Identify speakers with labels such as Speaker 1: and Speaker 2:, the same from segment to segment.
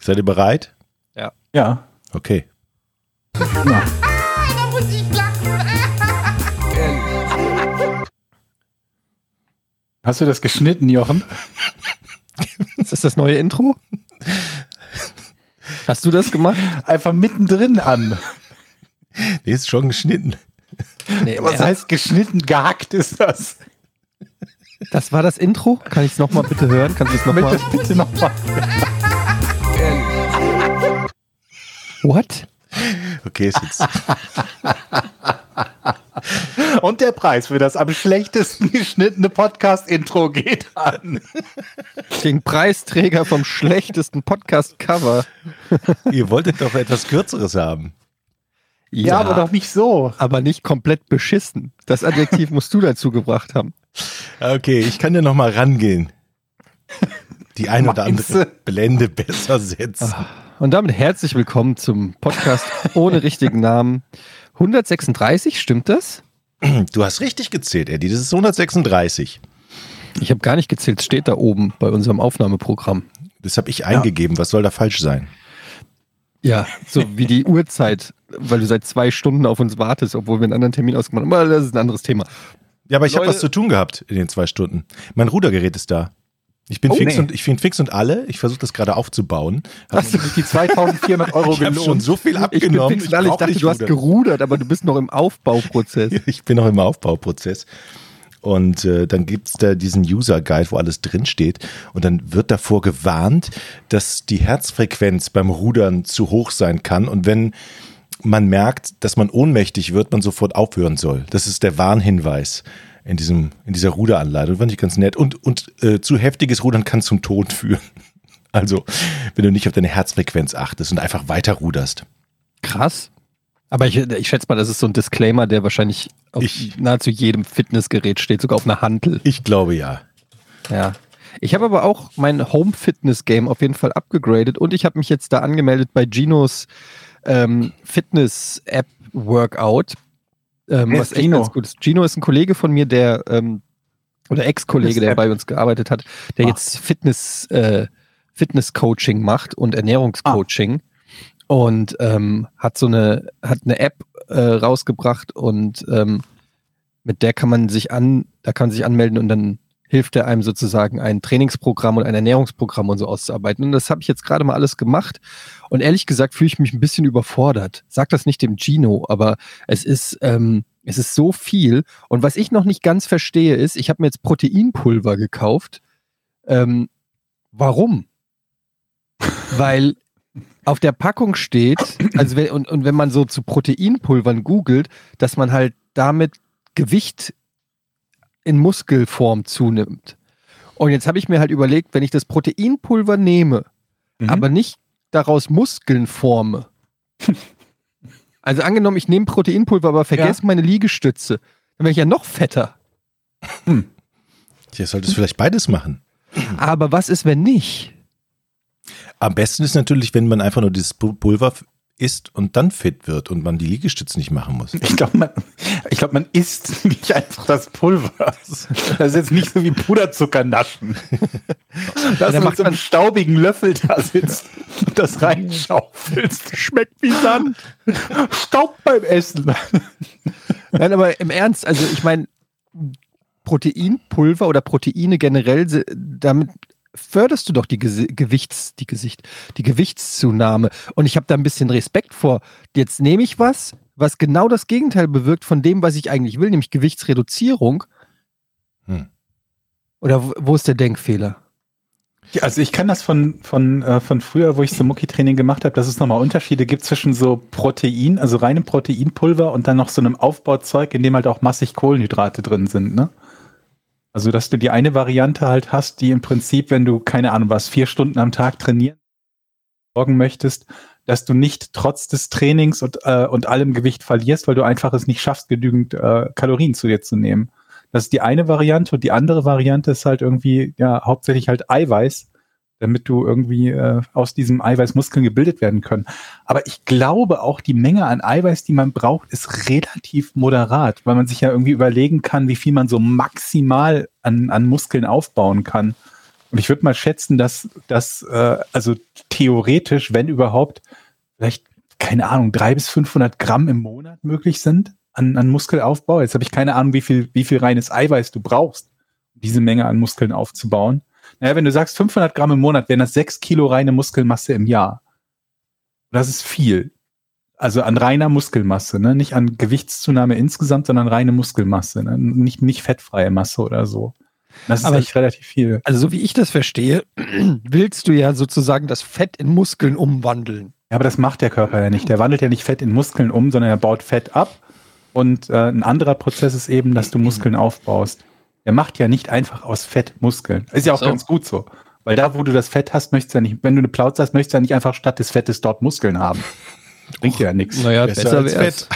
Speaker 1: Seid ihr bereit?
Speaker 2: Ja.
Speaker 1: Okay.
Speaker 3: Da muss ich lachen.
Speaker 2: Hast du das geschnitten, Jochen?
Speaker 4: Ist das das neue Intro? Hast du das gemacht?
Speaker 2: Einfach mittendrin an.
Speaker 1: Die ist schon geschnitten.
Speaker 4: Nee,
Speaker 2: Was heißt geschnitten, gehackt ist das?
Speaker 4: Das war das Intro? Kann ich es nochmal bitte hören? Kannst du es
Speaker 2: Damit
Speaker 4: nochmal?
Speaker 2: das bitte nochmal.
Speaker 4: What?
Speaker 1: Okay, ist jetzt.
Speaker 2: Und der Preis für das am schlechtesten geschnittene Podcast-Intro geht an.
Speaker 4: Den Preisträger vom schlechtesten Podcast-Cover.
Speaker 1: ihr wolltet doch etwas Kürzeres haben.
Speaker 2: Ja, aber doch nicht so.
Speaker 4: aber nicht komplett beschissen. Das Adjektiv musst du dazu gebracht haben.
Speaker 1: Okay, ich kann ja noch mal rangehen. Die ein oder
Speaker 2: Meinst
Speaker 1: andere
Speaker 2: du?
Speaker 1: Blende besser setzen.
Speaker 4: Und damit herzlich willkommen zum Podcast ohne richtigen Namen. 136, stimmt das?
Speaker 1: Du hast richtig gezählt, Eddie. Das ist 136.
Speaker 4: Ich habe gar nicht gezählt, es steht da oben bei unserem Aufnahmeprogramm.
Speaker 1: Das habe ich eingegeben. Was soll da falsch sein?
Speaker 4: Ja, so wie die Uhrzeit, weil du seit zwei Stunden auf uns wartest, obwohl wir einen anderen Termin ausgemacht haben. Aber das ist ein anderes Thema.
Speaker 1: Ja, aber ich habe
Speaker 4: Leute-
Speaker 1: was zu tun gehabt in den zwei Stunden. Mein Rudergerät ist da. Ich bin,
Speaker 4: Oh,
Speaker 1: fix,
Speaker 4: nee.
Speaker 1: und, ich bin fix und alle. Ich versuche das gerade aufzubauen. Hab-
Speaker 2: Hast du nicht die 2400 Euro
Speaker 1: ich habe schon
Speaker 2: gelohnt?
Speaker 1: so viel
Speaker 4: Ich bin
Speaker 1: abgenommen.
Speaker 4: fix und alle, ich
Speaker 1: brauch
Speaker 4: dachte,
Speaker 1: nicht
Speaker 4: du hast
Speaker 1: rudern.
Speaker 4: gerudert, aber du bist noch im Aufbauprozess.
Speaker 1: Ich bin noch im Aufbauprozess. Und äh, dann gibt's da diesen User-Guide, wo alles drinsteht. Und dann wird davor gewarnt, dass die Herzfrequenz beim Rudern zu hoch sein kann. Und wenn man merkt, dass man ohnmächtig wird, man sofort aufhören soll. Das ist der Warnhinweis in, diesem, in dieser Ruderanleitung. Fand ich ganz nett. Und, und äh, zu heftiges Rudern kann zum Tod führen. Also, wenn du nicht auf deine Herzfrequenz achtest und einfach weiter ruderst.
Speaker 4: Krass. Aber ich, ich schätze mal, das ist so ein Disclaimer, der wahrscheinlich auf
Speaker 1: Ich-
Speaker 4: nahezu jedem Fitnessgerät steht, sogar auf einer Hantel.
Speaker 1: Ich glaube ja.
Speaker 4: Ja. Ich habe aber auch mein Home-Fitness-Game auf jeden Fall abgegradet und ich habe mich jetzt da angemeldet bei Ginos ähm, Fitness-App-Workout. Ähm,
Speaker 2: Wer
Speaker 4: was
Speaker 2: ist
Speaker 4: echt
Speaker 2: Gino?
Speaker 4: ganz gut ist. Gino ist ein Kollege von mir, der ähm, oder Ex-Kollege, der
Speaker 2: Fitness-App.
Speaker 4: bei uns gearbeitet hat, der
Speaker 2: Ah.
Speaker 4: jetzt Fitness, äh, Fitness-Coaching macht und Ernährungscoaching und ähm, hat so eine, hat eine App äh, rausgebracht und ähm, mit der kann man sich an, da kann man sich anmelden und dann hilft er einem sozusagen ein Trainingsprogramm und ein Ernährungsprogramm und so auszuarbeiten. Und das habe ich jetzt gerade mal alles gemacht. Und ehrlich gesagt fühle ich mich ein bisschen überfordert. Sag das nicht dem Gino, aber es ist, ähm, es ist so viel. Und was ich noch nicht ganz verstehe, ist, ich habe mir jetzt Proteinpulver gekauft. Ähm, warum? Weil auf der Packung steht, also wenn, und, und wenn man so zu Proteinpulvern googelt, dass man halt damit Gewicht in Muskelform zunimmt. Und jetzt habe ich mir halt überlegt, wenn ich das Proteinpulver nehme,
Speaker 2: Mhm.
Speaker 4: aber nicht daraus Muskeln forme. also angenommen, ich nehme Proteinpulver, aber vergesse meine Liegestütze, dann wäre ich ja noch fetter.
Speaker 1: Hier solltest du vielleicht beides machen.
Speaker 4: Aber was ist, wenn nicht?
Speaker 1: Am besten ist natürlich, wenn man einfach nur dieses Pul- Pulver f- isst und dann fit wird und man die Liegestütze nicht machen muss.
Speaker 2: Ich glaube, man, ich glaub, man isst nicht einfach das Pulver. Das ist jetzt nicht so wie Puderzucker naschen. Dass du
Speaker 4: dann
Speaker 2: mit
Speaker 4: macht
Speaker 2: so einem
Speaker 4: man-
Speaker 2: staubigen Löffel da sitzt und das reinschaufelst. Schmeckt wie Sand. Staub beim Essen.
Speaker 4: Nein, aber im Ernst, also ich meine, Proteinpulver oder Proteine generell, se- damit förderst du doch die Gese- Gewichts, die Gesicht, die Gewichtszunahme. Und ich habe da ein bisschen Respekt vor. Jetzt nehme ich was, was genau das Gegenteil bewirkt von dem, was ich eigentlich will, nämlich Gewichtsreduzierung.
Speaker 1: Hm.
Speaker 4: Oder wo- wo ist der Denkfehler?
Speaker 2: Ja, also ich kann das von, von, äh, von früher, wo ich so Mucki-Training gemacht habe, dass es nochmal Unterschiede gibt zwischen so Protein, also reinem Proteinpulver und dann noch so einem Aufbauzeug, in dem halt auch massig Kohlenhydrate drin sind, ne? Also, dass du die eine Variante halt hast, die im Prinzip, wenn du, keine Ahnung was, vier Stunden am Tag trainieren sorgen möchtest, dass du nicht trotz des Trainings und, äh, und allem Gewicht verlierst, weil du einfach es nicht schaffst, genügend äh, Kalorien zu dir zu nehmen. Das ist die eine Variante und die andere Variante ist halt irgendwie, ja, hauptsächlich halt Eiweiß, damit du irgendwie äh, aus diesem Eiweiß Muskeln gebildet werden können. Aber ich glaube auch, die Menge an Eiweiß, die man braucht, ist relativ moderat, weil man sich ja irgendwie überlegen kann, wie viel man so maximal an, an Muskeln aufbauen kann. Und ich würde mal schätzen, dass dass äh, also theoretisch, wenn überhaupt, vielleicht, keine Ahnung, 300 bis 500 Gramm im Monat möglich sind an, an Muskelaufbau. Jetzt habe ich keine Ahnung, wie viel, wie viel reines Eiweiß du brauchst, um diese Menge an Muskeln aufzubauen. Naja, wenn du sagst 500 Gramm im Monat, wären das 6 Kilo reine Muskelmasse im Jahr. Das ist viel. Also an reiner Muskelmasse, ne? nicht an Gewichtszunahme insgesamt, sondern reine Muskelmasse, ne? nicht, nicht fettfreie Masse oder so. Das ist
Speaker 4: Aber-
Speaker 2: echt relativ viel.
Speaker 4: Also so wie ich das verstehe, willst du ja sozusagen das Fett in Muskeln umwandeln.
Speaker 2: Ja, aber das macht der Körper ja nicht. Der wandelt ja nicht Fett in Muskeln um, sondern er baut Fett ab. Und äh, ein anderer Prozess ist eben, dass du Muskeln aufbaust. Er macht ja nicht einfach aus Fett Muskeln. Ist ja auch
Speaker 4: So.
Speaker 2: ganz gut so. Weil da, wo du das Fett hast, möchtest du ja nicht, wenn du eine Plauze hast, möchtest du ja nicht einfach statt des Fettes dort Muskeln haben. Bringt dir ja nichts.
Speaker 4: Naja,
Speaker 1: Besser als
Speaker 4: wär's.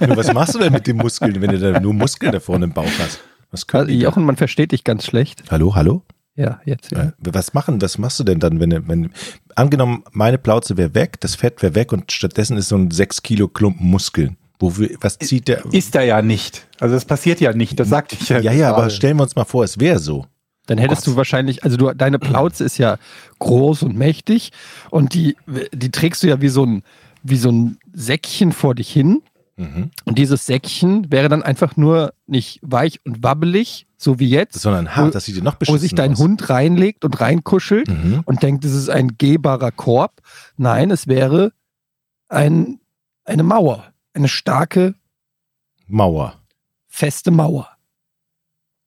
Speaker 1: Nur was machst du denn mit den Muskeln, wenn du da nur Muskeln da vorne im Bauch hast? Was können
Speaker 4: Also,
Speaker 1: die da?
Speaker 4: Jochen, man versteht dich ganz schlecht.
Speaker 1: Hallo, hallo?
Speaker 4: Ja, jetzt. Ja.
Speaker 1: Äh, Was machen, was machst du denn dann, wenn, du- wenn angenommen, meine Plauze wäre weg, das Fett wäre weg und stattdessen ist so ein 6 Kilo Klumpen Muskeln. Wo, wir- was zieht der?
Speaker 2: Ist er ja nicht. Also das passiert ja nicht, das sagte ich ja.
Speaker 1: ja, ja, aber
Speaker 2: gerade.
Speaker 1: stellen wir uns mal vor, es wäre so.
Speaker 4: Dann
Speaker 1: Oh
Speaker 4: hättest du wahrscheinlich, also du, deine Plauze ist ja groß und mächtig und die, die trägst du ja wie so, ein, wie so ein Säckchen vor dich hin.
Speaker 1: Mhm.
Speaker 4: Und dieses Säckchen wäre dann einfach nur nicht weich und wabbelig, so wie jetzt,
Speaker 1: Sondern hart, das sieht dir noch
Speaker 4: wo
Speaker 1: beschissen
Speaker 4: sich dein
Speaker 1: aus.
Speaker 4: Hund reinlegt und reinkuschelt
Speaker 1: Mhm.
Speaker 4: und denkt, es ist ein gehbarer Korb. Nein, es wäre ein, eine Mauer, eine starke,
Speaker 1: Mauer.
Speaker 4: feste Mauer.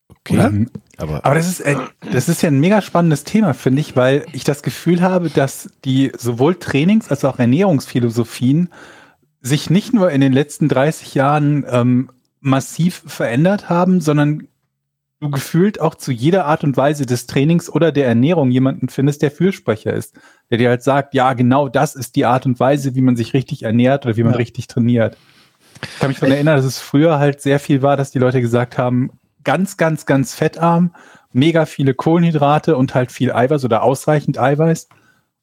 Speaker 1: Okay.
Speaker 4: Oder?
Speaker 2: Mhm.
Speaker 1: Aber,
Speaker 2: Aber das ist, äh, das ist ja ein mega spannendes Thema, finde ich, weil ich das Gefühl habe, dass die sowohl Trainings- als auch Ernährungsphilosophien sich nicht nur in den letzten 30 Jahren ähm, massiv verändert haben, sondern du gefühlt auch zu jeder Art und Weise des Trainings oder der Ernährung jemanden findest, der Fürsprecher ist, der dir halt sagt, ja, genau das ist die Art und Weise, wie man sich richtig ernährt oder wie man
Speaker 4: Ja.
Speaker 2: richtig trainiert. Ich kann mich daran erinnern, dass es früher halt sehr viel war, dass die Leute gesagt haben, ganz, ganz, ganz fettarm, mega viele Kohlenhydrate und halt viel Eiweiß oder ausreichend Eiweiß.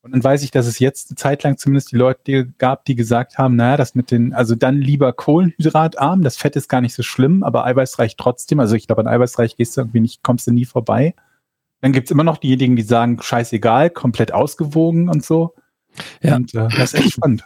Speaker 2: Und dann weiß ich, dass es jetzt eine Zeit lang zumindest die Leute gab, die gesagt haben, naja, das mit den, also dann lieber Kohlenhydratarm, das Fett ist gar nicht so schlimm, aber eiweißreich trotzdem. Also ich glaube, an eiweißreich gehst du irgendwie nicht, kommst du nie vorbei. Dann gibt's immer noch diejenigen, die sagen, scheißegal, komplett ausgewogen und so.
Speaker 4: Ja.
Speaker 2: Und äh, das ist echt spannend.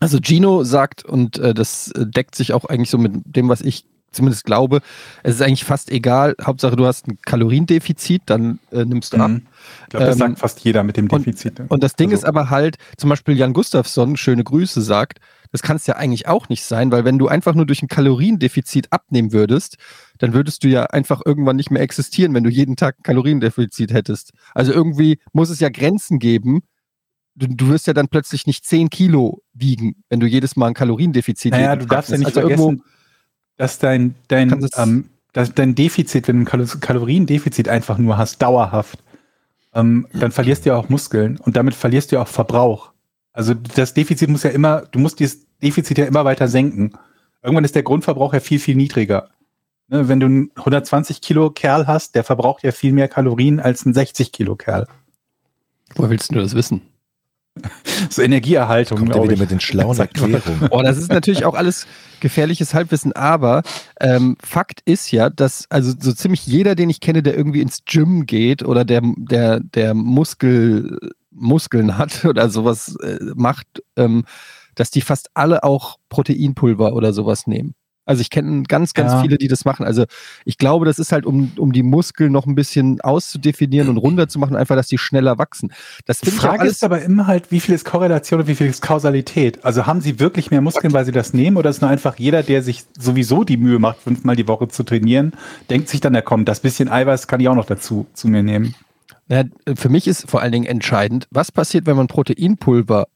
Speaker 4: Also Gino sagt, und äh, das äh, deckt sich auch eigentlich so mit dem, was ich zumindest glaube, es ist eigentlich fast egal, Hauptsache du hast ein Kaloriendefizit, dann äh, nimmst du ab.
Speaker 2: Mhm. Ich glaube, das
Speaker 4: Ähm,
Speaker 2: sagt fast jeder mit dem
Speaker 4: und-
Speaker 2: Defizit.
Speaker 4: Und das Ding
Speaker 2: Also-
Speaker 4: ist aber halt, zum Beispiel Jan Gustafsson, schöne Grüße, sagt, das kann es ja eigentlich auch nicht sein, weil wenn du einfach nur durch ein Kaloriendefizit abnehmen würdest, dann würdest du ja einfach irgendwann nicht mehr existieren, wenn du jeden Tag ein Kaloriendefizit hättest. Also irgendwie muss es ja Grenzen geben. Du, du wirst ja dann plötzlich nicht 10 Kilo wiegen, wenn du jedes Mal ein Kaloriendefizit
Speaker 2: Naja,
Speaker 4: jeden
Speaker 2: du
Speaker 4: Tag
Speaker 2: darfst ja
Speaker 4: isst.
Speaker 2: nicht
Speaker 4: also
Speaker 2: vergessen,
Speaker 4: irgendwo,
Speaker 2: dass dein, dein,
Speaker 4: Kannst es-
Speaker 2: ähm, dass dein Defizit, wenn du ein Kalo- Kaloriendefizit einfach nur hast, dauerhaft, ähm, dann verlierst du ja auch Muskeln und damit verlierst du ja auch Verbrauch. Also das Defizit muss ja immer, du musst dieses Defizit ja immer weiter senken. Irgendwann ist der Grundverbrauch ja viel, viel niedriger. Ne, wenn du einen 120 Kilo Kerl hast, der verbraucht ja viel mehr Kalorien als ein 60 Kilo Kerl.
Speaker 4: Woher willst du das wissen?
Speaker 2: So Energieerhaltung,
Speaker 1: kommt er
Speaker 2: glaube
Speaker 1: wieder
Speaker 2: ich.
Speaker 1: mit den schlauen
Speaker 2: Sagt man.
Speaker 1: Erklärungen.
Speaker 4: Boah, Oh, das ist natürlich auch alles gefährliches Halbwissen, aber ähm, Fakt ist ja, dass also so ziemlich jeder, den ich kenne, der irgendwie ins Gym geht oder der, der, der Muskel, Muskeln hat oder sowas äh, macht, ähm, dass die fast alle auch Proteinpulver oder sowas nehmen. Also ich kenne ganz, ganz
Speaker 2: Ja.
Speaker 4: viele, die das machen. Also ich glaube, das ist halt, um, um die Muskeln noch ein bisschen auszudefinieren und runter zu machen, einfach, dass die schneller wachsen. Das
Speaker 2: Die
Speaker 4: finde ich auch
Speaker 2: Frage
Speaker 4: alles,
Speaker 2: ist aber immer halt, wie viel ist Korrelation und wie viel ist Kausalität? Also haben sie wirklich mehr Muskeln, weil sie das nehmen, oder ist nur einfach jeder, der sich sowieso die Mühe macht, fünfmal die Woche zu trainieren, denkt sich dann, na komm, das bisschen Eiweiß kann ich auch noch dazu zu mir nehmen.
Speaker 4: Ja, für mich ist vor allen Dingen entscheidend, was passiert, wenn man Proteinpulver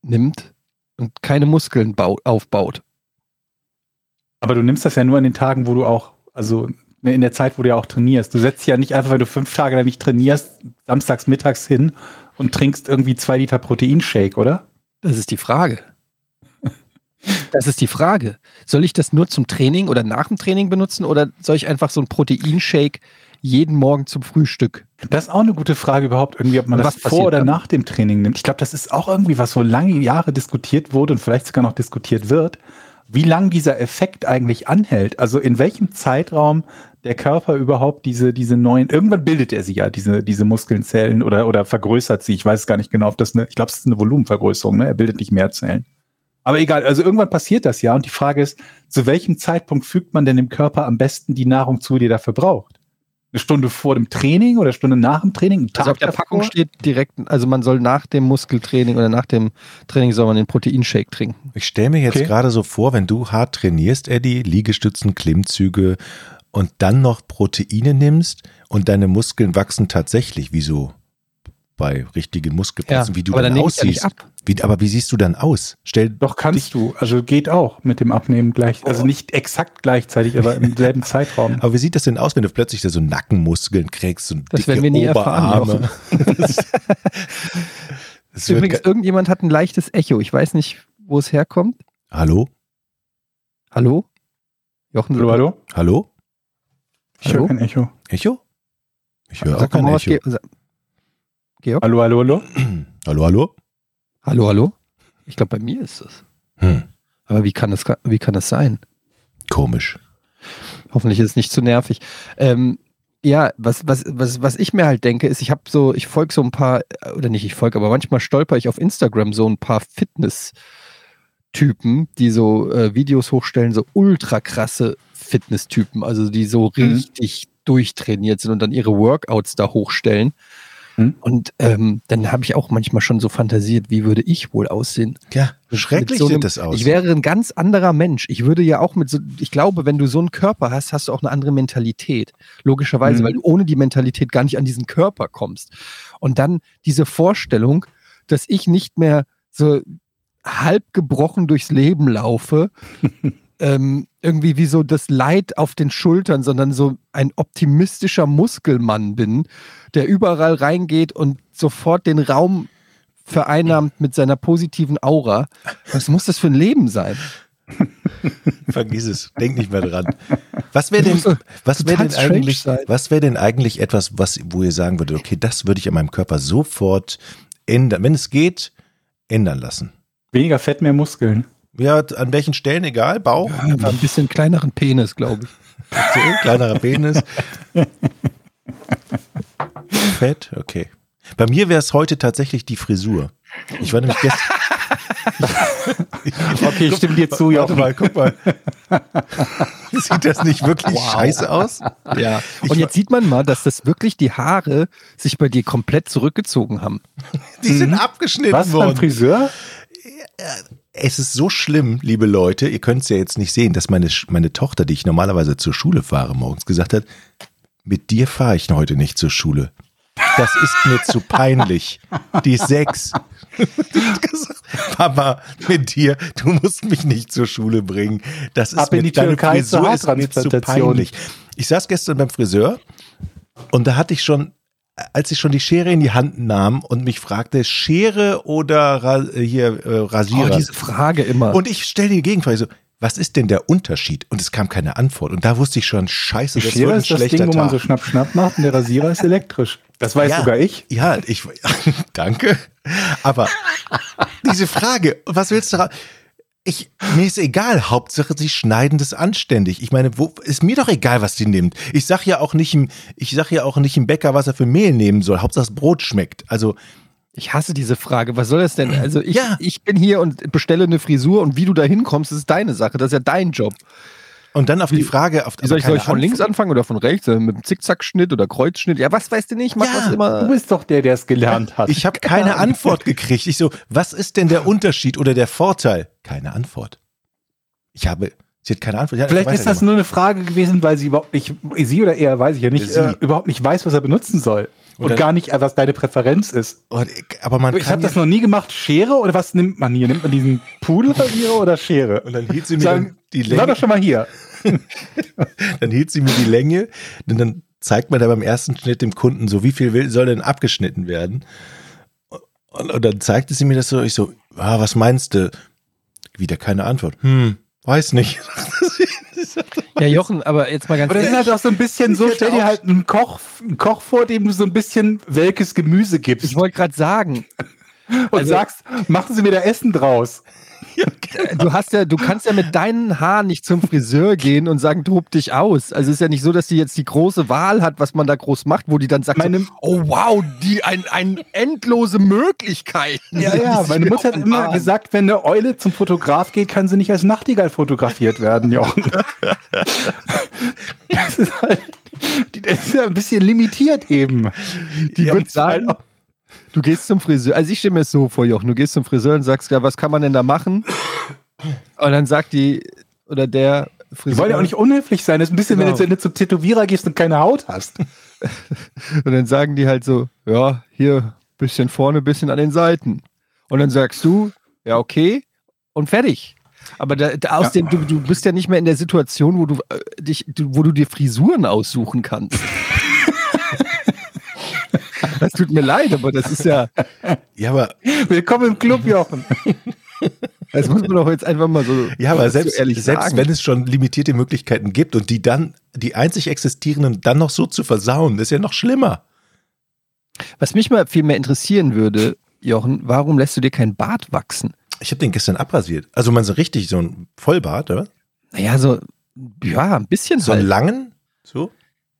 Speaker 4: nimmt und keine Muskeln bau- aufbaut.
Speaker 2: Aber du nimmst das ja nur an den Tagen, wo du auch, also ne, in der Zeit, wo du ja auch trainierst. Du setzt dich ja nicht einfach, wenn du fünf Tage lang nicht trainierst, samstags mittags hin und trinkst irgendwie zwei Liter Proteinshake, oder?
Speaker 4: Das ist die Frage. Das ist die Frage. Soll ich das nur zum Training oder nach dem Training benutzen oder soll ich einfach so einen Proteinshake jeden Morgen zum Frühstück?
Speaker 2: Das ist auch eine gute Frage überhaupt, irgendwie, ob man
Speaker 4: Und
Speaker 2: das
Speaker 4: was
Speaker 2: vor
Speaker 4: passiert
Speaker 2: oder
Speaker 4: dann?
Speaker 2: nach dem Training nimmt. Ich glaube, das ist auch irgendwie was, wo lange Jahre diskutiert wurde und vielleicht sogar noch diskutiert wird, wie lang dieser Effekt eigentlich anhält. Also in welchem Zeitraum der Körper überhaupt diese, diese neuen, irgendwann bildet er sie ja, diese, diese Muskeln, Zellen oder, oder vergrößert sie. Ich weiß gar nicht genau, ob das eine, ich glaube, es ist eine Volumenvergrößerung, ne? Er bildet nicht mehr Zellen. Aber egal, also irgendwann passiert das ja. Und die Frage ist, zu welchem Zeitpunkt fügt man denn dem Körper am besten die Nahrung zu, die er dafür braucht? Eine Stunde vor dem Training oder eine Stunde nach dem Training? Einen
Speaker 4: Also auf der
Speaker 2: davor?
Speaker 4: Packung steht direkt, also man soll nach dem Muskeltraining oder nach dem Training soll man den Proteinshake trinken.
Speaker 1: Ich stelle mir jetzt
Speaker 2: Okay.
Speaker 1: gerade so vor, wenn du hart trainierst, Eddie, Liegestützen, Klimmzüge und dann noch Proteine nimmst und deine Muskeln wachsen tatsächlich wie so bei richtigen Muskelpressen, wie du
Speaker 4: aber
Speaker 1: dann,
Speaker 4: dann nehme ich ja
Speaker 1: aussiehst.
Speaker 4: nicht ab.
Speaker 1: Wie, aber wie siehst du dann aus? Stell,
Speaker 2: Doch kannst du. Also geht auch mit dem Abnehmen gleich. Also nicht exakt gleichzeitig, aber im selben Zeitraum.
Speaker 1: aber wie sieht das denn aus, wenn du plötzlich da so Nackenmuskeln kriegst und
Speaker 4: Das
Speaker 1: dicke
Speaker 4: werden wir nie erfahren,
Speaker 1: Oberarme? das das wird,
Speaker 4: Übrigens, irgendjemand hat ein leichtes Echo. Ich weiß nicht, wo es herkommt.
Speaker 1: hallo?
Speaker 4: Hallo? Jochen,
Speaker 2: Hallo, hallo?
Speaker 1: Hallo?
Speaker 2: Ich
Speaker 4: Hallo?
Speaker 2: höre kein Echo.
Speaker 1: Echo? Ich höre auch
Speaker 4: Sag doch
Speaker 1: kein
Speaker 4: mal was.
Speaker 1: Echo.
Speaker 4: Ge sa- Georg?
Speaker 2: Hallo, hallo, hallo?
Speaker 1: Hallo, hallo?
Speaker 4: Hallo, hallo? Ich glaube, bei mir ist es.
Speaker 1: Hm,
Speaker 4: Aber wie kann das, wie kann das sein?
Speaker 1: komisch.
Speaker 4: Hoffentlich ist es nicht zu nervig. Ähm, ja, was, was, was, was ich mir halt denke, ist, ich habe so, ich folge so ein paar, äh, oder nicht ich folge, aber manchmal stolper ich auf Instagram so ein paar Fitness-Typen, die so äh, Videos hochstellen, so ultra krasse Fitness-Typen, also die so
Speaker 2: Mhm.
Speaker 4: richtig durchtrainiert sind und dann ihre Workouts da hochstellen.
Speaker 2: Mhm.
Speaker 4: Und ähm, dann habe ich auch manchmal schon so fantasiert, wie würde ich wohl aussehen,
Speaker 1: Ja,
Speaker 4: mit
Speaker 1: schrecklich
Speaker 4: so einem-
Speaker 1: sieht das aus.
Speaker 4: ich wäre ein ganz anderer Mensch. Ich würde ja auch mit so, ich glaube, wenn du so einen Körper hast, hast du auch eine andere Mentalität. Logischerweise,
Speaker 2: Mhm.
Speaker 4: weil du ohne die Mentalität gar nicht an diesen Körper kommst. Und dann diese Vorstellung, dass ich nicht mehr so halb gebrochen durchs Leben laufe, ähm, irgendwie wie so das Leid auf den Schultern, sondern so ein optimistischer Muskelmann bin, der überall reingeht und sofort den Raum vereinnahmt mit seiner positiven Aura. Was muss das für ein Leben sein?
Speaker 1: Vergiss es, denk nicht mehr dran. Was wäre denn,
Speaker 4: Das muss
Speaker 1: was wäre
Speaker 4: total
Speaker 1: denn
Speaker 4: strange
Speaker 1: eigentlich,
Speaker 4: sein.
Speaker 1: was wäre denn eigentlich etwas, was, wo ihr sagen würdet, okay, das würde ich an meinem Körper sofort ändern, wenn es geht, ändern lassen.
Speaker 2: Weniger Fett, mehr Muskeln.
Speaker 1: Ja, an welchen Stellen, egal, Bauch,
Speaker 4: Einfach ein bisschen kleineren Penis, glaube ich.
Speaker 1: so, kleinerer Penis. Fett, okay. Bei mir wäre es heute tatsächlich die Frisur. Ich war nämlich gestern.
Speaker 2: Okay, ich stimme dir zu,
Speaker 1: Warte
Speaker 2: Jochen.
Speaker 1: mal, guck mal. Sieht das nicht wirklich
Speaker 4: Wow.
Speaker 1: scheiße aus?
Speaker 4: Ja.
Speaker 1: Ich
Speaker 4: Und
Speaker 1: wa-
Speaker 4: jetzt sieht man mal, dass das wirklich die Haare sich bei dir komplett zurückgezogen haben.
Speaker 1: Die sind abgeschnitten
Speaker 2: Mhm. Was, beim
Speaker 1: worden.
Speaker 2: Friseur?
Speaker 1: Es ist so schlimm, liebe Leute, ihr könnt es ja jetzt nicht sehen, dass meine, Sch- meine Tochter, die ich normalerweise zur Schule fahre, morgens gesagt hat, mit dir fahre ich heute nicht zur Schule. Das ist mir zu peinlich. Die ist sechs. Die hat gesagt, Papa, mit dir, du musst mich nicht zur Schule bringen. Das ist
Speaker 2: Ab
Speaker 1: mir,
Speaker 2: in die
Speaker 1: deine
Speaker 2: Türkei
Speaker 1: Frisur
Speaker 2: zur
Speaker 1: ist mir zu
Speaker 2: Haartransplantation.
Speaker 1: peinlich. Ich saß gestern beim Friseur und da hatte ich schon, als ich schon die Schere in die Hand nahm und mich fragte, Schere oder Ra hier äh,
Speaker 4: Oh,
Speaker 1: Rasierer?
Speaker 4: diese Frage immer.
Speaker 1: Und ich stelle die Gegenfrage so, was ist denn der Unterschied? Und es kam keine Antwort. Und da wusste ich schon, scheiße,
Speaker 2: Die
Speaker 1: das wird
Speaker 2: Schere
Speaker 1: ein
Speaker 2: ist das
Speaker 1: schlechter
Speaker 2: Ding, wo man
Speaker 1: Tag.
Speaker 2: so schnapp, schnapp macht und der Rasierer ist elektrisch. Das weiß
Speaker 1: Ja.
Speaker 2: sogar ich.
Speaker 1: ja, ich, danke. Aber diese Frage, was willst du ra- ich, mir ist egal, Hauptsache, sie schneiden das anständig. Ich meine, wo, ist mir doch egal, was die nimmt. Ich sag ja auch nicht im, ich sag ja auch nicht im Bäcker, was er für Mehl nehmen soll. Hauptsache, das Brot schmeckt. Also,
Speaker 4: Ich hasse diese Frage. Was soll das denn? Also ich,
Speaker 1: Ja.
Speaker 4: ich bin hier und bestelle eine Frisur und wie du da hinkommst, ist deine Sache. Das ist ja dein Job.
Speaker 1: und dann auf die Frage, auf
Speaker 4: Wie soll ich, soll
Speaker 1: keine
Speaker 4: ich von
Speaker 1: Antwort.
Speaker 4: links anfangen oder von rechts? Äh, Mit einem Zickzackschnitt oder Kreuzschnitt? Ja, was weißt du nicht? Mach
Speaker 1: Ja,
Speaker 4: was
Speaker 2: Du
Speaker 4: immer.
Speaker 2: bist doch der, der es gelernt hat.
Speaker 1: Ich habe keine Antwort gekriegt. Ich so, was ist denn der Unterschied oder der Vorteil? Keine Antwort. Ich habe, sie hat keine Antwort. Ja,
Speaker 2: Äh, Vielleicht ist das
Speaker 1: weitergemacht.
Speaker 2: nur eine Frage gewesen, weil sie überhaupt nicht, sie oder er, weiß ich ja nicht,
Speaker 1: Sie.
Speaker 2: äh, überhaupt nicht weiß, was er benutzen soll.
Speaker 1: Oder-
Speaker 2: Und gar nicht, äh, was deine Präferenz ist.
Speaker 1: Und Oh, ich- aber man
Speaker 2: Ich
Speaker 1: kann
Speaker 2: habe
Speaker 1: ja,
Speaker 2: das noch nie gemacht. Schere oder was nimmt man hier? Nimmt man diesen Pudelrasierer oder Schere?
Speaker 1: und dann hielt sie mir
Speaker 2: Sagen,
Speaker 1: dann die
Speaker 2: ich war
Speaker 1: Länge,
Speaker 2: doch schon mal hier.
Speaker 1: dann hielt sie mir die Länge, denn dann zeigt man da beim ersten Schnitt dem Kunden so, wie viel will, soll denn abgeschnitten werden? Und, und dann zeigte sie mir das so, ich so, ah, was meinst du? Wieder keine Antwort. Hm, weiß nicht.
Speaker 4: Ja, Jochen, aber jetzt mal ganz
Speaker 2: Oder das ist halt auch so ein bisschen
Speaker 1: Genau.
Speaker 2: so, stell dir halt einen Koch, einen Koch vor, dem du so ein bisschen welkes Gemüse gibst
Speaker 4: Ich wollte gerade sagen,
Speaker 2: und
Speaker 4: also-
Speaker 2: sagst, machen Sie mir da Essen draus.
Speaker 1: ja,
Speaker 4: du hast ja, du kannst ja mit deinen Haaren nicht zum Friseur gehen und sagen, tob dich aus. Also es ist ja nicht so, dass sie jetzt die große Wahl hat, was man da groß macht, wo die dann sagt,
Speaker 2: Meine-
Speaker 4: so, oh wow, die ein, ein endlose Möglichkeiten.
Speaker 2: Ja, ja, meine Mutter hat immer gesagt, wenn eine Eule zum Fotograf geht, kann sie nicht als Nachtigall fotografiert werden, Jochen. Das ist halt, die- das ist ja ein bisschen limitiert eben.
Speaker 4: Die
Speaker 2: Ja,
Speaker 4: wird sagen, du gehst zum Friseur. Also ich stelle mir es so vor, Jochen, du gehst zum Friseur und sagst, ja, was kann man denn da machen? Und dann sagt die oder der Friseur.
Speaker 2: Die wollen ja auch nicht unhöflich sein. Das ist ein bisschen,
Speaker 4: Genau.
Speaker 2: wenn du jetzt zum Tätowierer gehst und keine Haut hast.
Speaker 4: Und dann sagen die halt so, ja, hier bisschen vorne, bisschen an den Seiten. Und dann sagst du, ja, okay, und fertig. Aber da, da aus
Speaker 2: Ja.
Speaker 4: dem, du, du bist ja nicht mehr in der Situation, wo du äh, dich, du, wo du dir Frisuren aussuchen kannst. das tut mir leid, aber das ist ja,
Speaker 1: Ja, aber,
Speaker 2: Willkommen im Club, Jochen.
Speaker 4: das muss man doch jetzt einfach mal so.
Speaker 1: ja, aber
Speaker 4: so
Speaker 1: selbst,
Speaker 4: ehrlich
Speaker 1: selbst
Speaker 4: sagen.
Speaker 1: wenn es schon limitierte Möglichkeiten gibt und die dann, die einzig existierenden dann noch so zu versauen, ist ja noch schlimmer.
Speaker 4: Was mich mal viel mehr interessieren würde, Jochen, warum lässt du dir keinen Bart wachsen?
Speaker 1: Ich habe den gestern abrasiert. Also man so richtig so ein Vollbart, oder?
Speaker 4: Naja, so, ja, ein bisschen
Speaker 1: So
Speaker 4: halt.
Speaker 1: einen langen? So?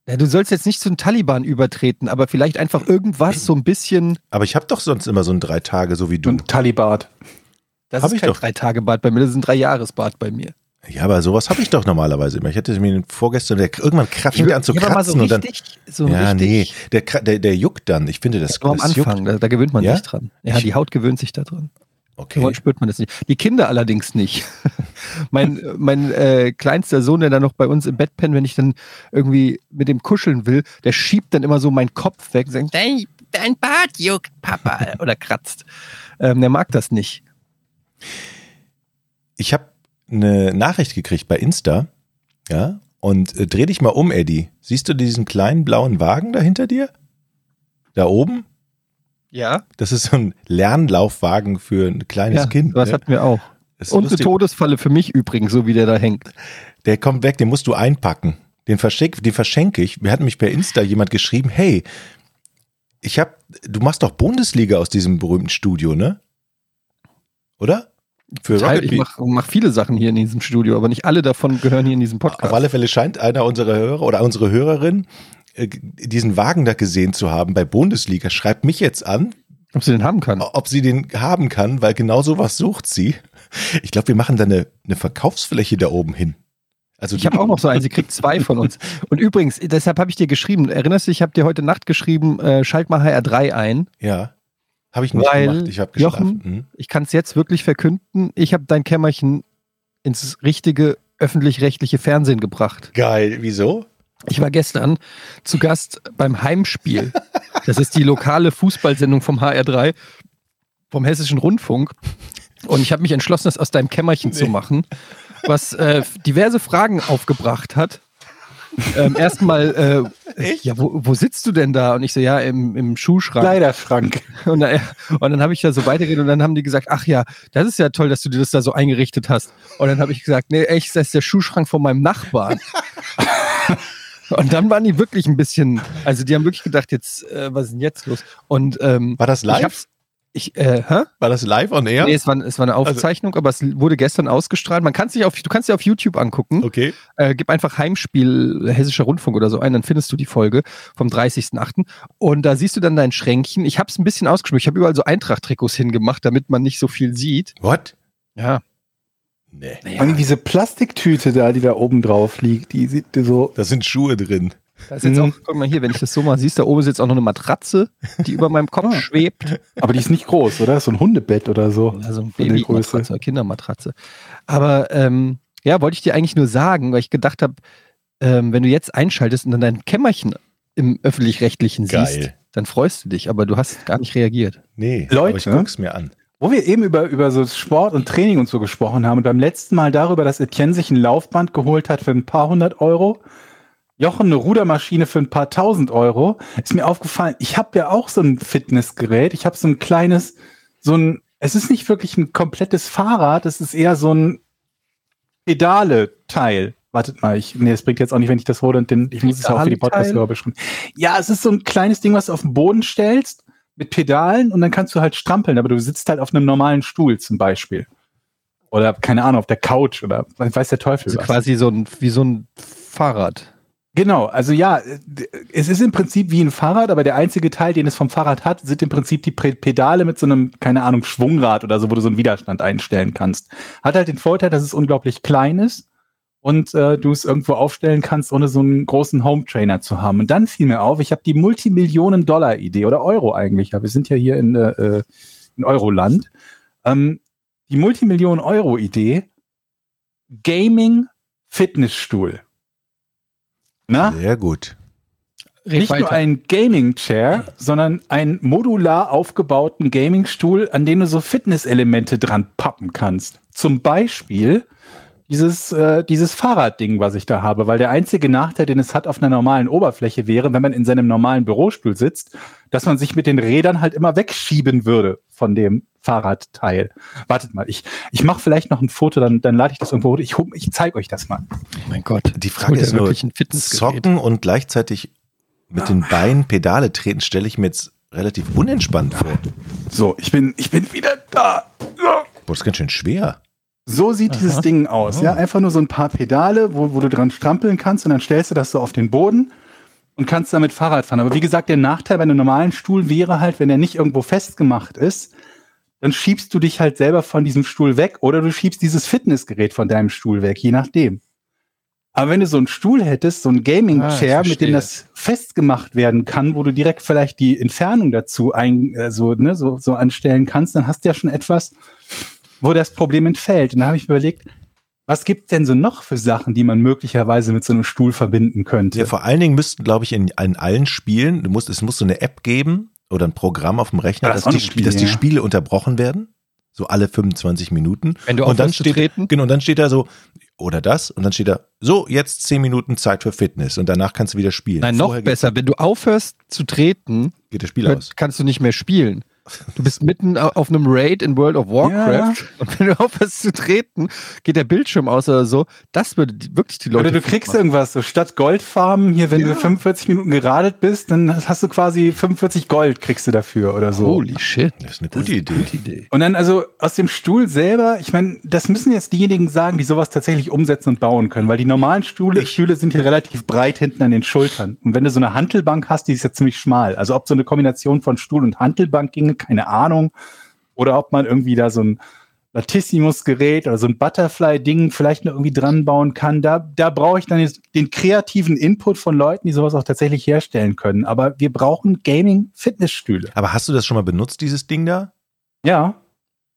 Speaker 4: Ja, du sollst jetzt nicht zu den Taliban übertreten, aber vielleicht einfach irgendwas so ein bisschen.
Speaker 1: Aber ich habe doch sonst immer so ein drei Tage, so wie du.
Speaker 2: Und Talibat.
Speaker 4: Das
Speaker 1: Hab
Speaker 4: ist
Speaker 1: ich
Speaker 4: kein
Speaker 1: doch.
Speaker 4: Drei-Tage-Bad bei mir, das ist ein Drei-Jahres-Bad bei mir.
Speaker 1: Ja, aber sowas habe ich doch normalerweise immer. Ich hatte mir den vorgestern, der irgendwann kratzt wieder an zu
Speaker 4: Ja, aber mal
Speaker 1: kratzen
Speaker 4: so
Speaker 1: und dann.
Speaker 4: richtig, so
Speaker 1: ja,
Speaker 4: richtig.
Speaker 1: nee, der, kra- der, der juckt dann. Ich finde das,
Speaker 4: So am
Speaker 1: das
Speaker 4: Anfang, da, da gewöhnt man
Speaker 1: Ja?
Speaker 4: sich dran. Ja,
Speaker 1: Ich-
Speaker 4: die Haut gewöhnt sich da dran.
Speaker 1: Okay.
Speaker 4: Irgendwann spürt man das nicht. Die Kinder allerdings nicht. mein mein äh, kleinster Sohn, der da noch bei uns im Bett pennt, wenn ich dann irgendwie mit dem kuscheln will, der schiebt dann immer so meinen Kopf weg und sagt, dein, dein Bart juckt, Papa, oder kratzt. Ähm, der mag das nicht.
Speaker 1: Ich habe eine Nachricht gekriegt bei Insta. Ja. Und äh, dreh dich mal um, Eddie. Siehst du diesen kleinen blauen Wagen da hinter dir? Da oben?
Speaker 4: Ja.
Speaker 1: Das ist so ein Lernlaufwagen für ein kleines
Speaker 4: Ja, halt
Speaker 1: Kind.
Speaker 4: Das
Speaker 1: ne?
Speaker 4: hatten wir auch.
Speaker 1: Das ist
Speaker 4: Und eine
Speaker 1: lustig.
Speaker 4: Todesfalle für mich übrigens, so wie der da hängt.
Speaker 1: Der kommt weg, den musst du einpacken. Den, verschick, den verschenke ich. Mir hat mich per Insta jemand geschrieben, hey, ich hab, du machst doch Bundesliga aus diesem berühmten Studio, ne? Oder? Für
Speaker 4: Teil-
Speaker 1: Rocket
Speaker 4: Ich
Speaker 1: Beans.
Speaker 4: mache mach viele Sachen hier in diesem Studio, aber nicht alle davon gehören hier in diesem
Speaker 1: Auf
Speaker 4: Podcast.
Speaker 1: alle Fälle scheint einer unserer Hörer oder unsere Hörerin äh, diesen Wagen da gesehen zu haben bei Bundesliga. Schreibt mich jetzt an,
Speaker 4: Ob sie den haben kann.
Speaker 1: ob sie den haben kann, weil genau sowas sucht sie. Ich glaube, wir machen da eine, eine Verkaufsfläche da oben hin. Also
Speaker 4: Ich habe auch noch so einen, sie kriegt zwei von uns. Und übrigens, deshalb habe ich dir geschrieben, erinnerst du dich, ich habe dir heute Nacht geschrieben, äh, schalt mal HR3 ein.
Speaker 1: Ja. Habe ich nicht
Speaker 4: Weil
Speaker 1: gemacht. Ich habe
Speaker 4: Jochen-
Speaker 1: geschlafen. Hm.
Speaker 4: Ich kann es jetzt wirklich verkünden, ich habe dein Kämmerchen ins richtige öffentlich-rechtliche Fernsehen gebracht.
Speaker 1: Geil. Wieso?
Speaker 4: Ich war gestern zu Gast beim Heimspiel. Das ist die lokale Fußballsendung vom HR3, vom Hessischen Rundfunk. Und ich habe mich entschlossen, das aus deinem Kämmerchen zu machen, was äh, diverse Fragen aufgebracht hat. Ähm, Erstmal, äh,
Speaker 1: Echt?
Speaker 4: ja, wo, wo sitzt du denn da? Und ich so, ja, im, im Schuhschrank.
Speaker 2: Kleiderschrank.
Speaker 4: Und, da, und dann habe ich da so weitergeredet und dann haben die gesagt, ach ja, das ist ja toll, dass du dir das da so eingerichtet hast. Und dann habe ich gesagt, nee, echt, das ist der Schuhschrank von meinem Nachbarn. und dann waren die wirklich ein bisschen, also die haben wirklich gedacht, jetzt, äh, was ist denn jetzt los? Und ähm,
Speaker 1: War das
Speaker 4: ich,
Speaker 1: live?
Speaker 4: hab's- ich äh, hä?
Speaker 1: War das live on air?
Speaker 4: Nee, es war, es war eine
Speaker 1: Also
Speaker 4: Aufzeichnung, aber es wurde gestern ausgestrahlt. Man kann sich auf, du kannst dir auf YouTube angucken.
Speaker 1: Okay.
Speaker 4: Äh, gib einfach Heimspiel Hessischer Rundfunk oder so ein, dann findest du die Folge vom 30.8. Und da siehst du dann dein Schränkchen. Ich habe es ein bisschen ausgeschmückt. Ich habe überall so Eintracht-Trikots hingemacht, damit man nicht so viel sieht.
Speaker 1: What?
Speaker 4: Ja.
Speaker 1: Nee.
Speaker 2: Und diese Plastiktüte da, die da oben drauf liegt, die sieht dir so.
Speaker 1: Da sind Schuhe drin.
Speaker 4: Da ist jetzt
Speaker 2: Mhm.
Speaker 4: auch, guck mal hier, wenn ich das so mal siehst, da oben ist jetzt auch noch eine Matratze, die über meinem Kopf schwebt.
Speaker 2: Aber die ist nicht groß, oder? So ein Hundebett oder Ah, so.
Speaker 4: Also ein
Speaker 2: Von der Größe.
Speaker 4: Babymatratze, eine Kindermatratze. Aber ähm, ja, wollte ich dir eigentlich nur sagen, weil ich gedacht habe, ähm, wenn du jetzt einschaltest und dann dein Kämmerchen im öffentlich-rechtlichen siehst,
Speaker 1: Geil.
Speaker 4: dann freust du dich, aber du hast gar nicht reagiert.
Speaker 1: Nee.
Speaker 2: Leute.
Speaker 1: Aber ich guck's mir an.
Speaker 2: Wo wir eben über, über so Sport und Training und so gesprochen haben und beim letzten Mal darüber, dass Etienne sich ein Laufband geholt hat für ein paar hundert Euro, Jochen eine Rudermaschine für ein paar tausend Euro, ist mir aufgefallen, ich habe ja auch so ein Fitnessgerät, ich habe so ein kleines, so ein, es ist nicht wirklich ein komplettes Fahrrad, es ist eher so ein Pedale-Teil. Wartet mal, ich, nee, das bringt jetzt auch nicht, wenn ich das hole und den, ich muss es ja auch für die
Speaker 4: Pedale-Teil?
Speaker 2: Podcast-Hörer beschreiben. Ja, es ist so ein kleines Ding, was du auf den Boden stellst mit Pedalen und dann kannst du halt strampeln, aber du sitzt halt auf einem normalen Stuhl zum Beispiel. Oder keine Ahnung, auf der Couch oder weiß der Teufel
Speaker 4: Also
Speaker 2: was.
Speaker 4: quasi so ein, wie so ein Fahrrad.
Speaker 2: Genau, also ja, es ist im Prinzip wie ein Fahrrad, aber der einzige Teil, den es vom Fahrrad hat, sind im Prinzip die Pre- Pedale mit so einem, keine Ahnung, Schwungrad oder so, wo du so einen Widerstand einstellen kannst. Hat halt den Vorteil, dass es unglaublich klein ist und äh, du es irgendwo aufstellen kannst, ohne so einen großen Home-Trainer zu haben. Und dann fiel mir auf, ich habe die Multimillionen-Dollar-Idee oder Euro eigentlich, ja, wir sind ja hier in, äh, in Euroland, ähm, die Multimillionen-Euro-Idee, Gaming-Fitnessstuhl.
Speaker 4: Ah.
Speaker 2: Na?
Speaker 1: Sehr gut.
Speaker 4: Red
Speaker 2: nicht nur
Speaker 4: weiter.
Speaker 2: ein Gaming Chair, sondern einen modular aufgebauten Gaming-Stuhl, an den du so Fitnesselemente dran pappen kannst. Zum Beispiel dieses, äh, dieses Fahrradding, was ich da habe, weil der einzige Nachteil, den es hat auf einer normalen Oberfläche wäre, wenn man in seinem normalen Bürostuhl sitzt, dass man sich mit den Rädern halt immer wegschieben würde von dem Fahrradteil. Wartet mal, ich, ich mache vielleicht noch ein Foto, dann, dann lade ich das irgendwo hoch. Ich, hob- ich zeige euch das mal.
Speaker 4: oh mein Gott.
Speaker 1: Die Frage
Speaker 4: Holt er
Speaker 1: ist nur,
Speaker 4: wirklich ein Fitnessgerät.
Speaker 1: Zocken und gleichzeitig mit den Beinen Pedale treten, stelle ich mir jetzt relativ unentspannt vor.
Speaker 2: So, ich bin, ich bin wieder da.
Speaker 1: Boah, das ist ganz schön schwer.
Speaker 2: So sieht dieses Ding aus.
Speaker 4: Oh.
Speaker 2: Ja, einfach nur so ein paar Pedale, wo, wo du dran strampeln kannst und dann stellst du das so auf den Boden und kannst damit Fahrrad fahren. Aber wie gesagt, der Nachteil bei einem normalen Stuhl wäre halt, wenn er nicht irgendwo festgemacht ist, dann schiebst du dich halt selber von diesem Stuhl weg oder du schiebst dieses Fitnessgerät von deinem Stuhl weg, je nachdem. Aber wenn du so einen Stuhl hättest, so einen
Speaker 4: Ah, ich
Speaker 2: Gaming-Chair, mit
Speaker 4: verstehe.
Speaker 2: dem das festgemacht werden kann, wo du direkt vielleicht die Entfernung dazu ein, äh, so, ne, so, so anstellen kannst, dann hast du ja schon etwas, wo das Problem entfällt. Und da habe ich mir überlegt, was gibt's denn so noch für Sachen, die man möglicherweise mit so einem Stuhl verbinden könnte?
Speaker 1: Ja, vor allen Dingen müssten, glaube ich, in, in allen Spielen, du musst, es muss so eine App geben oder ein Programm auf dem Rechner,
Speaker 2: Ah, das
Speaker 1: dass, die,
Speaker 2: ist auch ein Spiel,
Speaker 1: dass die
Speaker 2: ja.
Speaker 1: Spiele unterbrochen werden. So alle 25 Minuten.
Speaker 4: Wenn du
Speaker 1: und dann
Speaker 4: aufhörst zu
Speaker 1: steht,
Speaker 4: treten?
Speaker 1: Genau, und dann steht da so, oder das, und dann steht da, so, jetzt 10 Minuten Zeit für Fitness und danach kannst du wieder spielen.
Speaker 4: Nein, noch
Speaker 1: Vorher geht-
Speaker 4: besser. Wenn du aufhörst zu treten,
Speaker 1: geht das Spiel
Speaker 4: hört-
Speaker 1: aus.
Speaker 4: kannst du nicht mehr spielen. Du bist mitten au- auf einem Raid in World of Warcraft und wenn du aufhörst zu treten, geht der Bildschirm aus oder so. Das würde die- wirklich die Leute.
Speaker 2: Oder du kriegst
Speaker 4: machen.
Speaker 2: irgendwas, so statt Goldfarben, hier, wenn
Speaker 4: Ja.
Speaker 2: du 45 Minuten geradet bist, dann hast du quasi 45 Gold kriegst du dafür oder so.
Speaker 4: Holy shit.
Speaker 1: Das ist eine gute Idee.
Speaker 4: Gute Idee.
Speaker 2: Und dann also aus dem Stuhl selber, ich meine, das müssen jetzt diejenigen sagen, die sowas tatsächlich umsetzen und bauen können, weil die normalen Stühle, Stühle sind hier relativ breit hinten an den Schultern. Und wenn du so eine Hantelbank hast, die ist ja ziemlich schmal. Also ob so eine Kombination von Stuhl und Hantelbank ginge, keine Ahnung. Oder ob man irgendwie da so ein Latissimus-Gerät oder so ein Butterfly-Ding vielleicht noch irgendwie dran bauen kann. Da, da brauche ich dann jetzt den kreativen Input von Leuten, die sowas auch tatsächlich herstellen können. Aber wir brauchen Gaming-Fitnessstühle.
Speaker 1: Aber hast du das schon mal benutzt, dieses Ding da?
Speaker 2: Ja,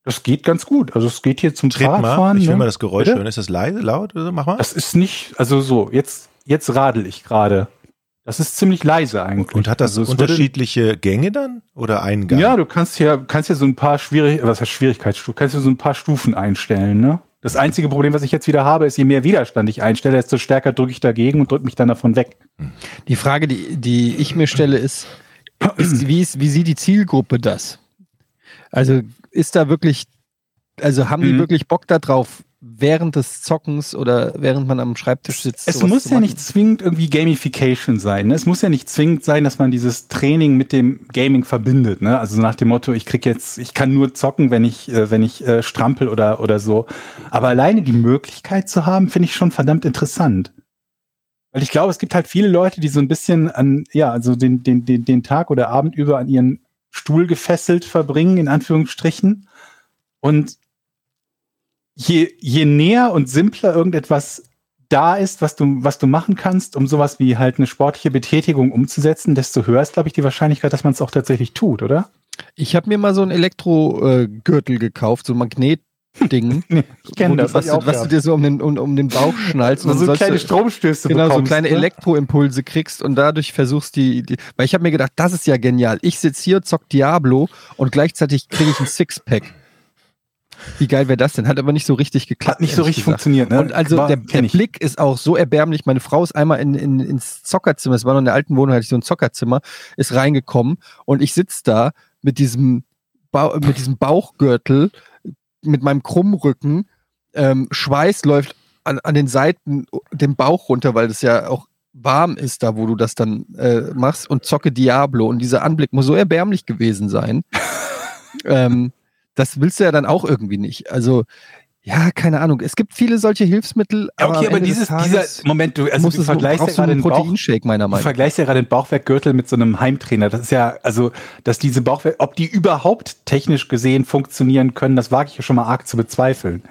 Speaker 2: das geht ganz gut. Also es geht hier zum
Speaker 1: Tritt mal.
Speaker 2: Fahrradfahren.
Speaker 1: Ich will
Speaker 2: ne?
Speaker 1: mal das Geräusch
Speaker 2: Bitte?
Speaker 1: hören. Ist das leise, laut oder so? Mach mal.
Speaker 2: das ist nicht, also so, jetzt, jetzt radel ich gerade. Das ist ziemlich leise eigentlich.
Speaker 1: Und hat das
Speaker 2: also es würde-
Speaker 1: unterschiedliche Gänge dann oder einen Gang?
Speaker 2: Ja, du kannst hier, kannst hier so ein paar schwierig, was heißt Schwierigkeitsstufen, kannst hier so ein paar Stufen einstellen, ne? Das einzige Problem, was ich jetzt wieder habe, ist, je mehr Widerstand ich einstelle, desto stärker drücke ich dagegen und drücke mich dann davon weg.
Speaker 4: Die Frage, die, die ich mir stelle, ist, ist, wie, ist wie sieht die Zielgruppe das? Also ist da wirklich, also haben die
Speaker 2: Mhm.
Speaker 4: wirklich Bock darauf, während des Zockens oder während man am Schreibtisch sitzt?
Speaker 2: Es
Speaker 4: sowas
Speaker 2: muss
Speaker 4: zu
Speaker 2: ja
Speaker 4: machen?
Speaker 2: nicht zwingend irgendwie Gamification sein. Ne? Es muss ja nicht zwingend sein, dass man dieses Training mit dem Gaming verbindet. Ne? Also nach dem Motto, ich krieg jetzt, ich kann nur zocken, wenn ich, äh, wenn ich äh, strampel oder, oder so. Aber alleine die Möglichkeit zu haben, finde ich schon verdammt interessant. Weil ich glaube, es gibt halt viele Leute, die so ein bisschen an, ja, also den, den, den, den Tag oder Abend über an ihren Stuhl gefesselt verbringen, in Anführungsstrichen. Und je, je näher und simpler irgendetwas da ist, was du, was du machen kannst, um sowas wie halt eine sportliche Betätigung umzusetzen, desto höher ist, glaube ich, die Wahrscheinlichkeit, dass man es auch tatsächlich tut, oder?
Speaker 4: Ich habe mir mal so einen Elektrogürtel gekauft, so ein Magnetding,
Speaker 2: Ich
Speaker 4: wo du- was, du, was du dir so um den, um, um den Bauch schnallst. und
Speaker 2: so
Speaker 4: dann
Speaker 2: kleine
Speaker 4: sollst du-
Speaker 2: Stromstöße
Speaker 4: Genau, so
Speaker 2: bekommst.
Speaker 4: kleine
Speaker 2: ne?
Speaker 4: Elektroimpulse kriegst und dadurch versuchst die, die weil ich habe mir gedacht, das ist ja genial. Ich sitze hier, zock Diablo und gleichzeitig kriege ich ein Sixpack. Wie geil wäre das denn? Hat aber nicht so richtig geklappt.
Speaker 2: Hat nicht so
Speaker 4: ehrlich
Speaker 2: richtig
Speaker 4: gesagt.
Speaker 2: funktioniert, ne?
Speaker 4: Und also
Speaker 2: War-
Speaker 4: der,
Speaker 2: kenn
Speaker 4: der
Speaker 2: ich.
Speaker 4: Blick ist auch so erbärmlich. Meine Frau ist einmal in, in, ins Zockerzimmer, es war noch in der alten Wohnung, hatte ich so ein Zockerzimmer, ist reingekommen und ich sitze da mit diesem, Bau, mit diesem Bauchgürtel, mit meinem krummen Rücken. Ähm, Schweiß läuft an, an den Seiten den Bauch runter, weil es ja auch warm ist da, wo du das dann äh, machst und zocke Diablo. Und dieser Anblick muss so erbärmlich gewesen sein. ähm, das willst du ja dann auch irgendwie nicht. Also Ja, keine Ahnung. Es gibt viele solche Hilfsmittel.
Speaker 2: Ja,
Speaker 4: am
Speaker 2: okay, aber
Speaker 4: Ende des
Speaker 2: dieses, dieser
Speaker 4: Tages
Speaker 2: Moment, du, also
Speaker 4: musst
Speaker 2: du
Speaker 4: es,
Speaker 2: vergleichst ja
Speaker 4: brauchst du
Speaker 2: gerade
Speaker 4: einen
Speaker 2: den Bauch,
Speaker 4: Proteinshake meiner
Speaker 2: du
Speaker 4: Meinung nach.
Speaker 2: vergleichst ja gerade den Bauchwerkgürtel mit so einem Heimtrainer. Das ist ja, also, dass diese Bauchwerk, ob die überhaupt technisch gesehen funktionieren können, das wage ich ja schon mal arg zu bezweifeln.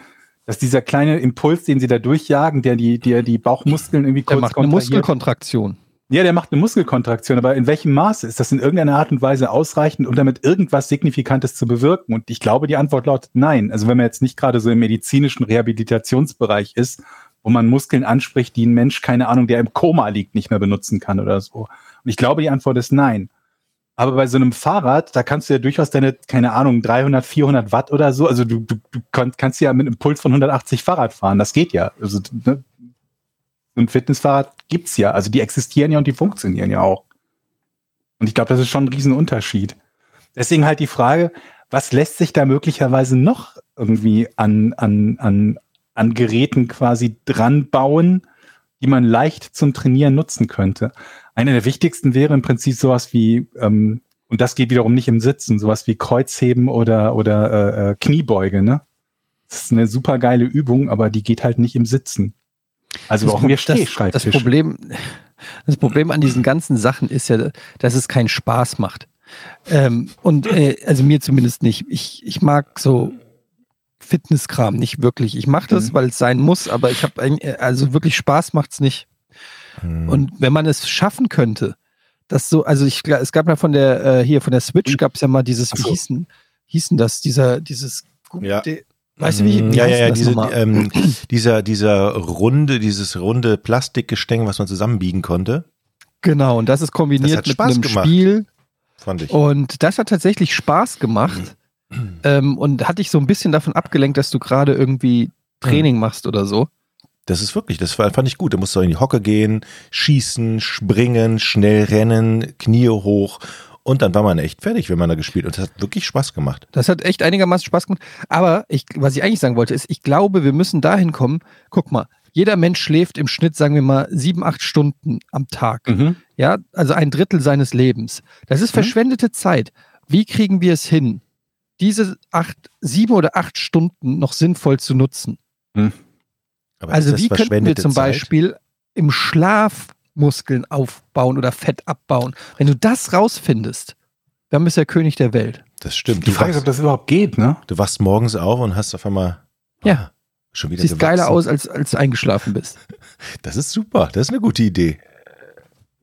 Speaker 2: Dass dieser kleine Impuls, den sie da durchjagen, der die, der die Bauchmuskeln irgendwie
Speaker 4: Der
Speaker 2: kurz
Speaker 4: macht eine
Speaker 2: kontrahiert.
Speaker 4: Muskelkontraktion.
Speaker 2: Ja, der macht eine Muskelkontraktion, aber in welchem Maße ist das in irgendeiner Art und Weise ausreichend, um damit irgendwas Signifikantes zu bewirken? Und ich glaube, die Antwort lautet nein. Also wenn man jetzt nicht gerade so im medizinischen Rehabilitationsbereich ist, wo man Muskeln anspricht, die ein Mensch, keine Ahnung, der im Koma liegt, nicht mehr benutzen kann oder so. Und ich glaube, die Antwort ist nein. Aber bei so einem Fahrrad, da kannst du ja durchaus deine, keine Ahnung, 300, 400 Watt oder so, also du, du, du kannst, kannst ja mit einem Puls von 180 Fahrrad fahren, das geht ja. Also ne, so ein Fitnessfahrrad gibt's ja. Also die existieren ja und die funktionieren ja auch. Und ich glaube, das ist schon ein Riesenunterschied. Deswegen halt die Frage, was lässt sich da möglicherweise noch irgendwie an, an, an, an Geräten quasi dran bauen, die man leicht zum Trainieren nutzen könnte? Einer der wichtigsten wäre im Prinzip sowas wie, ähm, und das geht wiederum nicht im Sitzen, sowas wie Kreuzheben oder, oder äh, äh, Kniebeuge, ne? Das ist eine super geile Übung, aber die geht halt nicht im Sitzen. Also brauchen wir
Speaker 4: das,
Speaker 1: halt
Speaker 4: das
Speaker 2: Stehschreibtisch.
Speaker 4: Problem, das Problem an diesen ganzen Sachen ist ja, dass es keinen Spaß macht. Ähm, und äh, also mir zumindest nicht. Ich, ich mag so Fitnesskram nicht wirklich. Ich mache das,
Speaker 2: Mhm.
Speaker 4: weil es sein muss, aber ich habe also wirklich Spaß macht's nicht.
Speaker 1: Hm.
Speaker 4: Und wenn man es schaffen könnte, dass so, also ich gla- es gab ja von der äh, hier von der
Speaker 1: Mhm.
Speaker 4: Switch gab es ja mal dieses,
Speaker 2: Ach
Speaker 4: wie
Speaker 2: so.
Speaker 4: hießen, hießen das, dieser dieses,
Speaker 1: Ja. Mhm.
Speaker 4: de- weißt du wie? wie
Speaker 1: Hm. ja,
Speaker 4: heißt
Speaker 1: ja, ja,
Speaker 4: das
Speaker 1: diese,
Speaker 4: nochmal?
Speaker 1: ähm, dieser, dieser runde, dieses runde Plastikgestänge, was man zusammenbiegen konnte,
Speaker 4: genau. Und das ist kombiniert mit
Speaker 1: Spaß
Speaker 4: einem
Speaker 1: gemacht.
Speaker 4: Spiel.
Speaker 1: fand ich.
Speaker 4: Und das hat tatsächlich Spaß gemacht ähm, und hat dich so ein bisschen davon abgelenkt, dass du gerade irgendwie Training machst oder so.
Speaker 1: Das ist wirklich, das war- fand ich gut. Da musst du in die Hocke gehen, schießen, springen, schnell rennen, Knie hoch. Und dann war man echt fertig, wenn man da gespielt. Und das hat wirklich Spaß gemacht.
Speaker 4: Das hat echt einigermaßen Spaß gemacht. Aber ich, was ich eigentlich sagen wollte, ist, ich glaube, wir müssen dahin kommen. Guck mal, jeder Mensch schläft im Schnitt, sagen wir mal, sieben, acht Stunden am Tag.
Speaker 2: Mhm.
Speaker 4: Ja, also ein Drittel seines Lebens. Das ist verschwendete Zeit. Wie kriegen wir es hin, diese acht, sieben oder acht Stunden noch sinnvoll zu nutzen?
Speaker 1: Aber
Speaker 4: Also
Speaker 1: ist das
Speaker 4: wie könnten wir
Speaker 1: verschwendete
Speaker 4: zum
Speaker 1: Zeit?
Speaker 4: Beispiel im Schlaf Muskeln aufbauen oder Fett abbauen? Wenn du das rausfindest, dann bist du der König der Welt.
Speaker 1: Das stimmt. Du
Speaker 2: Die Frage ist, ob
Speaker 1: wachst,
Speaker 2: das überhaupt geht, ne?
Speaker 1: du wachst morgens auf und hast auf einmal ah,
Speaker 4: Ja.
Speaker 1: schon wieder
Speaker 4: Siehst geiler
Speaker 1: gewachsen.
Speaker 4: aus, als, als du eingeschlafen bist.
Speaker 1: Das ist super. Das ist eine gute Idee.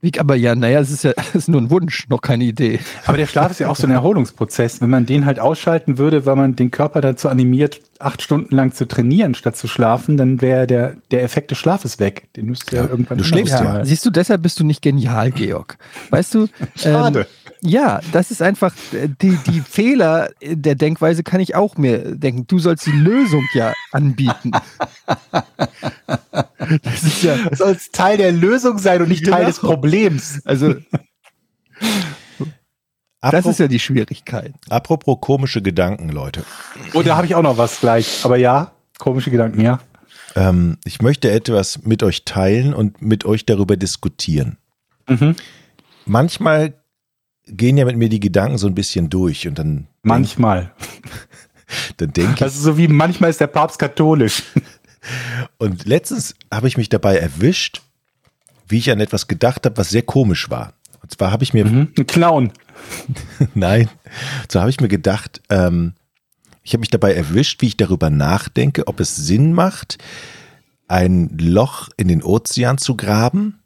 Speaker 4: Wie, aber ja, naja, es ist ja es ist nur ein Wunsch, noch keine Idee.
Speaker 2: Aber der Schlaf ist ja auch so ein Erholungsprozess. Wenn man den halt ausschalten würde, weil man den Körper dazu animiert, acht Stunden lang zu trainieren, statt zu schlafen, dann wäre der, der Effekt des Schlafes weg. Den müsst ihr
Speaker 1: Ja,
Speaker 2: ja, irgendwann
Speaker 1: du schläfst
Speaker 2: anders
Speaker 1: ja.
Speaker 2: machen.
Speaker 4: Siehst du, deshalb bist du nicht genial, Georg. Weißt du, ähm, ja, das ist einfach, äh, die, die Fehler der Denkweise kann ich auch mir denken. Du sollst die Lösung ja anbieten. Das ist ja,
Speaker 2: Das soll Teil der Lösung sein und nicht Teil
Speaker 4: Genau.
Speaker 2: des Problems.
Speaker 4: also Das
Speaker 1: Apropos,
Speaker 4: ist ja die Schwierigkeit.
Speaker 1: apropos komische Gedanken, Leute.
Speaker 2: Und Oh, da habe ich auch noch was gleich. Aber ja, komische Gedanken, ja.
Speaker 1: Ähm, ich möchte etwas mit euch teilen und mit euch darüber diskutieren.
Speaker 2: Mhm.
Speaker 1: Manchmal gehen ja mit mir die Gedanken so ein bisschen durch und dann, denk,
Speaker 2: Manchmal.
Speaker 1: dann denke ich.
Speaker 4: Also-
Speaker 2: Das ist so wie manchmal ist der Papst katholisch.
Speaker 1: Und letztens habe ich mich dabei erwischt, wie ich an etwas gedacht habe, was sehr komisch war. Und zwar habe ich mir
Speaker 2: Ein Clown.
Speaker 1: Nein. So habe ich mir gedacht, ähm, ich habe mich dabei erwischt, wie ich darüber nachdenke, ob es Sinn macht, ein Loch in den Ozean zu graben.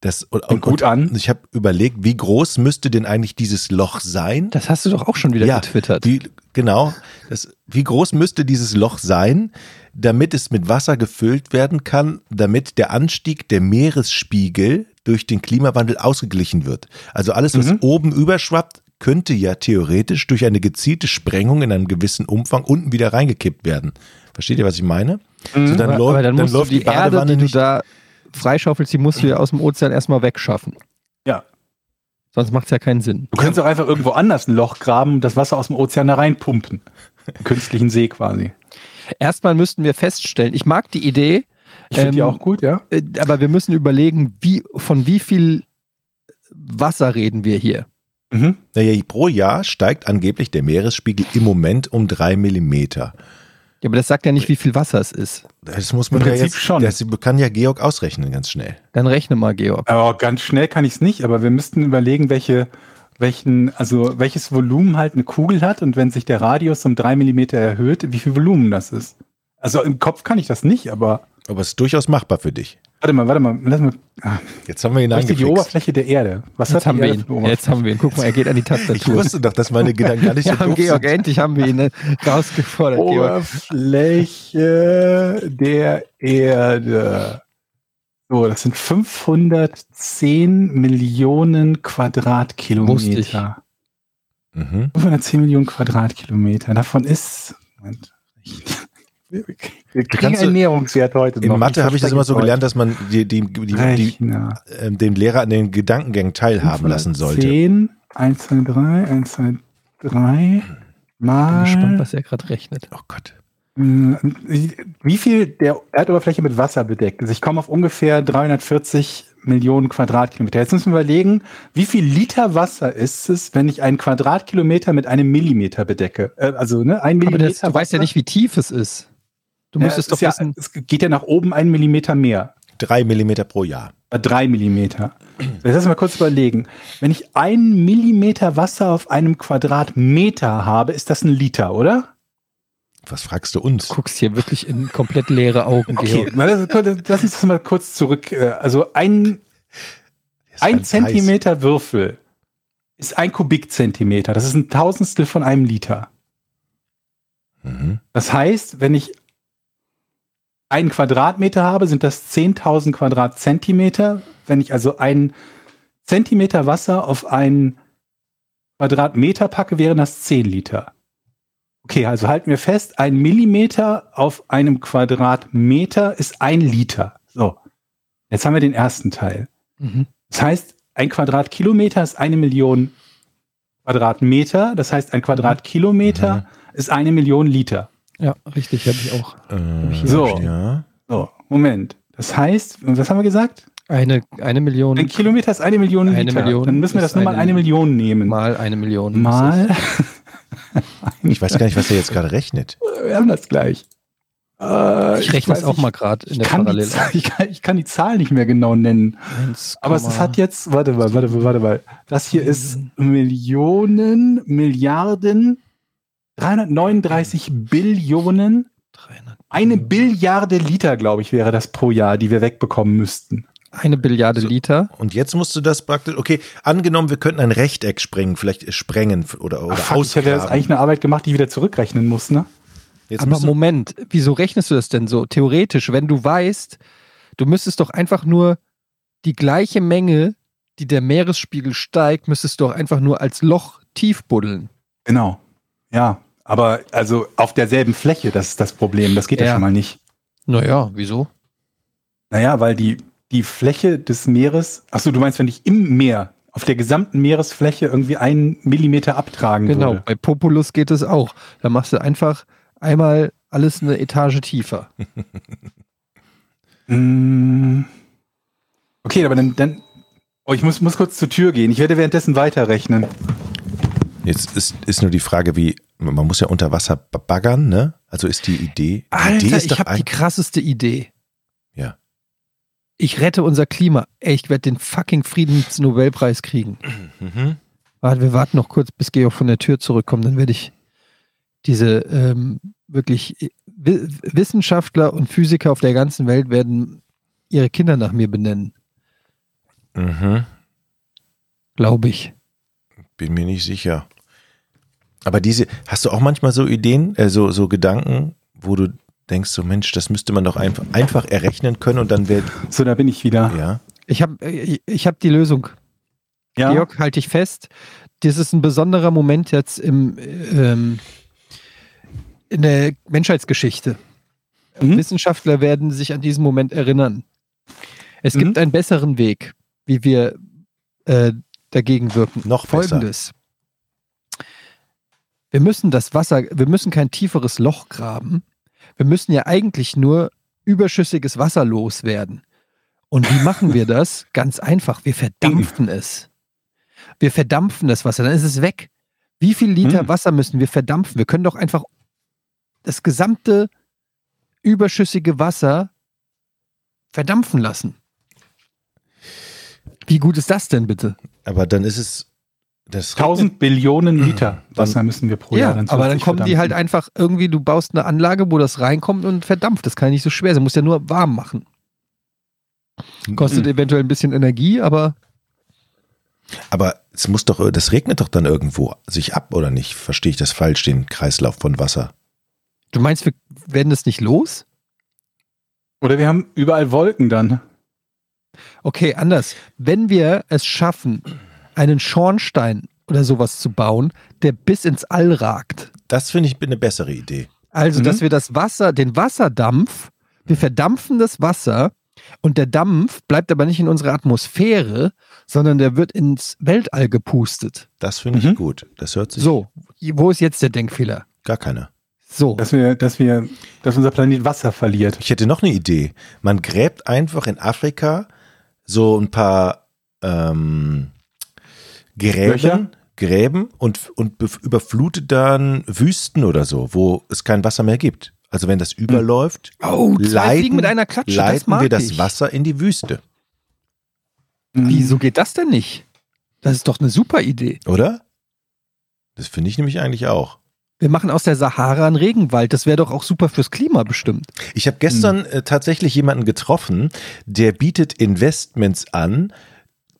Speaker 1: Das, und,
Speaker 2: Fängt gut an.
Speaker 1: Und ich habe überlegt, wie groß müsste denn eigentlich dieses Loch sein?
Speaker 4: Das hast du doch auch schon wieder getwittert.
Speaker 1: Wie, genau. Das, wie groß müsste dieses Loch sein, damit es mit Wasser gefüllt werden kann, damit der Anstieg der Meeresspiegel durch den Klimawandel ausgeglichen wird? Also alles, was
Speaker 2: Mhm.
Speaker 1: oben überschwappt, könnte ja theoretisch durch eine gezielte Sprengung in einem gewissen Umfang unten wieder reingekippt werden. Versteht ihr, was ich meine? So, dann
Speaker 4: Mhm. aber,
Speaker 1: läuft-
Speaker 4: aber dann musst
Speaker 1: läuft
Speaker 4: du die, Erde,
Speaker 1: Badewanne
Speaker 4: die du
Speaker 1: nicht-
Speaker 4: da freischaufelst, die musst du ja aus dem Ozean erstmal wegschaffen.
Speaker 2: Ja.
Speaker 4: Sonst macht es ja keinen Sinn.
Speaker 2: Du kannst auch einfach irgendwo anders ein Loch graben und das Wasser aus dem Ozean da reinpumpen. Einen Künstlichen See quasi.
Speaker 4: Erstmal müssten wir feststellen, ich mag die Idee,
Speaker 2: Ich finde die
Speaker 4: Ähm,
Speaker 2: auch gut, ja.
Speaker 4: äh, aber wir müssen überlegen, wie, von wie viel Wasser reden wir hier.
Speaker 2: Mhm.
Speaker 1: Naja, pro Jahr steigt angeblich der Meeresspiegel im Moment um drei Millimeter.
Speaker 4: Ja, aber das sagt ja nicht, wie viel Wasser es ist.
Speaker 1: Das muss man
Speaker 2: Im
Speaker 1: ja
Speaker 2: Prinzip
Speaker 1: jetzt,
Speaker 2: schon.
Speaker 1: Das kann ja Georg ausrechnen ganz schnell.
Speaker 4: Dann rechne mal, Georg.
Speaker 2: Aber ganz schnell kann ich es nicht, aber wir müssten überlegen, welche, welchen, also welches Volumen halt eine Kugel hat und wenn sich der Radius um drei Millimeter erhöht, wie viel Volumen das ist. Also im Kopf kann ich das nicht, aber
Speaker 1: Aber es ist durchaus machbar für dich.
Speaker 2: warte mal, warte mal, lass mal. Ah,
Speaker 1: Jetzt haben wir ihn
Speaker 2: wo ist denn die
Speaker 1: angefixt.
Speaker 2: Oberfläche der Erde? Was
Speaker 4: Jetzt
Speaker 2: hat
Speaker 4: haben
Speaker 2: die
Speaker 4: wir
Speaker 2: Erde für eine
Speaker 4: ihn.
Speaker 2: Oberfläche?
Speaker 4: Jetzt äh, haben wir ihn. Guck mal, er geht an die
Speaker 1: Ich
Speaker 4: Tastatur.
Speaker 1: wusste doch, dass meine Gedanken gar nicht so
Speaker 4: Ja,
Speaker 1: doof
Speaker 4: Georg,
Speaker 1: sind.
Speaker 4: endlich haben wir ihn ne, rausgefordert,
Speaker 2: Oh,
Speaker 4: Georg.
Speaker 2: Oberfläche der Erde. So, das sind 510 Millionen
Speaker 4: Wusste ich.
Speaker 2: Quadratkilometer.
Speaker 1: Mhm.
Speaker 2: 510 Millionen Quadratkilometer. Davon ist. Moment. Wir wir kriegen
Speaker 1: kannst du-
Speaker 2: einen Näherungswert heute.
Speaker 1: In
Speaker 2: noch.
Speaker 1: Mathe habe ich das immer so
Speaker 2: verspreche
Speaker 1: gelernt, dass man die, die, die,
Speaker 2: es
Speaker 1: die,
Speaker 2: euch. Rechner.
Speaker 1: ähm, den Lehrer an den Gedankengängen teilhaben lassen sollte.
Speaker 2: 10, 1, 2, 3, 1, 2,
Speaker 4: Ich
Speaker 2: 3.
Speaker 4: bin
Speaker 2: Mal.
Speaker 4: gespannt, was er gerade rechnet.
Speaker 1: Oh Gott.
Speaker 2: Mm, Wie viel der Erdoberfläche mit Wasser bedeckt ist? Ich komme auf ungefähr 340 Millionen Quadratkilometer. Jetzt müssen wir überlegen, wie viel Liter Wasser ist es, wenn ich einen Quadratkilometer mit einem Millimeter bedecke? Äh, also, ne, ein
Speaker 4: Aber
Speaker 2: Millimeter.
Speaker 4: das, du weißt ja
Speaker 2: Wasser.
Speaker 4: nicht, wie tief es ist. Du
Speaker 2: Ja,
Speaker 4: müsstest
Speaker 2: es
Speaker 4: doch
Speaker 2: ist ja,
Speaker 4: wissen.
Speaker 2: Es geht ja nach oben einen Millimeter mehr.
Speaker 1: Drei Millimeter pro Jahr.
Speaker 2: Äh, Drei Millimeter. So, Jetzt lass uns mal kurz überlegen. Wenn ich einen Millimeter Wasser auf einem Quadratmeter habe, ist das ein Liter, oder?
Speaker 1: Was fragst du uns?
Speaker 4: Du guckst hier wirklich in komplett leere Augen,
Speaker 2: Okay,
Speaker 4: Georg.
Speaker 2: mal, lass, lass uns das mal kurz zurück. äh, Also ein,
Speaker 1: Ist
Speaker 2: ein
Speaker 1: ganz heiß.
Speaker 2: Zentimeter Würfel ist ein Kubikzentimeter. Das ist ein Tausendstel von einem Liter.
Speaker 1: Mhm.
Speaker 2: Das heißt, wenn ich einen Quadratmeter habe, sind das 10.000 Quadratzentimeter. Wenn ich also einen Zentimeter Wasser auf einen Quadratmeter packe, wären das 10 Liter. Okay, also halten wir fest, ein Millimeter auf einem Quadratmeter ist ein Liter. So, jetzt haben wir den ersten Teil.
Speaker 4: Mhm.
Speaker 2: Das heißt, ein Quadratkilometer ist eine Million Quadratmeter. Das heißt, ein Quadratkilometer
Speaker 1: Mhm.
Speaker 2: ist eine Million Liter.
Speaker 4: Ja, richtig, habe ich auch.
Speaker 1: Äh,
Speaker 2: So.
Speaker 1: Ja.
Speaker 2: So, Moment. Das heißt, was haben wir gesagt?
Speaker 4: Eine, eine Million
Speaker 2: Ein Kilometer ist eine Million
Speaker 4: Eine
Speaker 2: Liter.
Speaker 4: Million
Speaker 2: Dann müssen wir das
Speaker 4: ist
Speaker 2: nur mal
Speaker 4: eine-
Speaker 2: eine Million nehmen. Mal.
Speaker 4: mal eine Million.
Speaker 1: Ich weiß gar nicht, was er jetzt gerade rechnet.
Speaker 2: wir haben das gleich. Äh,
Speaker 4: Ich rechne es
Speaker 2: weiß
Speaker 4: auch
Speaker 2: nicht,
Speaker 4: mal gerade in
Speaker 2: Ich
Speaker 4: der
Speaker 2: kann, die,
Speaker 4: Parallele.
Speaker 2: Zahl- ich, kann, ich kann die Zahl nicht mehr genau nennen.
Speaker 4: 1,
Speaker 2: Aber es, halt es hat jetzt, warte mal, warte mal, warte mal. Das hier ist
Speaker 4: Mhm.
Speaker 2: Millionen, Milliarden, 339 Billionen,
Speaker 4: 300,
Speaker 2: eine Billiarde Liter, glaube ich, wäre das pro Jahr, die wir wegbekommen müssten.
Speaker 4: eine Billiarde Liter.
Speaker 1: Und jetzt musst du das praktisch, okay, angenommen, wir könnten ein Rechteck sprengen, vielleicht sprengen f- oder, oder
Speaker 2: Ach, fuck, ich hätte jetzt
Speaker 1: ausgraben.
Speaker 2: eigentlich eine Arbeit gemacht, die ich wieder zurückrechnen muss, ne?
Speaker 1: Jetzt
Speaker 4: Aber
Speaker 1: müssen-
Speaker 4: Moment, wieso rechnest du das denn so? Theoretisch, wenn du weißt, du müsstest doch einfach nur die gleiche Menge, die der Meeresspiegel steigt, müsstest du doch einfach nur als Loch tief buddeln.
Speaker 2: Genau. Ja, aber also auf derselben Fläche, das ist das Problem. Das geht ja,
Speaker 4: Ja.
Speaker 2: schon mal nicht.
Speaker 4: Naja, wieso?
Speaker 2: Naja, weil die, die Fläche des Meeres, achso, du meinst, wenn ich im Meer, auf der gesamten Meeresfläche irgendwie einen Millimeter abtragen
Speaker 4: Genau,
Speaker 2: würde.
Speaker 4: bei Populus geht es auch. Da machst du einfach einmal alles eine Etage tiefer.
Speaker 2: Mm. Okay, aber dann, dann oh, ich muss, muss kurz zur Tür gehen. Ich werde währenddessen weiterrechnen.
Speaker 1: Jetzt ist, ist nur die Frage, wie, man muss ja unter Wasser b- baggern, ne? Also ist die Idee. die Idee
Speaker 4: Alter,
Speaker 1: ist
Speaker 4: ich
Speaker 1: doch
Speaker 4: habe die
Speaker 1: ein,
Speaker 4: krasseste Idee.
Speaker 1: Ja.
Speaker 4: Ich rette unser Klima. Ey, ich werde den fucking Friedensnobelpreis kriegen.
Speaker 1: mhm.
Speaker 4: Warte, wir warten noch kurz, bis Georg von der Tür zurückkommt. Dann werde ich diese ähm, wirklich wi- Wissenschaftler und Physiker auf der ganzen Welt werden ihre Kinder nach mir benennen,
Speaker 1: Mhm.
Speaker 4: glaube ich.
Speaker 1: Bin mir nicht sicher. Aber diese, hast du auch manchmal so Ideen, äh, so, so Gedanken, wo du denkst, so Mensch, das müsste man doch einfach, einfach errechnen können und dann wäre,
Speaker 2: So, da bin ich wieder.
Speaker 1: ja.
Speaker 4: Ich habe ich, ich hab die Lösung.
Speaker 2: Ja,
Speaker 4: Georg, halte ich fest. Das ist ein besonderer Moment jetzt im, äh, ähm, in der Menschheitsgeschichte.
Speaker 2: Mhm.
Speaker 4: Wissenschaftler werden sich an diesen Moment erinnern. Es
Speaker 2: Mhm.
Speaker 4: gibt einen besseren Weg, wie wir äh, dagegen wirken.
Speaker 1: Noch besser.
Speaker 4: Folgendes. Wir müssen das Wasser, wir müssen kein tieferes Loch graben. Wir müssen ja eigentlich nur überschüssiges Wasser loswerden. Und wie machen wir das? Ganz einfach. Wir verdampfen es. Wir verdampfen das Wasser, dann ist es weg. Wie viel Liter
Speaker 2: Hm.
Speaker 4: Wasser müssen wir verdampfen? Wir können doch einfach das gesamte überschüssige Wasser verdampfen lassen. Wie gut ist das denn bitte?
Speaker 1: Aber dann ist es. Das
Speaker 2: 1000 Billionen Liter Wasser müssen wir pro
Speaker 4: Hm. ja,
Speaker 2: Jahr Oh dann
Speaker 4: aber dann
Speaker 2: zusätzlich
Speaker 4: kommen die halt
Speaker 2: verdampfen.
Speaker 4: einfach irgendwie, du baust eine Anlage, wo das reinkommt und verdampft. Das kann ja nicht so schwer sein, muss ja nur warm machen. Kostet
Speaker 2: Mhm.
Speaker 4: eventuell ein bisschen Energie, aber
Speaker 1: Aber es muss doch, das regnet doch dann irgendwo sich ab, oder nicht? Verstehe ich das falsch, den Kreislauf von Wasser?
Speaker 4: du meinst, wir werden das nicht los?
Speaker 2: Oder wir haben überall Wolken dann.
Speaker 4: Okay, anders. Wenn wir es schaffen, einen Schornstein oder sowas zu bauen, der bis ins All ragt,
Speaker 1: Das finde ich eine bessere Idee.
Speaker 4: also
Speaker 2: Mhm.
Speaker 4: dass wir das Wasser, den Wasserdampf, wir verdampfen das Wasser und der Dampf bleibt aber nicht in unserer Atmosphäre, sondern der wird ins Weltall gepustet.
Speaker 1: Das finde
Speaker 2: Mhm.
Speaker 1: ich gut. Das hört sich
Speaker 4: So, wo ist jetzt der Denkfehler?
Speaker 1: gar keiner.
Speaker 4: So,
Speaker 2: Dass wir, dass wir, dass unser Planet Wasser verliert.
Speaker 1: Ich hätte noch eine Idee. Man gräbt einfach in Afrika so ein paar ähm, Gräben,
Speaker 2: Löcher?
Speaker 1: Gräben und, und bef- überflutet dann Wüsten oder so, wo es kein Wasser mehr gibt. Also wenn das überläuft,
Speaker 4: oh, zwei
Speaker 1: leiten-
Speaker 4: Fliegen mit einer Klatsche, Hm. das
Speaker 1: leiten
Speaker 4: mag
Speaker 1: wir das
Speaker 4: ich.
Speaker 1: Wasser in die Wüste,
Speaker 2: Hm.
Speaker 4: Wieso geht das denn nicht? Das ist doch eine super Idee.
Speaker 1: oder? Das finde ich nämlich eigentlich auch.
Speaker 4: Wir machen aus der Sahara einen Regenwald. Das wäre doch auch super fürs Klima bestimmt.
Speaker 1: Ich habe gestern äh, tatsächlich jemanden getroffen, der bietet Investments an.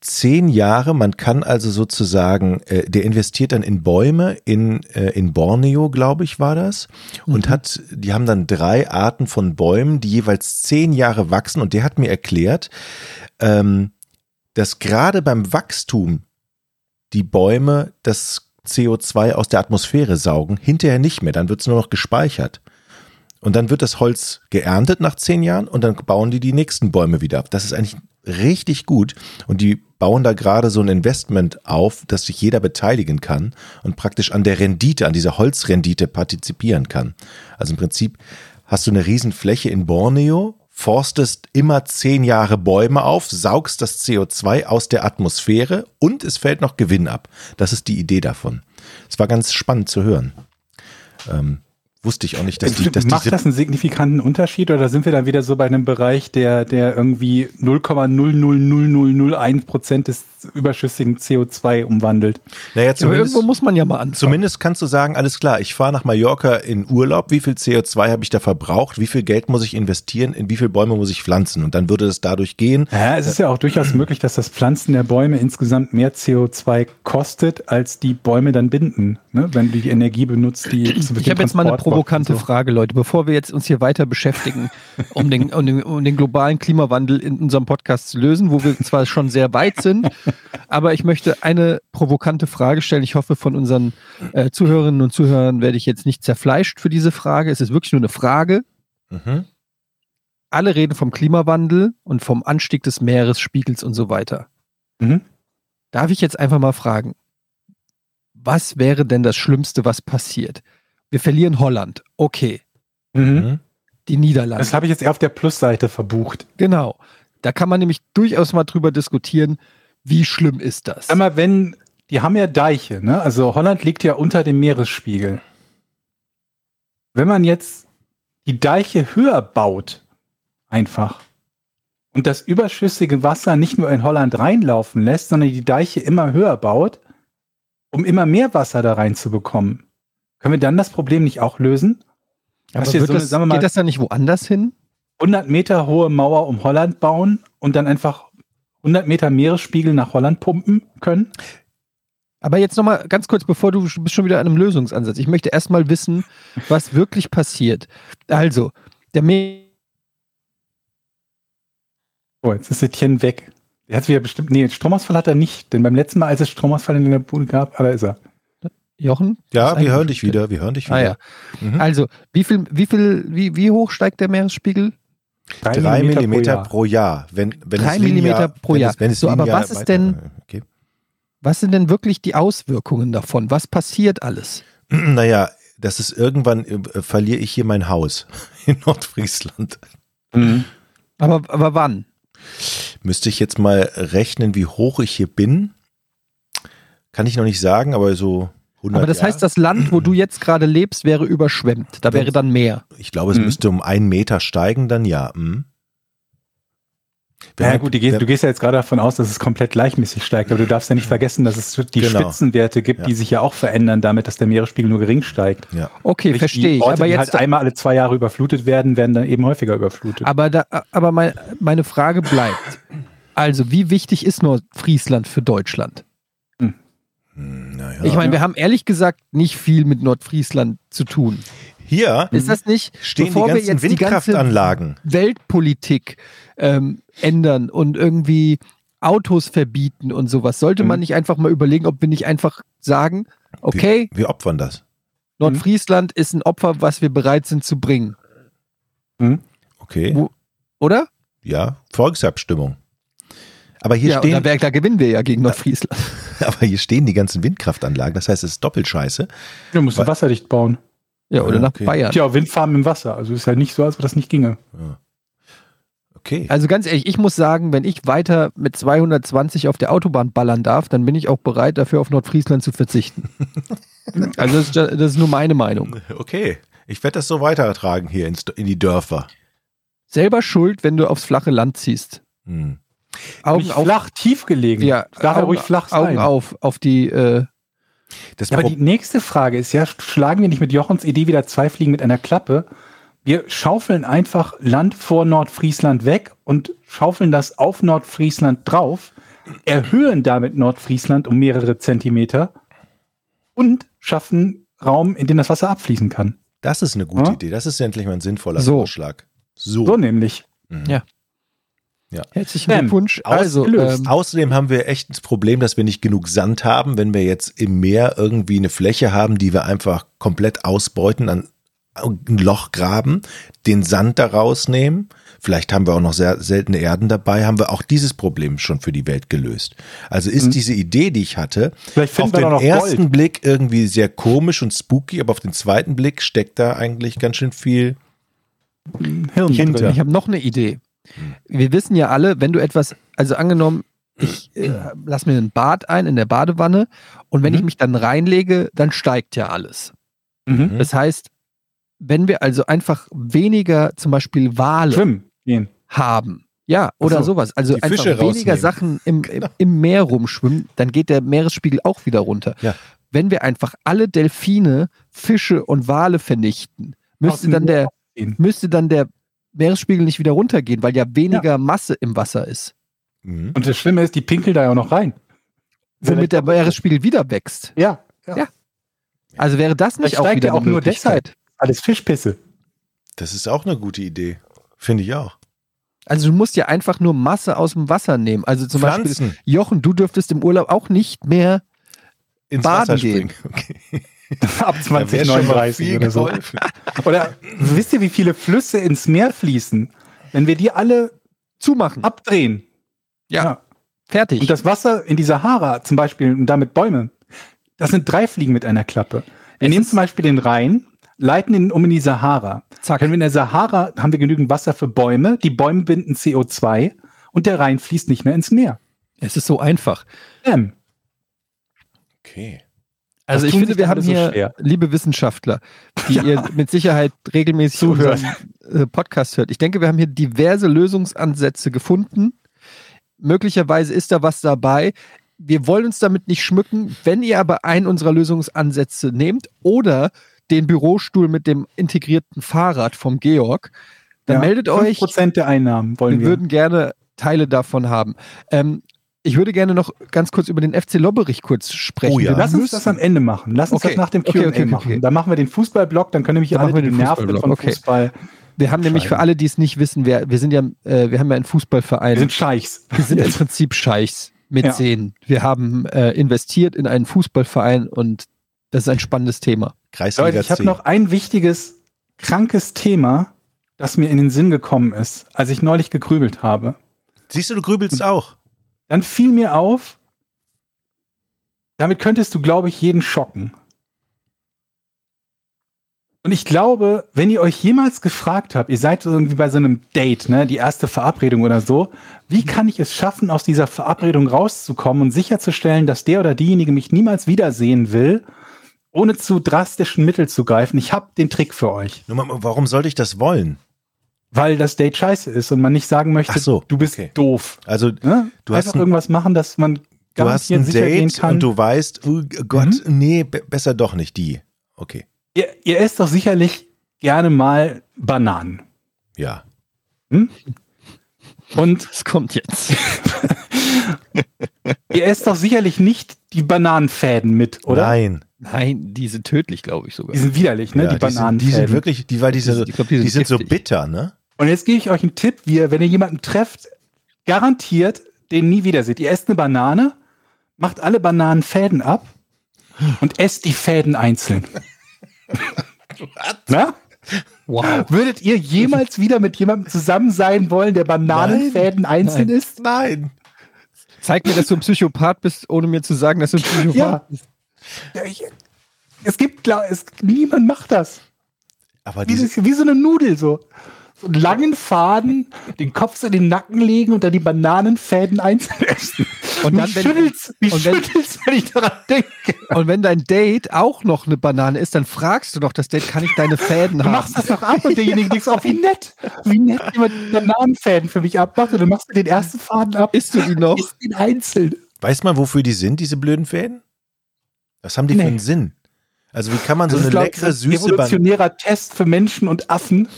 Speaker 1: Zehn Jahre, man kann also sozusagen, äh, der investiert dann in Bäume in, äh, in Borneo, glaube ich, war das.
Speaker 4: Mhm.
Speaker 1: Und hat, die haben dann drei Arten von Bäumen, die jeweils zehn Jahre wachsen. Und der hat mir erklärt, ähm, dass gerade beim Wachstum die Bäume das CO2 aus der Atmosphäre saugen, hinterher nicht mehr, dann wird es nur noch gespeichert. Und dann wird das Holz geerntet nach zehn Jahren und dann bauen die die nächsten Bäume wieder ab. Das ist eigentlich richtig gut. Und die bauen da gerade so ein Investment auf, dass sich jeder beteiligen kann und praktisch an der Rendite, an dieser Holzrendite partizipieren kann. Also im Prinzip hast du eine Riesenfläche in Borneo, forstest immer zehn Jahre Bäume auf, saugst das CO2 aus der Atmosphäre und es fällt noch Gewinn ab. Das ist die Idee davon. Es war ganz spannend zu hören. Ähm, wusste ich auch nicht, dass, die, dass
Speaker 2: Äh, Macht
Speaker 1: diese
Speaker 2: das einen signifikanten Unterschied oder sind wir dann wieder so bei einem Bereich, der, der irgendwie 0,00001 Prozent des überschüssigen CO2 umwandelt?
Speaker 1: Naja,
Speaker 4: Aber
Speaker 1: zumindest,
Speaker 4: irgendwo muss man ja mal anfangen.
Speaker 1: zumindest kannst du sagen, alles klar, ich fahre nach Mallorca in Urlaub, wie viel CO2 habe ich da verbraucht, wie viel Geld muss ich investieren, in wie viele Bäume muss ich pflanzen und dann würde es dadurch gehen.
Speaker 2: Ja, es ist ja auch durchaus
Speaker 1: äh.
Speaker 2: möglich, dass das Pflanzen der Bäume insgesamt mehr CO2 kostet, als die Bäume dann binden, ne? wenn du die Energie benutzt, die
Speaker 4: Ich habe jetzt mal eine provokante
Speaker 2: Frage.
Speaker 4: Frage, Leute, bevor wir jetzt uns hier weiter beschäftigen, um den, um, den, um den globalen Klimawandel in unserem Podcast zu lösen, wo wir zwar schon sehr weit sind, aber ich möchte eine provokante Frage stellen. Ich hoffe, von unseren äh, Zuhörerinnen und Zuhörern werde ich jetzt nicht zerfleischt für diese Frage. Es ist wirklich nur eine Frage.
Speaker 1: Mhm.
Speaker 4: Alle reden vom Klimawandel und vom Anstieg des Meeresspiegels und so weiter.
Speaker 2: Mhm.
Speaker 4: Darf ich jetzt einfach mal fragen, was wäre denn das Schlimmste, was passiert? Wir verlieren Holland. Okay.
Speaker 2: Mhm.
Speaker 1: Mhm.
Speaker 4: die Niederlande.
Speaker 2: Das habe ich jetzt eher auf der Plusseite verbucht.
Speaker 4: genau. Da kann man nämlich durchaus mal drüber diskutieren, wie schlimm ist das?
Speaker 2: Einmal, wenn, die haben ja Deiche, ne? Also Holland liegt ja unter dem Meeresspiegel. Wenn man jetzt die Deiche höher baut, einfach, und das überschüssige Wasser nicht nur in Holland reinlaufen lässt, sondern die Deiche immer höher baut, um immer mehr Wasser da reinzubekommen, können wir dann das Problem nicht auch lösen?
Speaker 4: Aber
Speaker 2: dass wir
Speaker 4: wird
Speaker 2: so eine-
Speaker 4: das,
Speaker 2: sagen wir mal-
Speaker 4: geht das dann nicht woanders hin?
Speaker 2: 100 Meter hohe Mauer um Holland bauen und dann einfach 100 Meter Meeresspiegel nach Holland pumpen können?
Speaker 4: Aber jetzt nochmal ganz kurz, bevor du du bist schon wieder an einem Lösungsansatz. Ich möchte erstmal wissen, was wirklich passiert. Also, der Me
Speaker 2: Oh, jetzt ist Etienne weg. Er hat wieder bestimmt. Nee, Stromausfall hat er nicht, denn beim letzten Mal, als es Stromausfall in der Bude gab, ah, da ist er.
Speaker 4: Jochen?
Speaker 1: Ja,
Speaker 4: Das
Speaker 1: wir
Speaker 4: ist
Speaker 1: hören dich
Speaker 4: eigentlich-
Speaker 1: wieder, wir hören dich wieder.
Speaker 4: Ah ja.
Speaker 1: Mhm.
Speaker 4: Also, wie viel, wie viel, wie, wie hoch steigt der Meeresspiegel?
Speaker 1: Drei Millimeter
Speaker 2: Millimeter
Speaker 1: pro Jahr. Wenn, wenn
Speaker 4: Drei
Speaker 1: es linear-
Speaker 4: Millimeter pro
Speaker 1: wenn
Speaker 4: Jahr.
Speaker 1: Es, wenn es
Speaker 4: So, aber
Speaker 1: linear
Speaker 4: was ist
Speaker 1: weiter-
Speaker 4: denn-
Speaker 1: Okay.
Speaker 4: Was sind denn wirklich die Auswirkungen davon? Was passiert alles?
Speaker 1: Naja, das ist irgendwann, äh, verliere ich hier mein Haus in Nordfriesland.
Speaker 2: Mhm.
Speaker 4: Aber, aber wann?
Speaker 1: Müsste ich jetzt mal rechnen, wie hoch ich hier bin? Kann ich noch nicht sagen, aber so
Speaker 4: Aber das
Speaker 1: Jahre?
Speaker 4: heißt, das Land, wo du jetzt gerade lebst, wäre überschwemmt. Da wäre dann Meer.
Speaker 1: ich glaube, es
Speaker 4: Mhm.
Speaker 2: Hm.
Speaker 1: müsste um einen Meter steigen, dann ja. Hm.
Speaker 2: Ja, gut, du gehst, du gehst ja jetzt gerade davon aus, dass es komplett gleichmäßig steigt, aber du darfst ja nicht vergessen, dass es die
Speaker 1: Genau.
Speaker 2: Spitzenwerte gibt,
Speaker 1: Ja.
Speaker 2: die sich ja auch verändern, damit, dass der Meeresspiegel nur gering steigt.
Speaker 1: ja.
Speaker 4: Okay,
Speaker 2: Sprich,
Speaker 4: verstehe
Speaker 2: die
Speaker 4: ich.
Speaker 2: Orte,
Speaker 4: Aber
Speaker 2: die
Speaker 4: jetzt, Ah,
Speaker 2: halt einmal alle zwei Jahre überflutet werden, werden dann eben häufiger überflutet.
Speaker 4: aber da, aber mein, meine Frage bleibt. Also, wie wichtig ist Nordfriesland für Deutschland?
Speaker 1: Hm, naja.
Speaker 4: Ich meine, wir haben ehrlich gesagt nicht viel mit Nordfriesland zu tun.
Speaker 1: Hier
Speaker 4: Ist das nicht,
Speaker 1: Mhm. stehen die
Speaker 4: bevor wir
Speaker 1: ganzen
Speaker 4: jetzt die ganze
Speaker 1: Windkraftanlagen.
Speaker 4: Weltpolitik ähm, ändern und irgendwie Autos verbieten und sowas, sollte
Speaker 2: Mhm.
Speaker 4: man nicht einfach mal überlegen, ob wir nicht einfach sagen, okay,
Speaker 1: Wir opfern das. Mhm.
Speaker 4: Nordfriesland ist ein Opfer, was wir bereit sind zu bringen,
Speaker 1: Okay,
Speaker 4: Wo- oder?
Speaker 1: ja, Volksabstimmung. Aber hier,
Speaker 4: ja, und
Speaker 1: stehen,
Speaker 4: da, wär, da gewinnen wir ja gegen Nordfriesland.
Speaker 1: aber hier stehen die ganzen Windkraftanlagen. Das heißt, es ist doppelt scheiße.
Speaker 2: Du musst
Speaker 1: Wa-
Speaker 2: wasserdicht bauen.
Speaker 4: Ja, oder
Speaker 1: Ja,
Speaker 4: nach
Speaker 1: okay.
Speaker 4: Bayern.
Speaker 2: Tja, Windfarmen im Wasser. Also ist ja nicht so, als ob das nicht ginge.
Speaker 1: Ja. Okay.
Speaker 4: Also ganz ehrlich, ich muss sagen, wenn ich weiter mit 220 auf der Autobahn ballern darf, dann bin ich auch bereit, dafür auf Nordfriesland zu verzichten. also das ist, ja- das ist nur meine Meinung.
Speaker 1: Okay. Ich werde das so weitertragen hier ins, in die Dörfer.
Speaker 4: Selber schuld, wenn du aufs flache Land ziehst.
Speaker 1: Hm.
Speaker 4: Augen
Speaker 2: Nicht
Speaker 4: auf,
Speaker 2: flach, tief gelegen.
Speaker 4: ja,
Speaker 2: Darf ja
Speaker 4: Augen,
Speaker 2: ruhig flach sein.
Speaker 4: Augen auf, auf die, äh,
Speaker 1: Das
Speaker 2: Ja, aber
Speaker 1: Pro-
Speaker 2: die nächste Frage ist ja, schlagen wir nicht mit Jochens Idee wieder zwei Fliegen mit einer Klappe? Wir schaufeln einfach Land vor Nordfriesland weg und schaufeln das auf Nordfriesland drauf, erhöhen damit Nordfriesland um mehrere Zentimeter und schaffen Raum, in den das Wasser abfließen kann.
Speaker 1: das ist eine gute
Speaker 2: Ja?
Speaker 1: Idee. Das ist endlich mal ein sinnvoller
Speaker 4: Hm? So.
Speaker 1: Vorschlag. So.
Speaker 2: So nämlich.
Speaker 1: Mhm.
Speaker 4: Ja. herzlichen Glückwunsch. Also,
Speaker 2: ausgelöst.
Speaker 4: ähm,
Speaker 1: Außerdem haben wir echt das Problem, dass wir nicht genug Sand haben, wenn wir jetzt im Meer irgendwie eine Fläche haben, die wir einfach komplett ausbeuten, an ein Loch graben, den Sand da rausnehmen. Vielleicht haben wir auch noch sehr seltene Erden dabei, haben wir auch dieses Problem schon für die Welt gelöst. Also ist
Speaker 2: Mhm.
Speaker 1: diese Idee, die ich hatte,
Speaker 2: Vielleicht
Speaker 1: auf
Speaker 2: finden wir
Speaker 1: den
Speaker 2: doch noch
Speaker 1: ersten
Speaker 2: Gold.
Speaker 1: Blick irgendwie sehr komisch und spooky, aber auf den zweiten Blick steckt da eigentlich ganz schön viel.
Speaker 2: Hirn
Speaker 1: Kind,
Speaker 2: drin.
Speaker 4: Ich habe noch eine Idee. Wir wissen ja alle, wenn du etwas, also angenommen, ich äh, lass mir ein Bad ein in der Badewanne und wenn
Speaker 2: Mhm.
Speaker 4: ich mich dann reinlege, dann steigt ja alles.
Speaker 2: Mhm.
Speaker 4: Das heißt, wenn wir also einfach weniger zum Beispiel Wale
Speaker 2: Schwimmen gehen.
Speaker 4: haben, ja,
Speaker 2: Ach
Speaker 4: oder
Speaker 2: so,
Speaker 4: sowas, also
Speaker 1: die
Speaker 4: einfach
Speaker 1: Fische
Speaker 4: weniger
Speaker 1: rausnehmen.
Speaker 4: Sachen im,
Speaker 2: Genau.
Speaker 4: im Meer rumschwimmen, dann geht der Meeresspiegel auch wieder runter.
Speaker 1: Ja.
Speaker 4: Wenn wir einfach alle Delfine, Fische und Wale vernichten,
Speaker 2: Aus
Speaker 4: müsste
Speaker 2: dem
Speaker 4: dann der
Speaker 2: Meer gehen.
Speaker 4: müsste dann der Meeresspiegel nicht wieder runtergehen, weil ja weniger Masse im Wasser ist.
Speaker 1: Mhm.
Speaker 2: Und das Schlimme ist, die pinkeln da ja auch noch rein.
Speaker 4: Womit der Meeresspiegel wieder wächst.
Speaker 2: Ja,
Speaker 4: Also wäre das nicht
Speaker 2: Vielleicht
Speaker 4: auch
Speaker 2: steigt
Speaker 4: wieder
Speaker 2: er
Speaker 4: eine
Speaker 2: auch nur
Speaker 4: Möglichkeit.
Speaker 2: alles Fischpisse.
Speaker 1: Das ist auch eine gute Idee. Finde ich auch.
Speaker 4: Also du musst ja einfach nur Masse aus dem Wasser nehmen. Also zum Beispiel,
Speaker 1: Pflanzen
Speaker 4: Jochen, du dürftest im Urlaub auch nicht mehr.
Speaker 1: ins
Speaker 4: baden
Speaker 1: Wasser
Speaker 4: gehen.
Speaker 1: springen. Okay.
Speaker 2: Ab
Speaker 1: Da wär schon mal viel
Speaker 2: 2039 oder so.
Speaker 1: geholfen.
Speaker 2: Oder wisst ihr, wie viele Flüsse ins Meer fließen? Wenn wir die alle
Speaker 4: Zumachen.
Speaker 2: abdrehen
Speaker 4: Ja.
Speaker 2: Ja.
Speaker 4: Fertig.
Speaker 2: und das Wasser in die Sahara zum Beispiel und damit Bäume, das sind drei Fliegen mit einer Klappe. Wir
Speaker 4: Es
Speaker 2: nehmen
Speaker 4: ist-
Speaker 2: zum Beispiel den Rhein, leiten ihn um in die Sahara.
Speaker 4: Zack.
Speaker 2: Können wir in der Sahara, haben wir genügend Wasser für Bäume, die Bäume binden CO2 und der Rhein fließt nicht mehr ins Meer.
Speaker 4: Es ist so einfach.
Speaker 2: Ähm,
Speaker 1: Okay.
Speaker 4: Also
Speaker 2: Das
Speaker 4: ich
Speaker 2: tun
Speaker 4: finde,
Speaker 2: sich
Speaker 4: wir
Speaker 2: alle
Speaker 4: haben
Speaker 2: so
Speaker 4: hier
Speaker 2: schwer.
Speaker 4: liebe Wissenschaftler, die ihr mit Sicherheit regelmäßig
Speaker 2: Zuhören.
Speaker 4: unseren, äh, Podcast hört. Ich denke, wir haben hier diverse Lösungsansätze gefunden. Möglicherweise ist da was dabei. Wir wollen uns damit nicht schmücken. Wenn ihr aber einen unserer Lösungsansätze nehmt oder den Bürostuhl mit dem integrierten Fahrrad vom Georg, dann
Speaker 2: ja,
Speaker 4: meldet euch.
Speaker 2: Prozent der Einnahmen wollen
Speaker 4: Wir
Speaker 2: wir.
Speaker 4: würden gerne Teile davon haben. Ähm, ich würde gerne noch ganz kurz über den FC Lobberich kurz sprechen.
Speaker 1: Oh ja.
Speaker 4: Wir
Speaker 2: Lass uns
Speaker 4: müssen-
Speaker 2: das am Ende machen. Lass uns
Speaker 4: Okay.
Speaker 2: das nach dem Q&A
Speaker 4: Okay, okay, okay,
Speaker 2: machen.
Speaker 4: okay.
Speaker 2: Dann machen wir den Fußballblock, dann können nämlich
Speaker 4: Dann
Speaker 2: alle
Speaker 4: machen wir
Speaker 2: die
Speaker 4: den
Speaker 2: Nerven
Speaker 4: Fußballblock,
Speaker 2: von
Speaker 4: okay.
Speaker 2: Fußball.
Speaker 4: Wir haben nämlich für alle, die es nicht wissen, wir, wir sind ja, äh, wir haben ja einen Fußballverein.
Speaker 2: Wir sind Scheichs.
Speaker 4: Wir sind im Prinzip Scheichs mit
Speaker 2: Ja.
Speaker 4: Sehen. Wir haben äh, investiert in einen Fußballverein und das ist ein spannendes Thema.
Speaker 1: Kreisliga
Speaker 2: Leute, ich habe
Speaker 1: C.
Speaker 2: noch ein wichtiges, krankes Thema, das mir in den Sinn gekommen ist, als ich neulich gegrübelt habe.
Speaker 1: Siehst du, du grübelst auch.
Speaker 2: Dann fiel mir auf, damit könntest du, glaube ich, jeden schocken. Und ich glaube, wenn ihr euch jemals gefragt habt, ihr seid irgendwie bei so einem Date, ne, die erste Verabredung oder so, wie
Speaker 1: Mhm.
Speaker 2: kann ich es schaffen, aus dieser Verabredung rauszukommen und sicherzustellen, dass der oder diejenige mich niemals wiedersehen will, ohne zu drastischen Mitteln zu greifen, ich habe den Trick für euch.
Speaker 1: Nur mal, warum sollte ich das wollen?
Speaker 2: Weil das Date scheiße ist und man nicht sagen möchte,
Speaker 1: Ach so,
Speaker 2: du bist
Speaker 1: okay.
Speaker 2: doof.
Speaker 1: Also
Speaker 2: Ne?
Speaker 1: Du hast
Speaker 2: Einfach
Speaker 1: ein-
Speaker 2: irgendwas machen, dass man
Speaker 1: du hast ein
Speaker 2: garantiert sicher gehen
Speaker 1: Date
Speaker 2: kann. Mhm.
Speaker 1: und du weißt, oh Gott, nee, be- besser doch nicht die. Okay,
Speaker 2: ihr, ihr esst doch sicherlich gerne mal Bananen.
Speaker 1: ja.
Speaker 2: Und
Speaker 4: Was kommt jetzt?
Speaker 2: ihr esst doch sicherlich nicht die Bananenfäden mit, oder?
Speaker 1: Nein,
Speaker 4: Nein, die sind tödlich, glaube ich sogar.
Speaker 2: Die sind widerlich, ne?
Speaker 1: ja,
Speaker 2: die Bananenfäden.
Speaker 1: sind, die sind wirklich, die, weil die,
Speaker 4: Die sind-
Speaker 1: so,
Speaker 4: ich glaub, die sind
Speaker 1: die sind so
Speaker 4: giftig.
Speaker 1: bitter, ne?
Speaker 2: Und jetzt gebe ich euch einen Tipp, wie ihr, wenn ihr jemanden trefft, garantiert den nie wieder seht. Ihr esst eine Banane, macht alle Bananenfäden ab und esst die Fäden einzeln. Na?
Speaker 4: wow.
Speaker 2: Würdet ihr jemals wieder mit jemandem zusammen sein wollen, der Bananenfäden einzeln
Speaker 4: Nein.
Speaker 2: isst?
Speaker 1: Nein.
Speaker 4: Zeig mir, dass du ein Psychopath bist, ohne mir zu sagen, dass du ein Psychopath
Speaker 2: Ja.
Speaker 4: bist.
Speaker 2: Ja, ich, es gibt, klar, es, niemand macht das.
Speaker 1: Aber
Speaker 2: Wie,
Speaker 1: diese,
Speaker 2: so- wie so eine Nudel so. So einen langen Faden, den Kopf in den Nacken legen und dann die Bananenfäden einzeln essen.
Speaker 4: Und dann,
Speaker 2: mich
Speaker 4: wenn-
Speaker 2: schüttelt's, mich
Speaker 4: und wenn-
Speaker 2: schüttelt's, wenn ich daran denke.
Speaker 4: Und wenn dein Date auch noch eine Banane ist, dann fragst du doch das Date, kann ich deine Fäden
Speaker 2: Du
Speaker 4: haben?
Speaker 2: machst das noch ab und derjenige denkt, oh, wie nett, wie nett jemand die Bananenfäden für mich abmacht und dann machst du den ersten Faden ab.
Speaker 4: Isst du die noch?
Speaker 2: Isst den einzeln.
Speaker 1: weiß man, wofür die sind, diese blöden Fäden? Was haben die für
Speaker 2: Nee.
Speaker 1: einen Sinn? Also wie kann man so
Speaker 2: Das
Speaker 1: eine
Speaker 2: ist, glaub ich,
Speaker 1: leckere,
Speaker 2: so ein
Speaker 1: süße Banane...
Speaker 2: evolutionärer Test für Menschen und Affen.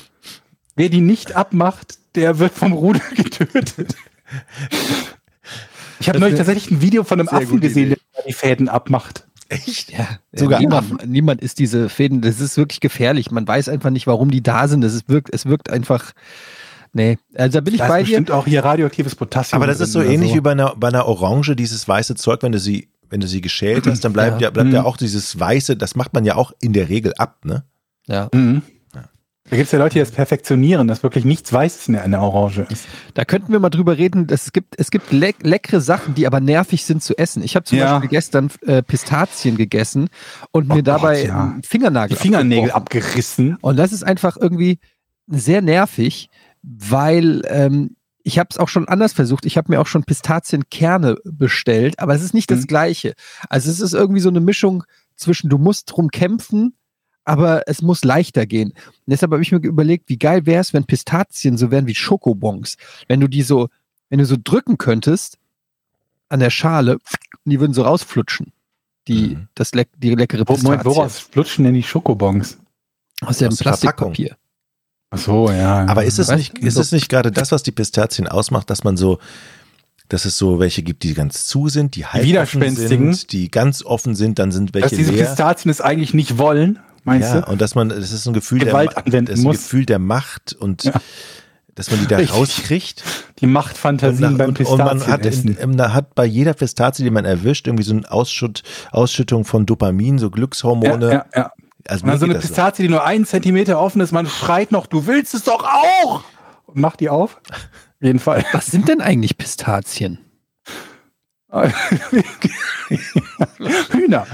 Speaker 2: Wer die nicht abmacht, der wird vom Ruder getötet. Ich habe
Speaker 1: Das
Speaker 2: neulich
Speaker 1: wär-
Speaker 2: tatsächlich ein Video von einem
Speaker 1: sehr
Speaker 2: Affen
Speaker 1: gute
Speaker 2: gesehen,
Speaker 1: Idee.
Speaker 2: der die Fäden abmacht.
Speaker 1: Echt?
Speaker 4: Ja,
Speaker 1: Sogar-
Speaker 4: sogar niemand, niemand ist diese Fäden, das ist wirklich gefährlich. Man weiß einfach nicht, warum die da sind. Das ist, wirkt, es wirkt einfach. Nee, also da bin ich
Speaker 2: Da
Speaker 4: bei
Speaker 2: ist
Speaker 4: dir.
Speaker 2: bestimmt auch hier radioaktives Potassium.
Speaker 1: Aber das ist so
Speaker 2: drin oder
Speaker 1: ähnlich wie bei einer, bei einer Orange, dieses weiße Zeug, wenn du sie, wenn du sie geschält hast, dann bleibt ja,
Speaker 4: Ja.
Speaker 1: bleibt ja
Speaker 2: Mhm.
Speaker 1: auch dieses weiße, das macht man ja auch in der Regel ab, ne?
Speaker 4: Ja.
Speaker 2: Mhm. Da gibt es ja Leute, die das perfektionieren, dass wirklich nichts Weißes in einer Orange ist.
Speaker 4: Da könnten wir mal drüber reden. dass Es gibt, es gibt leck, leckere Sachen, die aber nervig sind zu essen. Ich habe zum
Speaker 2: Ja.
Speaker 4: Beispiel gestern äh, Pistazien gegessen und
Speaker 2: Oh
Speaker 4: mir dabei
Speaker 2: Gott, ja.
Speaker 4: einen Fingernagel
Speaker 2: Die Fingernägel
Speaker 4: abgebrochen.
Speaker 2: abgerissen.
Speaker 4: Und das ist einfach irgendwie sehr nervig, weil ähm, ich habe es auch schon anders versucht. Ich habe mir auch schon Pistazienkerne bestellt, aber es ist nicht das
Speaker 2: Mhm.
Speaker 4: Gleiche. Also es ist irgendwie so eine Mischung zwischen, du musst drum kämpfen, aber es muss leichter gehen. Und deshalb habe ich mir überlegt, wie geil wäre es, wenn Pistazien so wären wie Schokobons. Wenn du die so, wenn du so drücken könntest an der Schale, und die würden so rausflutschen. Die,
Speaker 1: Mhm.
Speaker 4: das leck, die leckere
Speaker 2: Wo- Moment,
Speaker 4: Pistazie.
Speaker 2: woraus flutschen denn die Schokobons?
Speaker 4: Aus dem
Speaker 1: Aus der Verpackung.
Speaker 4: Plastikpapier.
Speaker 2: Ach so, ja.
Speaker 1: Aber ist es
Speaker 4: Weißt
Speaker 1: nicht,
Speaker 4: du,
Speaker 1: ist
Speaker 4: so-
Speaker 1: es nicht gerade das, was die Pistazien ausmacht, dass man so, dass es so welche gibt, die ganz zu sind, die halb offen
Speaker 2: widerspenstigen.
Speaker 1: sind, die ganz offen sind, dann sind
Speaker 2: dass
Speaker 1: welche
Speaker 2: diese
Speaker 1: leer.
Speaker 2: Pistazien es eigentlich nicht wollen, meinst
Speaker 1: Ja,
Speaker 2: du?
Speaker 1: und dass man, das ist ein Gefühl
Speaker 2: Gewalt
Speaker 1: der,
Speaker 2: anwenden
Speaker 1: das ist ein
Speaker 2: muss.
Speaker 1: Gefühl der Macht und
Speaker 2: Ja.
Speaker 1: dass man die da
Speaker 2: Richtig.
Speaker 1: rauskriegt.
Speaker 2: Die
Speaker 1: Und,
Speaker 2: Machtfantasien
Speaker 1: nach,
Speaker 2: beim
Speaker 1: und, und man hat, in,
Speaker 2: Pistazienessen.
Speaker 1: in, da hat bei jeder Pistazie, die man erwischt, irgendwie so eine Ausschutt, Ausschüttung von Dopamin, so Glückshormone.
Speaker 2: ja, ja, ja.
Speaker 1: Also
Speaker 2: Und
Speaker 1: mir
Speaker 2: dann so
Speaker 1: geht
Speaker 2: eine
Speaker 1: das so.
Speaker 2: Pistazie, die nur einen Zentimeter offen ist, man schreit noch, du willst es doch auch! Und macht die auf. Auf jeden Fall.
Speaker 4: Was sind denn eigentlich Pistazien?
Speaker 2: Hühner.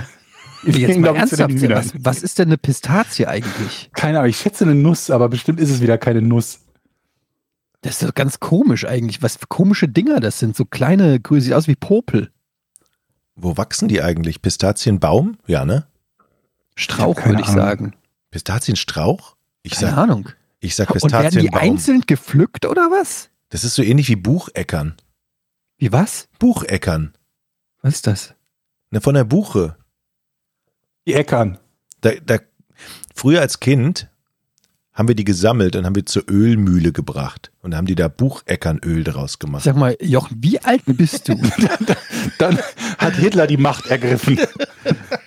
Speaker 2: Ich
Speaker 4: Jetzt
Speaker 2: ging,
Speaker 4: mal
Speaker 2: glaub ich, zu den
Speaker 4: ernsthaft,
Speaker 2: Hühnern.
Speaker 4: was, was ist denn eine Pistazie eigentlich?
Speaker 2: Keine Ahnung, ich schätze eine Nuss, aber bestimmt ist es wieder keine Nuss.
Speaker 4: Das ist doch ganz komisch eigentlich. Was für komische Dinger das sind. So kleine, grüne, sieht aus wie Popel.
Speaker 1: Wo wachsen die eigentlich? Pistazienbaum? Ja, ne?
Speaker 4: Strauch,
Speaker 2: Ich hab keine
Speaker 4: würde ich
Speaker 2: Ahnung.
Speaker 4: sagen.
Speaker 1: Pistazienstrauch? Ich
Speaker 4: Keine
Speaker 1: sag,
Speaker 4: Ahnung.
Speaker 1: ich sag
Speaker 4: Und werden die
Speaker 1: Pistazienbaum.
Speaker 4: einzeln gepflückt oder was?
Speaker 1: Das ist so ähnlich wie Bucheckern.
Speaker 4: Wie was?
Speaker 1: Bucheckern.
Speaker 4: Was ist das?
Speaker 1: Ne, von der Buche.
Speaker 2: Die Äckern.
Speaker 1: Da, da, früher als Kind haben wir die gesammelt und haben wir zur Ölmühle gebracht. Und haben die da Bucheckernöl draus gemacht.
Speaker 4: Sag mal, Jochen, wie alt bist du?
Speaker 2: Dann hat Hitler die Macht ergriffen.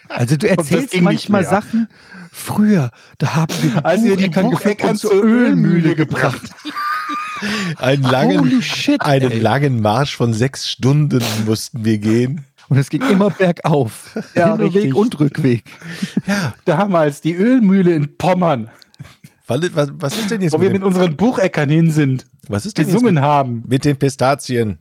Speaker 4: Also du
Speaker 2: das
Speaker 4: erzählst
Speaker 2: ging nicht
Speaker 4: manchmal
Speaker 2: mehr.
Speaker 4: Sachen. Früher, da haben wir
Speaker 2: Als ihr die
Speaker 4: Bucheckern-
Speaker 2: Bucheckern
Speaker 4: und
Speaker 2: zur Ölmühle gebracht.
Speaker 1: Einen
Speaker 4: Holy
Speaker 2: Oh.
Speaker 1: langen,
Speaker 4: shit,
Speaker 1: einen
Speaker 4: ey.
Speaker 1: langen Marsch von sechs Stunden mussten wir gehen.
Speaker 4: Und es ging immer bergauf.
Speaker 2: Ja, richtig.
Speaker 4: Hinweg und Rückweg.
Speaker 2: Damals die Ölmühle in Pommern,
Speaker 1: Was, was, was ist denn jetzt
Speaker 2: wo wir
Speaker 1: mit,
Speaker 2: mit
Speaker 1: dem,
Speaker 2: unseren Bucheckern hin sind,
Speaker 1: was ist denn jetzt mit,
Speaker 2: gesungen haben.
Speaker 1: mit den Pistazien?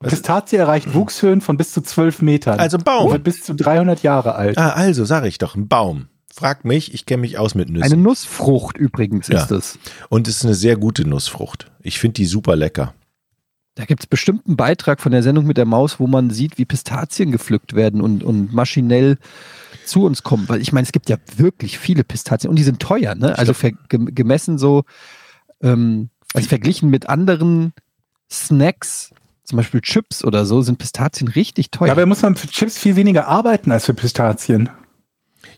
Speaker 1: Was-
Speaker 2: Pistazie erreicht Wuchshöhen von bis zu 12 Metern.
Speaker 1: Also
Speaker 2: und
Speaker 1: Baum.
Speaker 2: wird bis zu 300 Jahre alt.
Speaker 1: Ah, also sag ich doch, ein Baum. Frag mich, ich kenne mich aus mit Nüssen.
Speaker 4: Eine Nussfrucht übrigens
Speaker 1: Ja.
Speaker 4: ist es.
Speaker 1: Und es ist eine sehr gute Nussfrucht. Ich finde die super lecker.
Speaker 4: Da gibt es bestimmt einen Beitrag von der Sendung mit der Maus, wo man sieht, wie Pistazien gepflückt werden und, und maschinell zu uns kommen. Weil ich meine, es gibt ja wirklich viele Pistazien und die sind teuer, ne? Also ver gem- gemessen so, ähm, also verglichen mit anderen Snacks, zum Beispiel Chips oder so, sind Pistazien richtig teuer.
Speaker 2: Dabei muss man für Chips viel weniger arbeiten als für Pistazien.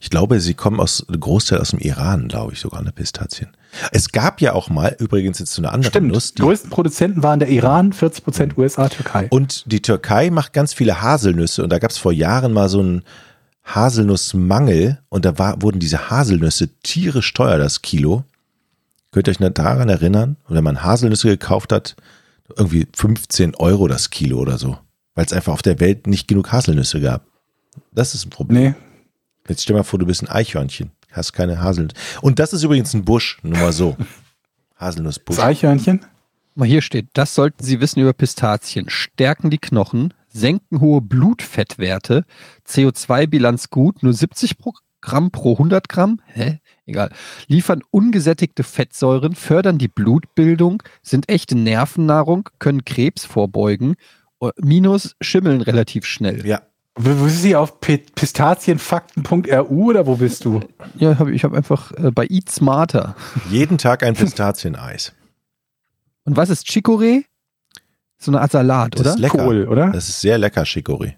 Speaker 1: Ich glaube, sie kommen aus ein Großteil aus dem Iran, glaube ich, sogar eine Pistazien. Es gab ja auch mal übrigens jetzt so eine andere Nuss,
Speaker 2: Die
Speaker 1: die,
Speaker 2: größten Produzenten waren der Iran, 40% USA, Türkei.
Speaker 1: und die Türkei macht ganz viele Haselnüsse und da gab es vor Jahren mal so einen Haselnussmangel und da war, wurden diese Haselnüsse tierisch teuer das Kilo. Könnt ihr euch noch daran erinnern? Und wenn man Haselnüsse gekauft hat, irgendwie 15 Euro das Kilo oder so, weil es einfach auf der Welt nicht genug Haselnüsse gab. Das ist ein Problem.
Speaker 2: nee,
Speaker 1: Jetzt stell mal vor, du bist ein Eichhörnchen. Hast keine Haselnuss. Und das ist übrigens ein Busch, nur mal so. Haselnussbusch.
Speaker 2: das Eichhörnchen.
Speaker 4: Mal hier steht, das sollten Sie wissen über Pistazien. Stärken die Knochen, senken hohe Blutfettwerte, CO2-Bilanz gut, nur 70 pro Gramm pro 100 Gramm, hä? Egal. Liefern ungesättigte Fettsäuren, fördern die Blutbildung, sind echte Nervennahrung, können Krebs vorbeugen, äh, minus schimmeln relativ schnell.
Speaker 1: Ja.
Speaker 2: Wo wo bist du hier auf P- pistazienfakten.ru oder wo bist du?
Speaker 4: Ja, hab, ich habe einfach äh, bei Eat Smarter.
Speaker 1: Jeden Tag ein Pistazieneis.
Speaker 4: Und was ist Chicorée? So eine Art Salat,
Speaker 1: Das
Speaker 4: oder?
Speaker 1: ist lecker.
Speaker 2: Kohl, oder?
Speaker 1: Das ist sehr lecker, Chicorée.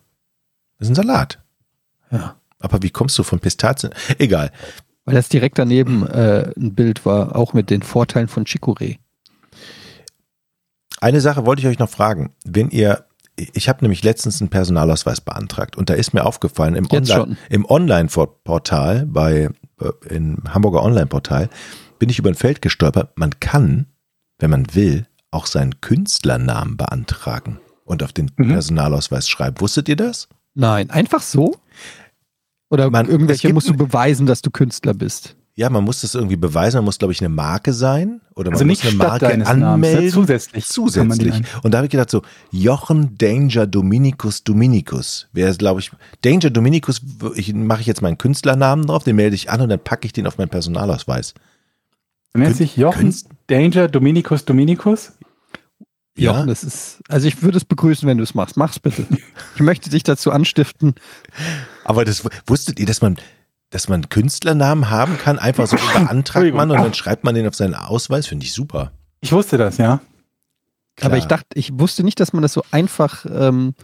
Speaker 1: Das ist ein Salat.
Speaker 4: Ja.
Speaker 1: Aber wie kommst du von Pistazien? Egal.
Speaker 4: Weil das direkt daneben äh, ein Bild war, auch mit den Vorteilen von Chicorée.
Speaker 1: Eine Sache wollte ich euch noch fragen. Wenn ihr, ich habe nämlich letztens einen Personalausweis beantragt und da ist mir aufgefallen, im,
Speaker 4: Jetzt
Speaker 1: Online,
Speaker 4: schon.
Speaker 1: im Online-Portal, bei, äh, im Hamburger Online-Portal, bin ich über ein Feld gestolpert. Man kann, wenn man will, auch seinen Künstlernamen beantragen und auf den
Speaker 2: Mhm.
Speaker 1: Personalausweis schreiben. Wusstet ihr das?
Speaker 4: Nein, einfach so? Oder
Speaker 1: Man- es
Speaker 4: irgendwelche
Speaker 1: gibt
Speaker 4: musst du
Speaker 1: ein-
Speaker 4: beweisen, dass du Künstler bist.
Speaker 1: Ja, man muss das irgendwie beweisen. Man muss, glaube ich, eine Marke sein oder man
Speaker 2: Also nicht
Speaker 1: muss eine
Speaker 2: statt
Speaker 1: Marke
Speaker 2: deines Namens,
Speaker 1: anmelden.
Speaker 2: ne? Zusätzlich kann man die
Speaker 1: Zusätzlich.
Speaker 2: ein-
Speaker 1: Und da habe ich gedacht so, Jochen Danger Dominicus Dominicus. Wäre, glaube ich, Danger Dominicus, w- ich, mache ich jetzt meinen Künstlernamen drauf, den melde ich an und dann packe ich den auf meinen Personalausweis.
Speaker 2: Du nennst
Speaker 1: Kün-
Speaker 2: dich Jochen
Speaker 1: Künst-
Speaker 2: Danger Dominikus Dominikus?
Speaker 1: Ja.
Speaker 4: Jochen, das ist. Also ich würde es begrüßen, wenn du es machst. Mach's bitte. ich möchte dich dazu anstiften.
Speaker 1: Aber das w- wusstet ihr, dass man, dass man Künstlernamen haben kann? Einfach so den beantragt man und dann schreibt man den auf seinen Ausweis. Finde ich super.
Speaker 2: Ich wusste das, ja.
Speaker 1: Klar.
Speaker 4: Aber ich dachte, ich wusste nicht, dass man das so einfach. Ähm,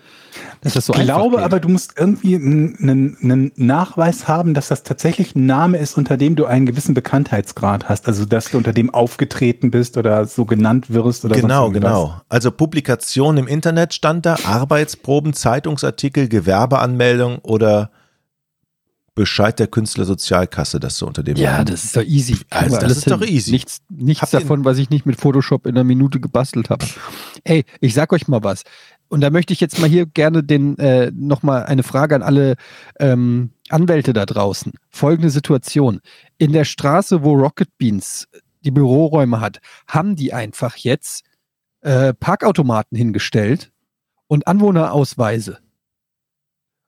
Speaker 4: dass das so
Speaker 2: ich glaube
Speaker 4: einfach
Speaker 2: aber, du musst irgendwie einen einen Nachweis haben, dass das tatsächlich ein Name ist, unter dem du einen gewissen Bekanntheitsgrad hast. Also, dass du unter dem aufgetreten bist oder so genannt wirst oder
Speaker 1: Genau,
Speaker 2: sonst irgendwas.
Speaker 1: genau. Also Publikation im Internet stand da, Arbeitsproben, Zeitungsartikel, Gewerbeanmeldung oder Bescheid der Künstlersozialkasse, dass du unter dem
Speaker 4: geht. Ja,
Speaker 1: Namen-
Speaker 4: das ist doch easy.
Speaker 1: Also,
Speaker 4: Kriegen wir
Speaker 1: das
Speaker 4: alles
Speaker 1: ist doch easy.
Speaker 4: Nichts, nichts
Speaker 1: Habt ihr-
Speaker 4: davon, was ich nicht mit Photoshop in einer Minute gebastelt habe. Ey, ich sag euch mal was. Und da möchte ich jetzt mal hier gerne den äh, nochmal eine Frage an alle ähm, Anwälte da draußen. Folgende Situation. In der Straße, wo Rocket Beans die Büroräume hat, haben die einfach jetzt äh, Parkautomaten hingestellt und Anwohnerausweise.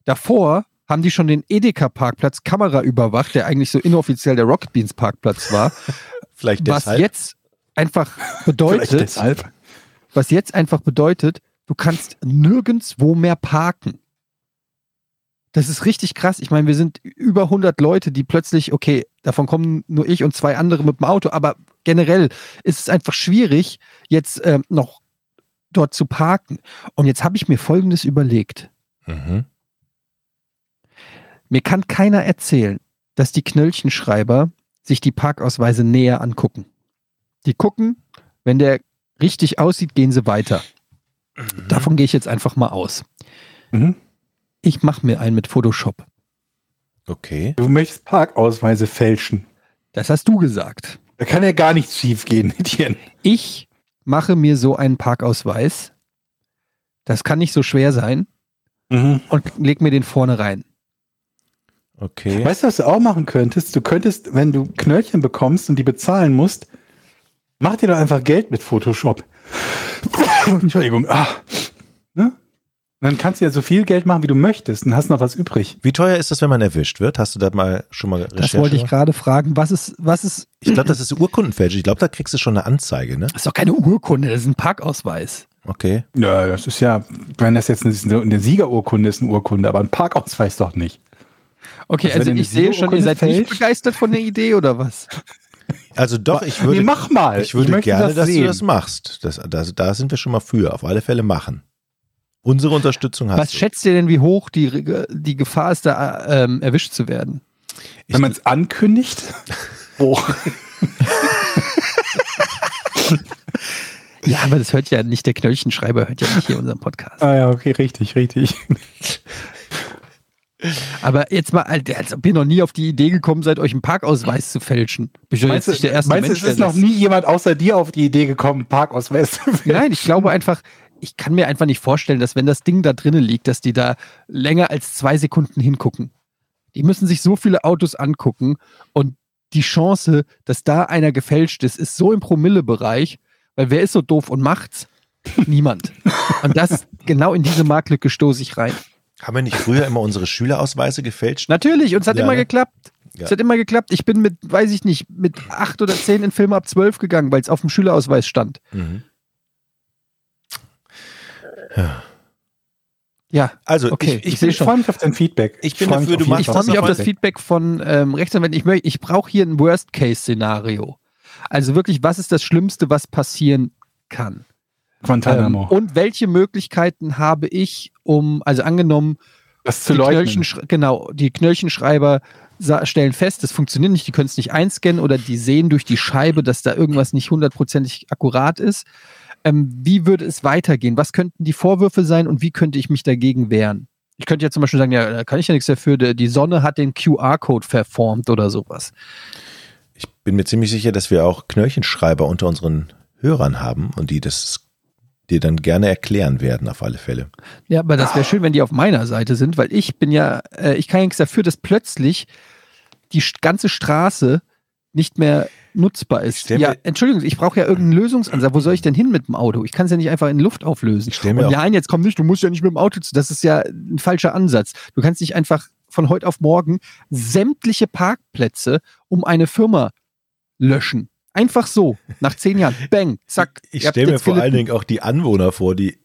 Speaker 4: Davor haben die schon den Edeka-Parkplatz Kamera überwacht, der eigentlich so inoffiziell der Rocket Beans Parkplatz war
Speaker 1: Vielleicht
Speaker 4: was
Speaker 1: deshalb.
Speaker 4: jetzt einfach
Speaker 2: Vielleicht
Speaker 4: bedeutet,
Speaker 2: deshalb.
Speaker 4: was jetzt einfach bedeutet, du kannst nirgendwo mehr parken. Das ist richtig krass. Ich meine, wir sind über 100 Leute, die plötzlich, okay, davon kommen nur ich und zwei andere mit dem Auto, aber generell ist es einfach schwierig, jetzt ähm, noch dort zu parken. Und jetzt habe ich mir Folgendes überlegt.
Speaker 1: Mhm.
Speaker 4: Mir kann keiner erzählen, dass die Knöllchenschreiber sich die Parkausweise näher angucken. Die gucken, wenn der richtig aussieht, gehen sie weiter. Davon gehe ich jetzt einfach mal aus. genau.
Speaker 2: Mhm.
Speaker 4: Ich mache mir einen mit Photoshop.
Speaker 1: Okay.
Speaker 2: Du möchtest Parkausweise fälschen.
Speaker 4: Das hast du gesagt.
Speaker 2: Da kann ja gar nichts schief gehen, Etienne.
Speaker 4: Ich mache mir so einen Parkausweis. Das kann nicht so schwer sein. Und leg mir den vorne rein.
Speaker 1: Okay.
Speaker 2: Weißt du, was du auch machen könntest? Du könntest, wenn du Knöllchen bekommst und die bezahlen musst, mach dir doch einfach Geld mit Photoshop. Entschuldigung. Ah. Ne? Dann kannst du ja so viel Geld machen, wie du möchtest und hast noch was übrig.
Speaker 1: Wie teuer ist das, wenn man erwischt wird? Hast du da mal schon mal
Speaker 4: Das
Speaker 1: Recherche
Speaker 4: wollte ich
Speaker 1: gemacht?
Speaker 4: gerade fragen. Was ist, was ist?
Speaker 1: Ich glaube, das ist Urkundenfälschung. Ich glaube, da kriegst du schon eine Anzeige, ne?
Speaker 4: Das ist doch keine Urkunde, das ist ein Parkausweis.
Speaker 1: Okay.
Speaker 2: Ja, das ist ja, wenn das jetzt eine, eine Siegerurkunde ist, eine Urkunde, aber ein Parkausweis doch nicht.
Speaker 4: Okay,
Speaker 2: Also,
Speaker 4: also,
Speaker 2: wenn
Speaker 4: ich
Speaker 2: die
Speaker 4: sehe schon, ihr
Speaker 2: Siegerurkunde
Speaker 4: seid
Speaker 2: fällt-
Speaker 4: nicht begeistert von der Idee oder was?
Speaker 1: Also doch, ich würde,
Speaker 2: nee, mach mal.
Speaker 1: ich würde
Speaker 2: möchte
Speaker 1: gerne, dass
Speaker 2: sehen.
Speaker 1: du das machst. Das, das, da sind wir schon mal für. Auf alle Fälle machen. Unsere Unterstützung hast
Speaker 4: was
Speaker 1: du.
Speaker 4: schätzt ihr denn, wie hoch die, die Gefahr ist, da ähm, erwischt zu werden?
Speaker 2: Wenn man es ankündigt. Oh.
Speaker 4: Ja, aber das hört ja nicht, der Knöllchenschreiber hört ja nicht hier unseren Podcast.
Speaker 2: Ah ja, okay, richtig, richtig.
Speaker 4: Aber jetzt mal, als ob ihr noch nie auf die Idee gekommen seid, euch einen Parkausweis zu fälschen. Bin ich doch jetzt
Speaker 2: Meinst du,
Speaker 4: nicht der erste
Speaker 2: meinst du,
Speaker 4: Mensch,
Speaker 2: es ist
Speaker 4: der
Speaker 2: noch
Speaker 4: das-
Speaker 2: nie jemand außer dir auf die Idee gekommen, Parkausweis zu wählen?
Speaker 4: Nein, ich glaube einfach, ich kann mir einfach nicht vorstellen, dass wenn das Ding da drinnen liegt, dass die da länger als zwei Sekunden hingucken. Die müssen sich so viele Autos angucken und die Chance, dass da einer gefälscht ist, ist so im Promillebereich, weil wer ist so doof und macht's? Niemand. Und das genau in diese Marktlücke stoße ich rein.
Speaker 1: Haben wir nicht früher immer unsere Schülerausweise gefälscht?
Speaker 4: Natürlich, und es hat
Speaker 1: Ja,
Speaker 4: immer
Speaker 1: ne?
Speaker 4: geklappt.
Speaker 1: Ja.
Speaker 4: Es hat immer geklappt. Ich bin mit, weiß ich nicht, mit acht oder zehn in Filme ab zwölf gegangen, weil es auf dem Schülerausweis stand.
Speaker 1: Mhm.
Speaker 4: Ja,
Speaker 1: Also
Speaker 4: Okay.
Speaker 1: ich,
Speaker 4: Ich
Speaker 1: ich,
Speaker 4: sehe
Speaker 2: Ich
Speaker 4: schon.
Speaker 2: freue mich auf dein Feedback.
Speaker 1: Ich bin
Speaker 2: freue mich
Speaker 1: dafür, du
Speaker 2: jeden
Speaker 1: machst
Speaker 4: Ich
Speaker 1: Ach,
Speaker 2: Fall
Speaker 1: das
Speaker 4: freue mich
Speaker 1: ist
Speaker 4: auf
Speaker 1: voll
Speaker 4: das
Speaker 1: nett.
Speaker 4: Feedback von ähm, Rechtsanwälten. Ich, möcht- ich brauche hier ein Worst-Case-Szenario. Also wirklich, was ist das Schlimmste, was passieren kann? Ähm,
Speaker 2: Guantanamo.
Speaker 4: und welche Möglichkeiten habe ich, um, also angenommen,
Speaker 2: das zu
Speaker 4: die
Speaker 2: leugnen.
Speaker 4: Knöllchenschre- genau, die Knöllchenschreiber sa- stellen fest, das funktioniert nicht, die können es nicht einscannen oder die sehen durch die Scheibe, dass da irgendwas nicht hundertprozentig akkurat ist. Ähm, wie würde es weitergehen? Was könnten die Vorwürfe sein und wie könnte ich mich dagegen wehren? Ich könnte ja zum Beispiel sagen, ja, da kann ich ja nichts dafür, der- die Sonne hat den QR-Code verformt oder sowas.
Speaker 1: ich bin mir ziemlich sicher, dass wir auch Knöllchenschreiber unter unseren Hörern haben und die das dir dann gerne erklären werden, auf alle Fälle.
Speaker 4: Ja, aber
Speaker 1: Ah.
Speaker 4: das wäre schön, wenn die auf meiner Seite sind, weil ich bin ja, äh, ich kann ja nichts dafür, dass plötzlich die st- ganze Straße nicht mehr nutzbar
Speaker 1: Ich
Speaker 4: ist.
Speaker 1: stell mir-
Speaker 4: Ja, Entschuldigung, ich brauche ja irgendeinen Lösungsansatz. Wo soll ich denn hin mit dem Auto? Ich kann es ja nicht einfach in Luft auflösen.
Speaker 1: Ich stell mir
Speaker 4: Und
Speaker 1: auch-
Speaker 4: nein, jetzt komm nicht, du musst ja nicht mit dem Auto zu. Das ist ja ein falscher Ansatz. Du kannst nicht einfach von heute auf morgen sämtliche Parkplätze um eine Firma löschen. Einfach so, nach zehn Jahren. Bang, zack.
Speaker 1: Ich
Speaker 4: Ihr habt
Speaker 1: stelle mir
Speaker 4: jetzt
Speaker 1: vor allen
Speaker 4: gelitten.
Speaker 1: Dingen auch die Anwohner vor, die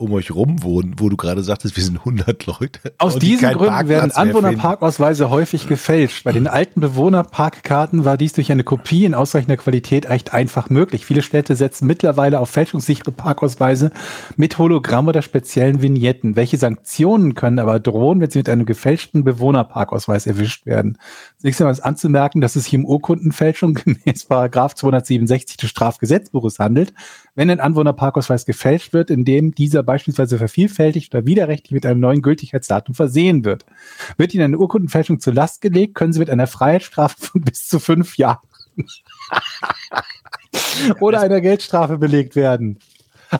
Speaker 1: um euch rum wohnen, wo du gerade sagtest, wir sind 100 Leute.
Speaker 2: Aus
Speaker 1: und Oh, die
Speaker 2: diesen
Speaker 1: keinen
Speaker 2: Gründen werden
Speaker 1: Parkplatz mehr finden.
Speaker 2: Anwohnerparkausweise häufig gefälscht. Bei den alten Bewohnerparkkarten war dies durch eine Kopie in ausreichender Qualität echt einfach möglich. Viele Städte setzen mittlerweile auf fälschungssichere Parkausweise mit Hologramm oder speziellen Vignetten. Welche Sanktionen können aber drohen, wenn sie mit einem gefälschten Bewohnerparkausweis erwischt werden? Zunächst einmal ist anzumerken, dass es sich um Urkundenfälschung gemäß Paragraph 267 des Strafgesetzbuches handelt. Wenn ein Anwohnerparkausweis gefälscht wird, indem dieser beispielsweise vervielfältigt oder widerrechtlich mit einem neuen Gültigkeitsdatum versehen wird. Wird Ihnen eine Urkundenfälschung zur Last gelegt, können Sie mit einer Freiheitsstrafe von bis zu fünf Jahren oder einer Geldstrafe belegt werden.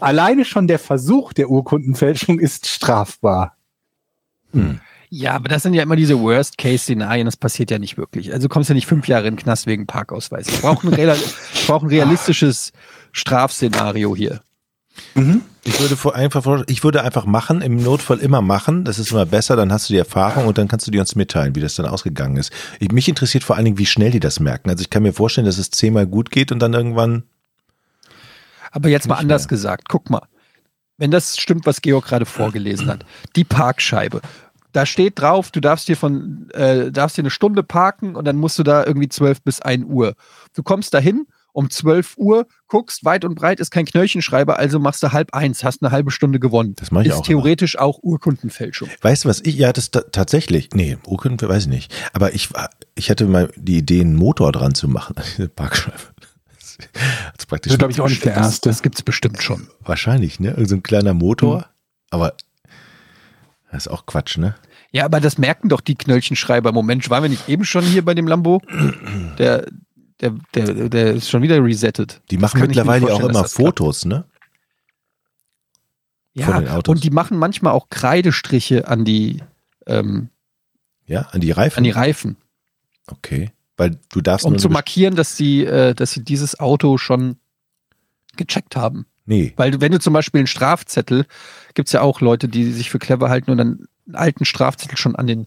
Speaker 2: Alleine schon der Versuch der Urkundenfälschung ist strafbar.
Speaker 1: Hm.
Speaker 4: Ja, aber das sind ja immer diese Worst-Case-Szenarien, das passiert ja nicht wirklich. Also du kommst ja nicht fünf Jahre in den Knast wegen Parkausweis. Ich brauche ein, real- ich brauch ein realistisches Strafszenario hier.
Speaker 1: Ich würde vor, einfach, vor- ich würde einfach machen, im Notfall immer machen. Das ist immer besser, dann hast du die Erfahrung und dann kannst du dir uns mitteilen, wie das dann ausgegangen ist. Ich, mich interessiert vor allen Dingen, wie schnell die das merken. Also ich kann mir vorstellen, dass es zehnmal gut geht und dann irgendwann.
Speaker 4: Aber jetzt mal
Speaker 1: Nicht
Speaker 4: anders
Speaker 1: mehr.
Speaker 4: gesagt, guck mal. Wenn das stimmt, was Georg gerade vorgelesen hat, die Parkscheibe. Da steht drauf, du darfst hier von, äh, darfst hier eine Stunde parken und dann musst du da irgendwie 12 bis 1 Uhr. Du kommst dahin um 12 Uhr, guckst, weit und breit ist kein Knöllchenschreiber, also machst du halb eins, hast eine halbe Stunde gewonnen.
Speaker 1: Das mach ich
Speaker 4: ist
Speaker 1: auch immer.
Speaker 4: theoretisch auch Urkundenfälschung.
Speaker 1: Weißt du was? Ich, ja, das ta- tatsächlich. Nee, Urkunden, weiß ich nicht. Aber ich, war- ich hatte mal die Idee, einen Motor dran zu machen. Diese Parkscheibe. Das ist praktisch.
Speaker 2: Das ist, glaube ich, auch nicht der erste.
Speaker 4: Das gibt's bestimmt schon.
Speaker 1: Wahrscheinlich, ne? Irgend so ein kleiner
Speaker 4: Hm.
Speaker 1: Motor. Aber das ist auch Quatsch, ne?
Speaker 4: Ja, aber das merken doch die Knöllchenschreiber. Moment, waren wir nicht eben schon hier bei dem Lambo? Der, der, der, der ist schon wieder resettet.
Speaker 1: Die
Speaker 4: Das
Speaker 1: machen
Speaker 4: kann ich mir
Speaker 1: mittlerweile
Speaker 4: nicht
Speaker 1: auch
Speaker 4: vorstellen,
Speaker 1: immer
Speaker 4: dass das klappt.
Speaker 1: Fotos, ne? von den
Speaker 4: Ja,
Speaker 1: Autos.
Speaker 4: und die machen manchmal auch Kreidestriche an die, ähm,
Speaker 1: Ja, an die Reifen.
Speaker 4: an die Reifen,
Speaker 1: Okay. Weil du darfst
Speaker 4: um
Speaker 1: nur
Speaker 4: zu
Speaker 1: eine best-
Speaker 4: markieren, dass sie, äh, dass sie dieses Auto schon gecheckt haben.
Speaker 1: Nee.
Speaker 4: Weil du, wenn du zum Beispiel einen Strafzettel, gibt's ja auch Leute, die sich für clever halten und dann einen alten Strafzettel schon an den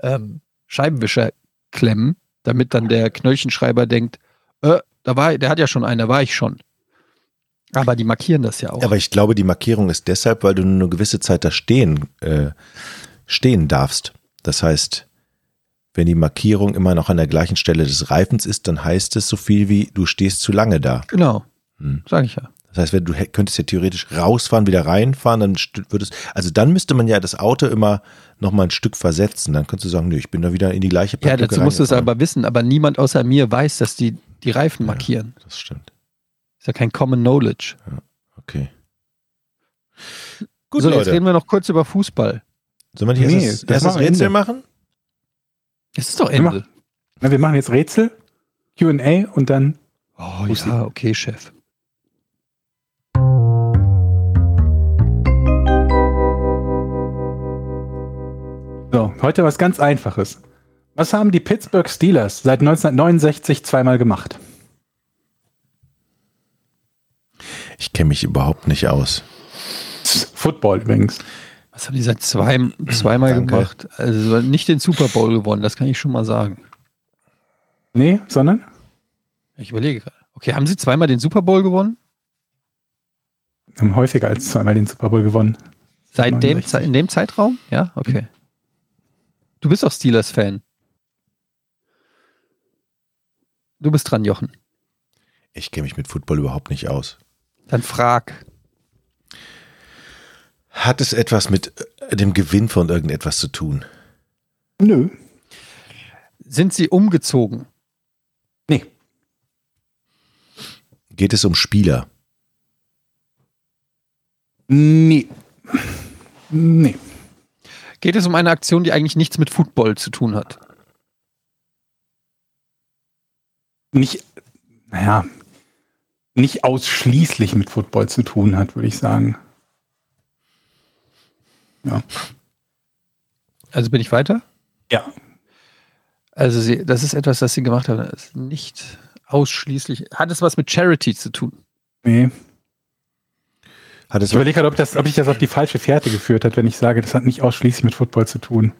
Speaker 4: ähm, Scheibenwischer klemmen, damit dann der Knöllchenschreiber denkt, äh, da war, der hat ja schon einen, da war ich schon. Aber die markieren das ja auch.
Speaker 1: Aber ich glaube, die Markierung ist deshalb, weil du nur eine gewisse Zeit da stehen, äh, stehen darfst. Das heißt, wenn die Markierung immer noch an der gleichen Stelle des Reifens ist, dann heißt es so viel wie, du stehst zu lange da.
Speaker 4: genau,
Speaker 1: Hm.
Speaker 4: sage ich ja.
Speaker 1: Das heißt, wenn du hä- könntest ja theoretisch rausfahren, wieder reinfahren, dann st- würdest, also dann müsste man ja das Auto immer noch mal ein Stück versetzen. Dann könntest du sagen, nö, ich bin da wieder in die gleiche
Speaker 4: Ja,
Speaker 1: Parklücke
Speaker 4: dazu musst du es
Speaker 1: reingefahren.
Speaker 4: aber wissen, aber niemand außer mir weiß, dass die die Reifen markieren.
Speaker 1: Das stimmt.
Speaker 4: Ist ja kein Common Knowledge.
Speaker 1: Okay. Gut,
Speaker 4: so, jetzt
Speaker 1: Leute.
Speaker 4: reden wir noch kurz über Fußball.
Speaker 1: Sollen wir nicht
Speaker 2: Nee,
Speaker 1: erst das, erst
Speaker 2: das
Speaker 1: das
Speaker 2: machen wir
Speaker 1: Rätsel
Speaker 2: Ende.
Speaker 1: machen?
Speaker 4: Es ist doch
Speaker 2: Ende.
Speaker 4: Ende.
Speaker 2: Na, wir machen jetzt Rätsel, QA und dann.
Speaker 4: Oh
Speaker 2: Muss
Speaker 4: ja, okay, Chef.
Speaker 2: So, heute was ganz Einfaches. Was haben die Pittsburgh Steelers seit 1969 zweimal gemacht?
Speaker 1: Ich kenne mich überhaupt nicht aus.
Speaker 2: Football übrigens.
Speaker 4: Was haben die seit zwei, zweimal
Speaker 1: Danke.
Speaker 4: gemacht? Also nicht den Super Bowl gewonnen, das kann ich schon mal sagen.
Speaker 2: Nee, sondern?
Speaker 4: Ich überlege gerade. Okay, haben sie zweimal den Super Bowl gewonnen?
Speaker 2: Haben häufiger als zweimal den Super Bowl gewonnen.
Speaker 4: Seit dem,
Speaker 2: 69.
Speaker 4: in dem Zeitraum? Ja, okay. Du bist auch Steelers-Fan. Du bist dran, Jochen.
Speaker 1: Ich kenne mich mit Football überhaupt nicht aus.
Speaker 4: Dann frag.
Speaker 1: Hat es etwas mit äh, dem Gewinn von irgendetwas zu tun?
Speaker 2: Nö.
Speaker 4: Sind sie umgezogen?
Speaker 2: Nee.
Speaker 1: Geht es um Spieler?
Speaker 2: Nee. Nee.
Speaker 4: Geht es um eine Aktion, die eigentlich nichts mit Football zu tun hat?
Speaker 2: Nicht, naja, nicht ausschließlich mit Football zu tun hat, würde ich sagen.
Speaker 4: Also bin ich weiter?
Speaker 2: Ja.
Speaker 4: Also sie, das ist etwas, das sie gemacht haben. Das ist nicht ausschließlich. Hat es was mit Charity zu tun?
Speaker 2: Nee.
Speaker 1: Hat es
Speaker 2: Ich überlege gerade, ob, das, ob ich das auf die falsche Fährte geführt hat, wenn ich sage, das hat nicht ausschließlich mit Football zu tun.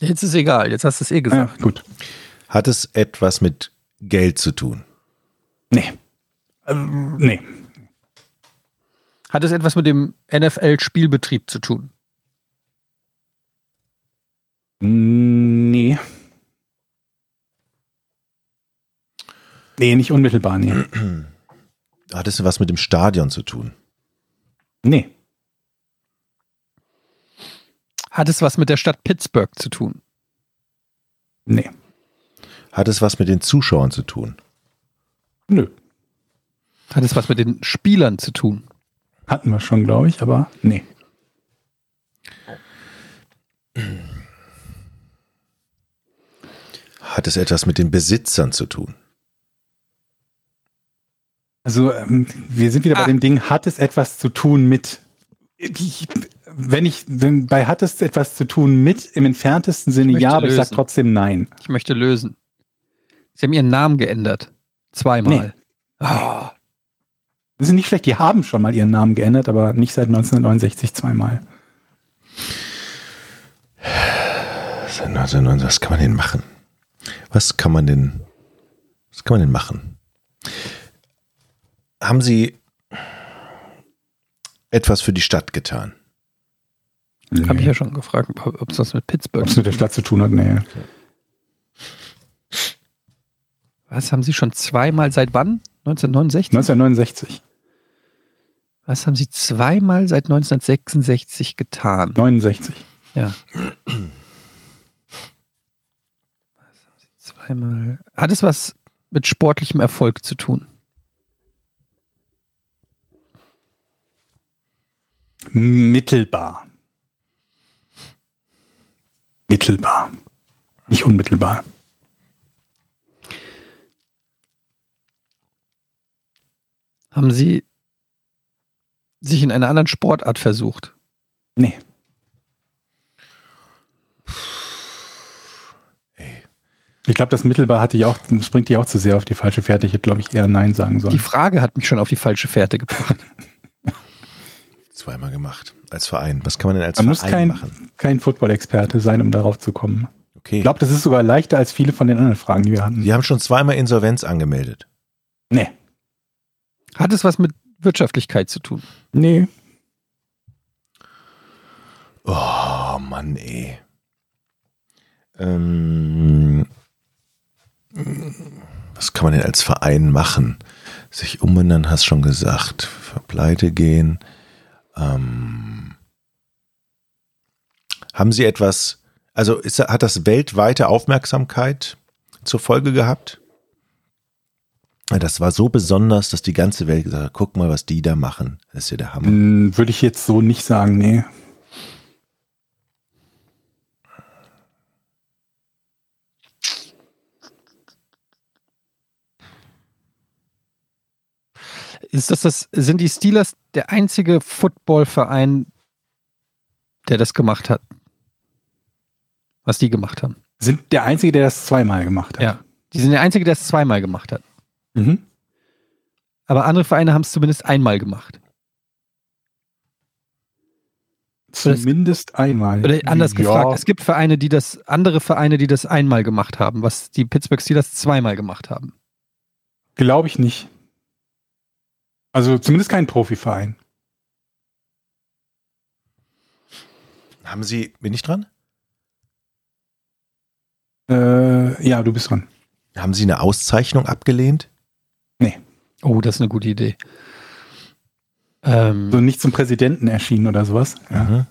Speaker 4: Jetzt ist egal. Jetzt hast du es eh gesagt.
Speaker 2: Ja, gut.
Speaker 1: Hat es etwas mit Geld zu tun?
Speaker 2: Nee. Ähm, nee.
Speaker 4: Hat es etwas mit dem NFL-Spielbetrieb zu tun?
Speaker 2: Nee. Nee, nicht unmittelbar, nee.
Speaker 1: Hat es was mit dem Stadion zu tun?
Speaker 2: Nee.
Speaker 4: Hat es was mit der Stadt Pittsburgh zu tun?
Speaker 2: Nee.
Speaker 1: Hat es was mit den Zuschauern zu tun?
Speaker 2: Nö.
Speaker 4: Hat es was mit den Spielern zu tun?
Speaker 2: Hatten wir schon, glaube ich, aber nee.
Speaker 1: Hat es etwas mit den Besitzern zu tun?
Speaker 2: Also, ähm, wir sind wieder
Speaker 4: Ah.
Speaker 2: bei dem Ding, hat es etwas zu tun mit. Ich- Wenn ich, wenn, bei hat es etwas zu tun mit, im entferntesten Sinne
Speaker 4: möchte
Speaker 2: ja, aber ich sage
Speaker 4: lösen.
Speaker 2: trotzdem nein.
Speaker 4: Ich möchte lösen. Sie haben ihren Namen geändert. Zweimal. Oh,
Speaker 2: Das ist nicht schlecht, die haben schon mal ihren Namen geändert, aber nicht seit 1969 zweimal.
Speaker 1: Was kann man denn machen? Was kann man denn, was kann man denn machen? Haben Sie etwas für die Stadt getan?
Speaker 4: Habe ich ja schon gefragt, ob es was mit Pittsburgh
Speaker 2: Ob es
Speaker 4: zu
Speaker 2: mit der Stadt zu tun hat, nee.
Speaker 4: Was haben Sie schon zweimal seit wann? 1969?
Speaker 2: 1969.
Speaker 4: Was haben Sie zweimal seit 1966 getan?
Speaker 2: 69.
Speaker 4: Ja. Was haben Sie zweimal? Hat es was mit sportlichem Erfolg zu tun?
Speaker 2: Mittelbar. Mittelbar. Nicht unmittelbar.
Speaker 4: Haben Sie sich in einer anderen Sportart versucht?
Speaker 2: Nee. Ich glaube, das mittelbar hatte ich auch, das bringt dich auch zu sehr auf die falsche Fährte. Ich hätte, glaube ich, eher Nein sagen
Speaker 4: Die
Speaker 2: sollen.
Speaker 4: Frage hat mich schon auf die falsche Fährte gebracht.
Speaker 1: Zweimal gemacht. Als Verein. Was kann man denn als
Speaker 2: Man muss
Speaker 1: Verein
Speaker 2: kein,
Speaker 1: machen?
Speaker 2: kein Football-Experte sein, um darauf zu kommen.
Speaker 1: Okay.
Speaker 2: Ich glaube, das ist sogar leichter als viele von den anderen Fragen, die wir hatten.
Speaker 1: Sie haben schon zweimal Insolvenz angemeldet.
Speaker 2: Nee.
Speaker 4: Hat es was mit Wirtschaftlichkeit zu tun?
Speaker 5: Nee.
Speaker 1: Oh Mann, ey. Ähm, was kann man denn als Verein machen? Sich umbenennen, hast schon gesagt. Pleite gehen. Ähm, haben Sie etwas, also ist, hat das weltweite Aufmerksamkeit zur Folge gehabt? Das war so besonders, dass die ganze Welt gesagt hat, guck mal, was die da machen. Das ist ja der Hammer.
Speaker 2: Hm, Würde ich jetzt so nicht sagen, nee.
Speaker 4: Ist das das, sind die Steelers der einzige Footballverein, der das gemacht hat? Was die gemacht haben.
Speaker 2: Sind der Einzige, der das zweimal gemacht hat.
Speaker 4: Ja. Die sind der einzige, der es zweimal gemacht hat.
Speaker 2: Mhm.
Speaker 4: Aber andere Vereine haben es zumindest einmal gemacht.
Speaker 2: Zumindest einmal.
Speaker 4: Oder anders
Speaker 2: Ja.
Speaker 4: gefragt, es gibt Vereine, die das, andere Vereine, die das einmal gemacht haben, was die Pittsburgh Steelers zweimal gemacht haben.
Speaker 2: Glaube ich nicht. Also zumindest kein Profiverein.
Speaker 1: Haben Sie, bin ich dran?
Speaker 2: Äh, ja, du bist dran.
Speaker 1: Haben Sie eine Auszeichnung abgelehnt?
Speaker 4: Oh, das ist eine gute Idee. Ähm,
Speaker 2: So nicht zum Präsidenten erschienen oder sowas. Ja.
Speaker 1: Mhm.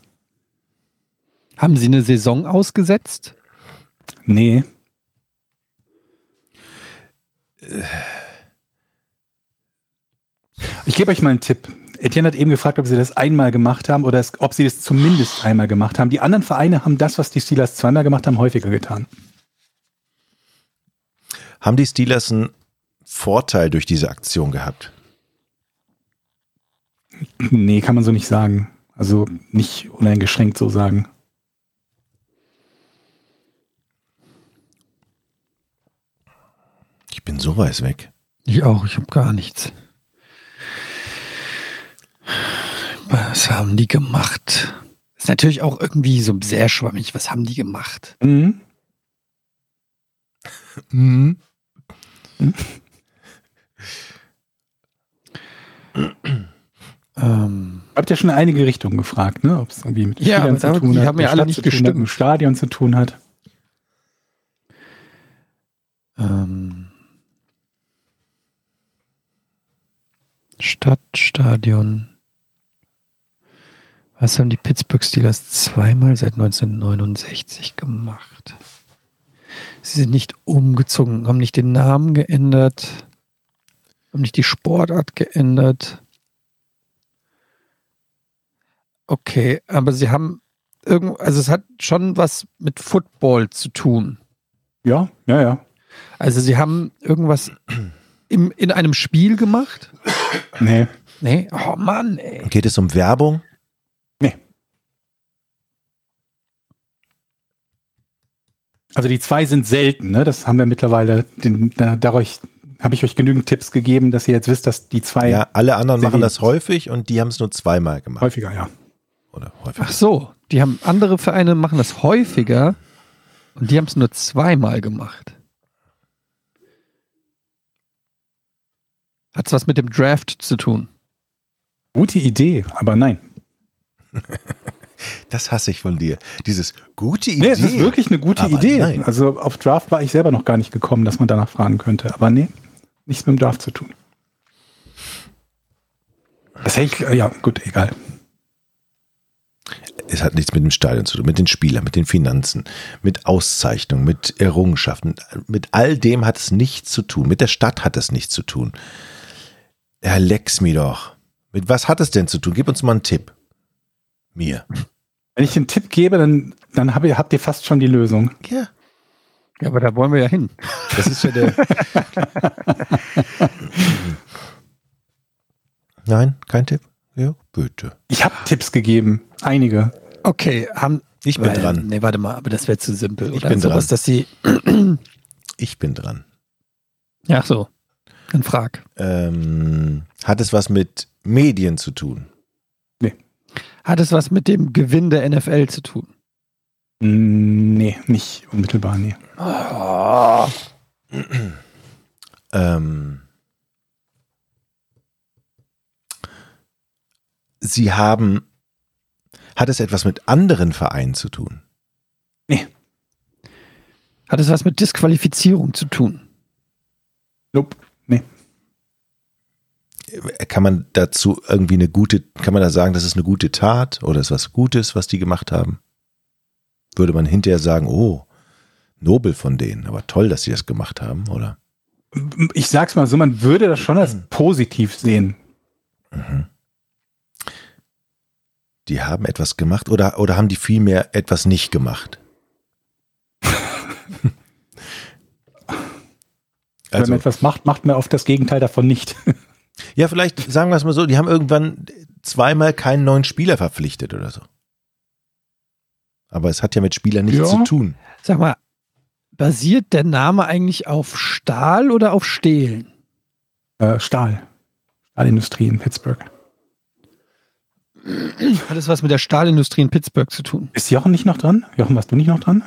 Speaker 4: haben sie eine Saison ausgesetzt?
Speaker 2: Nee. Ich gebe euch mal einen Tipp. Etienne hat eben gefragt, ob sie das einmal gemacht haben oder es, ob sie das zumindest einmal gemacht haben. Die anderen Vereine haben das, was die Steelers zweimal gemacht haben, häufiger getan.
Speaker 1: Haben die Steelers einen Vorteil durch diese Aktion gehabt?
Speaker 2: Nee, kann man so nicht sagen. Also nicht uneingeschränkt so sagen.
Speaker 1: Ich bin so weit weg.
Speaker 4: Ich auch, ich habe gar nichts. Was haben die gemacht? Ist natürlich auch irgendwie so sehr schwammig. Was haben die gemacht?
Speaker 2: Mhm.
Speaker 4: Ähm,
Speaker 2: Habt ihr schon einige Richtungen gefragt, ne? Ob es irgendwie mit
Speaker 4: Ja,
Speaker 2: Spielern
Speaker 4: aber die haben
Speaker 2: mit
Speaker 4: ja
Speaker 2: der
Speaker 4: alle
Speaker 2: Stadt
Speaker 4: nicht
Speaker 2: zu tun hat,
Speaker 4: gestimmt.
Speaker 2: mit dem Stadion zu tun hat.
Speaker 4: ähm, Stadt, Stadion. Was haben die Pittsburgh Steelers zweimal seit 1969 gemacht? Sie sind nicht umgezogen, haben nicht den Namen geändert, haben nicht die Sportart geändert. Okay, aber sie haben irgendwo, also es hat schon was mit Football zu tun.
Speaker 2: Ja, ja, ja.
Speaker 4: Also sie haben irgendwas im, in einem Spiel gemacht?
Speaker 2: Nee.
Speaker 4: Nee, oh Mann, ey.
Speaker 1: Geht es um Werbung?
Speaker 2: Also die zwei sind selten, ne? Das haben wir mittlerweile, den, da, dadurch habe ich euch genügend Tipps gegeben, dass ihr jetzt wisst, dass die zwei
Speaker 1: Ja, alle anderen
Speaker 2: Sie
Speaker 1: machen das
Speaker 2: lieben
Speaker 1: häufig und die haben es nur zweimal gemacht.
Speaker 2: häufiger, ja.
Speaker 1: Oder häufig.
Speaker 4: Ach so, die haben andere Vereine machen das häufiger und die haben es nur zweimal gemacht. Hat's was mit dem Draft zu tun?
Speaker 2: Gute Idee, aber nein.
Speaker 1: Das hasse ich von dir. Dieses gute Idee.
Speaker 2: Nee, es ist wirklich eine gute
Speaker 1: Aber
Speaker 2: Idee.
Speaker 1: nein.
Speaker 2: Also auf Draft war ich selber noch gar nicht gekommen, dass man danach fragen könnte. Aber nee, nichts mit dem Draft zu tun. Das hätte ich, ja, gut, egal.
Speaker 1: Es hat nichts mit dem Stadion zu tun, mit den Spielern, mit den Finanzen, mit Auszeichnungen, mit Errungenschaften. Mit all dem hat es nichts zu tun. Mit der Stadt hat es nichts zu tun. Herr Lex mir doch. Mit was hat es denn zu tun? Gib uns mal einen Tipp. Mir.
Speaker 2: Wenn ich den Tipp gebe, dann, dann hab ihr, habt ihr fast schon die Lösung.
Speaker 1: Ja.
Speaker 4: Ja, aber da wollen wir ja hin.
Speaker 1: Das ist ja der. Nein, kein Tipp. Ja, bitte.
Speaker 2: Ich habe Tipps gegeben, einige.
Speaker 4: Okay, haben.
Speaker 1: Ich bin
Speaker 4: Weil-
Speaker 1: dran.
Speaker 4: Nee, warte mal, aber das wäre zu simpel.
Speaker 1: Ich
Speaker 4: oder?
Speaker 1: bin
Speaker 4: Sowas,
Speaker 1: dran.
Speaker 4: dass sie.
Speaker 1: Ich bin dran.
Speaker 4: Ja, so. Dann frag.
Speaker 1: Ähm, hat es was mit Medien zu tun?
Speaker 4: Hat es was mit dem Gewinn der NFL zu tun?
Speaker 2: Mm, Nee, nicht unmittelbar, nee.
Speaker 4: Oh.
Speaker 1: Ähm, Sie haben, hat es etwas mit anderen Vereinen zu tun?
Speaker 4: Hat es was mit Disqualifizierung zu tun?
Speaker 2: Nope. Nee.
Speaker 1: Kann man dazu irgendwie eine gute, kann man da sagen, das ist eine gute Tat oder ist was Gutes, was die gemacht haben? Würde man hinterher sagen, oh, nobel von denen, aber toll, dass sie das gemacht haben, oder?
Speaker 2: Ich sag's mal so, man würde das schon
Speaker 1: Mhm.
Speaker 2: als positiv sehen.
Speaker 1: Die haben etwas gemacht oder, oder haben die vielmehr etwas nicht gemacht?
Speaker 2: Wenn
Speaker 1: also,
Speaker 2: man etwas macht, macht man oft das Gegenteil davon nicht.
Speaker 1: ja, vielleicht sagen wir es mal so, die haben irgendwann zweimal keinen neuen Spieler verpflichtet oder so. Aber es hat ja mit Spieler nichts
Speaker 2: Ja.
Speaker 1: zu tun.
Speaker 4: Sag mal, basiert der Name eigentlich auf Stahl oder auf Stehlen?
Speaker 2: Äh, Stahl. Stahlindustrie in Pittsburgh.
Speaker 4: Hat es was mit der Stahlindustrie in Pittsburgh zu tun?
Speaker 2: Ist Jochen nicht noch dran? Jochen, warst du nicht noch dran?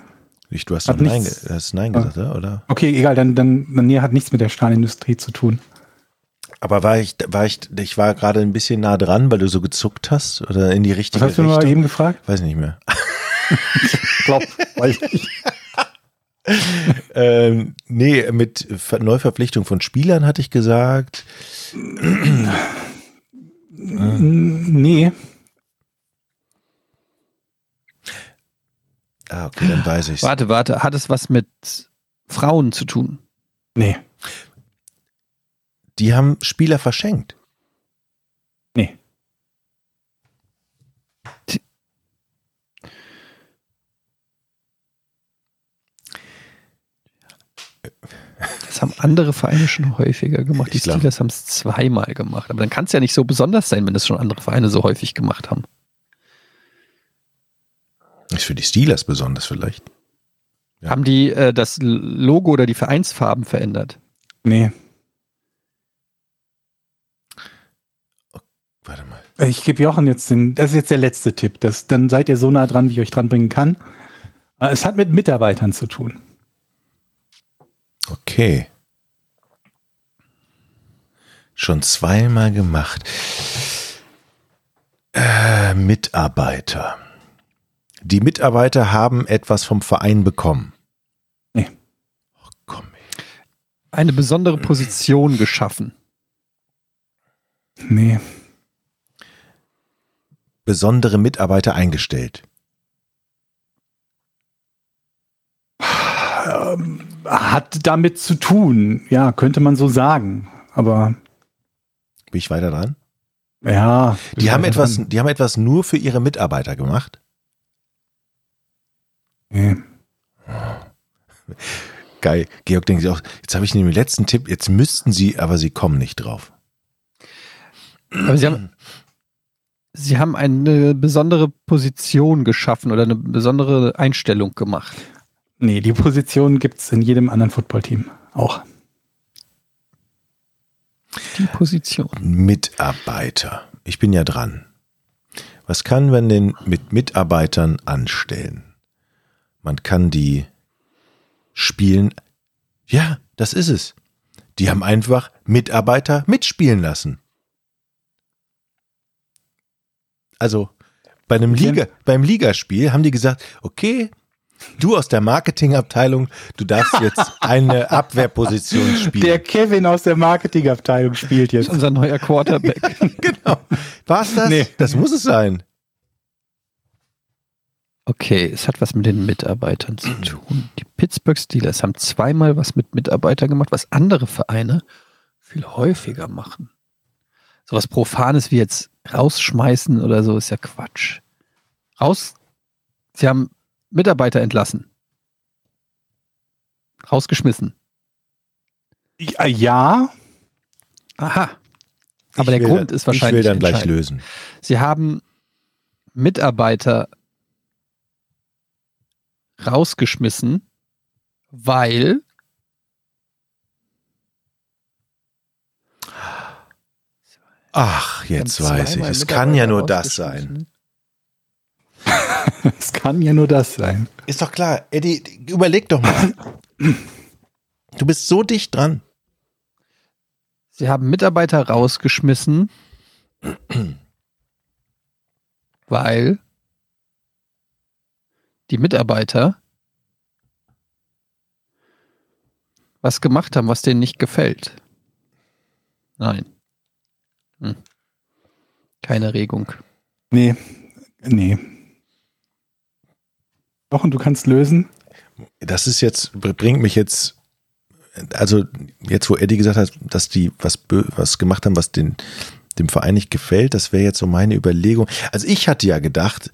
Speaker 1: Ich, du hast
Speaker 2: Hat
Speaker 1: doch Nein,
Speaker 2: nichts-
Speaker 1: ge- hast Nein
Speaker 2: Ah.
Speaker 1: gesagt, oder? oder?
Speaker 2: Okay, egal, dann, dann, dann nee, hat nichts mit der Stahlindustrie zu tun.
Speaker 1: Aber war ich, war ich, ich war gerade ein bisschen nah dran, weil du so gezuckt hast oder in die
Speaker 2: Was
Speaker 1: richtige
Speaker 2: hast du
Speaker 1: Richtung.
Speaker 2: mir mal eben gefragt?
Speaker 1: Weiß nicht mehr.
Speaker 2: Glaub, weiß ich.
Speaker 1: Ähm, nee, mit Ver- Neuverpflichtung von Spielern hatte ich gesagt.
Speaker 2: Nee,
Speaker 1: Ah, okay, dann weiß ich
Speaker 4: Warte, warte. Hat es was mit Frauen zu tun?
Speaker 2: nee,
Speaker 1: Die haben Spieler verschenkt.
Speaker 2: nee.
Speaker 4: Das haben andere Vereine schon häufiger gemacht. Die
Speaker 1: Ich glaub-
Speaker 4: Steelers haben es zweimal gemacht. Aber dann kann es ja nicht so besonders sein, wenn das schon andere Vereine so häufig gemacht haben.
Speaker 1: Ist für die Steelers besonders vielleicht. Ja.
Speaker 4: Haben die äh, das Logo oder die Vereinsfarben verändert?
Speaker 2: Nee.
Speaker 1: Warte mal.
Speaker 2: Ich gebe Jochen jetzt den, das ist jetzt der letzte Tipp. Das, dann seid ihr so nah dran, wie ich euch dran bringen kann. Äh, Es hat mit Mitarbeitern zu tun.
Speaker 1: Okay. Schon zweimal gemacht. Äh, Mitarbeiter. Die Mitarbeiter haben etwas vom Verein bekommen.
Speaker 2: Nee.
Speaker 1: Oh, komm. ey.
Speaker 4: Eine besondere Position geschaffen.
Speaker 2: Nee,
Speaker 1: Besondere Mitarbeiter eingestellt.
Speaker 2: hat damit zu tun. Ja, könnte man so sagen. Aber
Speaker 1: Bin ich weiter dran?
Speaker 2: ja.
Speaker 1: Die haben, etwas, die haben etwas nur für ihre Mitarbeiter gemacht.
Speaker 2: Nee.
Speaker 1: Geil. Georg denkt sich auch, jetzt habe ich den letzten Tipp, jetzt müssten sie, aber sie kommen nicht drauf.
Speaker 4: Aber sie haben, sie haben eine besondere Position geschaffen oder eine besondere Einstellung gemacht.
Speaker 2: nee, die Position gibt es in jedem anderen Footballteam auch.
Speaker 4: Die Position.
Speaker 1: Mitarbeiter. Ich bin ja dran. Was kann man denn mit Mitarbeitern anstellen? Man kann die spielen. Ja, das ist es. Die haben einfach Mitarbeiter mitspielen lassen. Also bei einem
Speaker 2: Die haben-
Speaker 1: Liga, beim Ligaspiel haben die gesagt, okay, du aus der Marketingabteilung, du darfst jetzt eine Abwehrposition spielen.
Speaker 2: Der Kevin aus der Marketingabteilung spielt
Speaker 1: Also,
Speaker 2: jetzt.
Speaker 4: Unser neuer Quarterback.
Speaker 1: genau. War's das?
Speaker 2: Nee.
Speaker 1: Das muss es sein.
Speaker 4: Okay, es hat was mit den Mitarbeitern zu tun. Die Pittsburgh Steelers haben zweimal was mit Mitarbeitern gemacht, was andere Vereine viel häufiger machen. Sowas Profanes wie jetzt rausschmeißen oder so ist ja Quatsch. Raus. Sie haben Mitarbeiter entlassen. Rausgeschmissen.
Speaker 1: äh,
Speaker 2: Ja, ja,
Speaker 4: Aha. Aber
Speaker 1: Ich
Speaker 4: der
Speaker 1: will-
Speaker 4: Grund ist wahrscheinlich.
Speaker 1: Ich will dann gleich
Speaker 4: entscheidend.
Speaker 1: lösen.
Speaker 4: Sie haben Mitarbeiter rausgeschmissen, weil
Speaker 1: Ach, jetzt weiß ich. Es kann ja nur das sein.
Speaker 2: es kann ja nur das sein.
Speaker 1: Ist doch klar. Eddie, überleg doch mal. Du bist so dicht dran.
Speaker 4: Sie haben Mitarbeiter rausgeschmissen, weil die Mitarbeiter was gemacht haben, was denen nicht gefällt. Nein. Hm. Keine Regung.
Speaker 2: Nee, nee. Doch, und du kannst lösen?
Speaker 1: Das ist jetzt, bringt mich jetzt, also jetzt, wo Eddie gesagt hat, dass die was, bö- was gemacht haben, was den, dem Verein nicht gefällt, das wäre jetzt so meine Überlegung. Also ich hatte ja gedacht,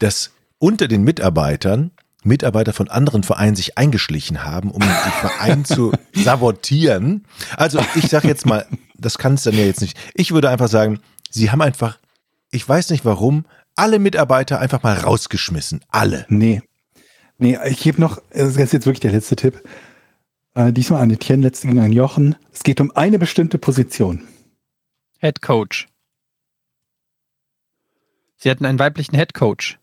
Speaker 1: dass unter den Mitarbeitern Mitarbeiter von anderen Vereinen sich eingeschlichen haben, um den Verein zu sabotieren. Also ich sage jetzt mal, das kann es dann ja jetzt nicht. Ich würde einfach sagen, sie haben einfach, ich weiß nicht warum, alle Mitarbeiter einfach mal rausgeschmissen. Alle.
Speaker 2: Nee. Nee, ich gebe noch, das ist jetzt wirklich der letzte Tipp. Äh, diesmal an Etienne, letzte ging an Jochen. Es geht um eine bestimmte Position.
Speaker 4: Head Coach. Sie hatten einen weiblichen Head Coach.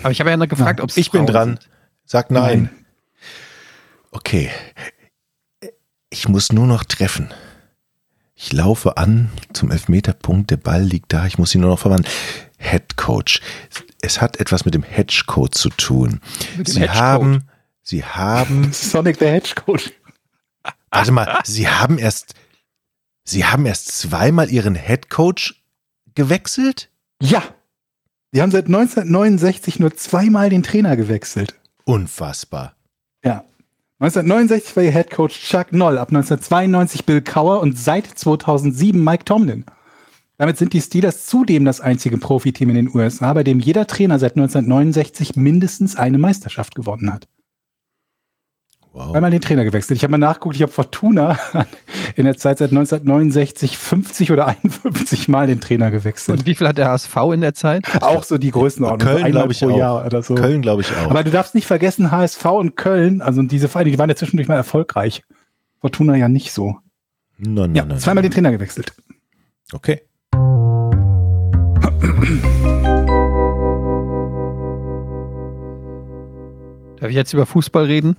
Speaker 4: Aber ich habe ja noch gefragt,
Speaker 2: Nein,
Speaker 4: ob es
Speaker 1: ich bin
Speaker 4: Frauen
Speaker 1: dran.
Speaker 4: sind.
Speaker 1: Sag nein. Okay. Ich muss nur noch treffen. Ich laufe an zum Elfmeterpunkt, der Ball liegt da, ich muss ihn nur noch verwandeln. Head Coach. Es hat etwas mit dem Hedge Code zu tun.
Speaker 4: Mit dem
Speaker 1: Sie
Speaker 4: Hedgecoach.
Speaker 1: haben, Sie haben,
Speaker 2: Sonic the Hedgehog.
Speaker 1: warte mal, Sie haben erst, Sie haben erst zweimal Ihren Head Coach gewechselt?
Speaker 2: Ja. Die haben seit 1969 nur zweimal den Trainer gewechselt.
Speaker 1: Unfassbar.
Speaker 2: Ja. 1969 war ihr Headcoach Chuck Noll, ab 1992 Bill Cower und seit 2007 Mike Tomlin. Damit sind die Steelers zudem das einzige Profiteam in den USA, bei dem jeder Trainer seit 1969 mindestens eine Meisterschaft gewonnen hat.
Speaker 1: Wow. Oh.
Speaker 2: Einmal den Trainer gewechselt. Ich habe mal nachgeguckt, ich habe Fortuna in der Zeit seit 1969 50 oder 51 Mal den Trainer gewechselt.
Speaker 4: Und wie viel hat der HSV in der Zeit?
Speaker 2: Auch so die Größenordnung.
Speaker 1: Köln,
Speaker 2: so einmal
Speaker 1: glaub ich,
Speaker 2: pro
Speaker 1: auch.
Speaker 2: Jahr oder so.
Speaker 1: Köln glaube ich auch.
Speaker 2: Aber du darfst nicht vergessen, HSV und Köln, also diese Vereine, die waren ja zwischendurch mal erfolgreich. Fortuna ja nicht so.
Speaker 1: nein, nein,
Speaker 2: Ja,
Speaker 1: nein,
Speaker 2: zweimal
Speaker 1: nein.
Speaker 2: den Trainer gewechselt.
Speaker 1: Okay.
Speaker 4: Darf ich jetzt über Fußball reden?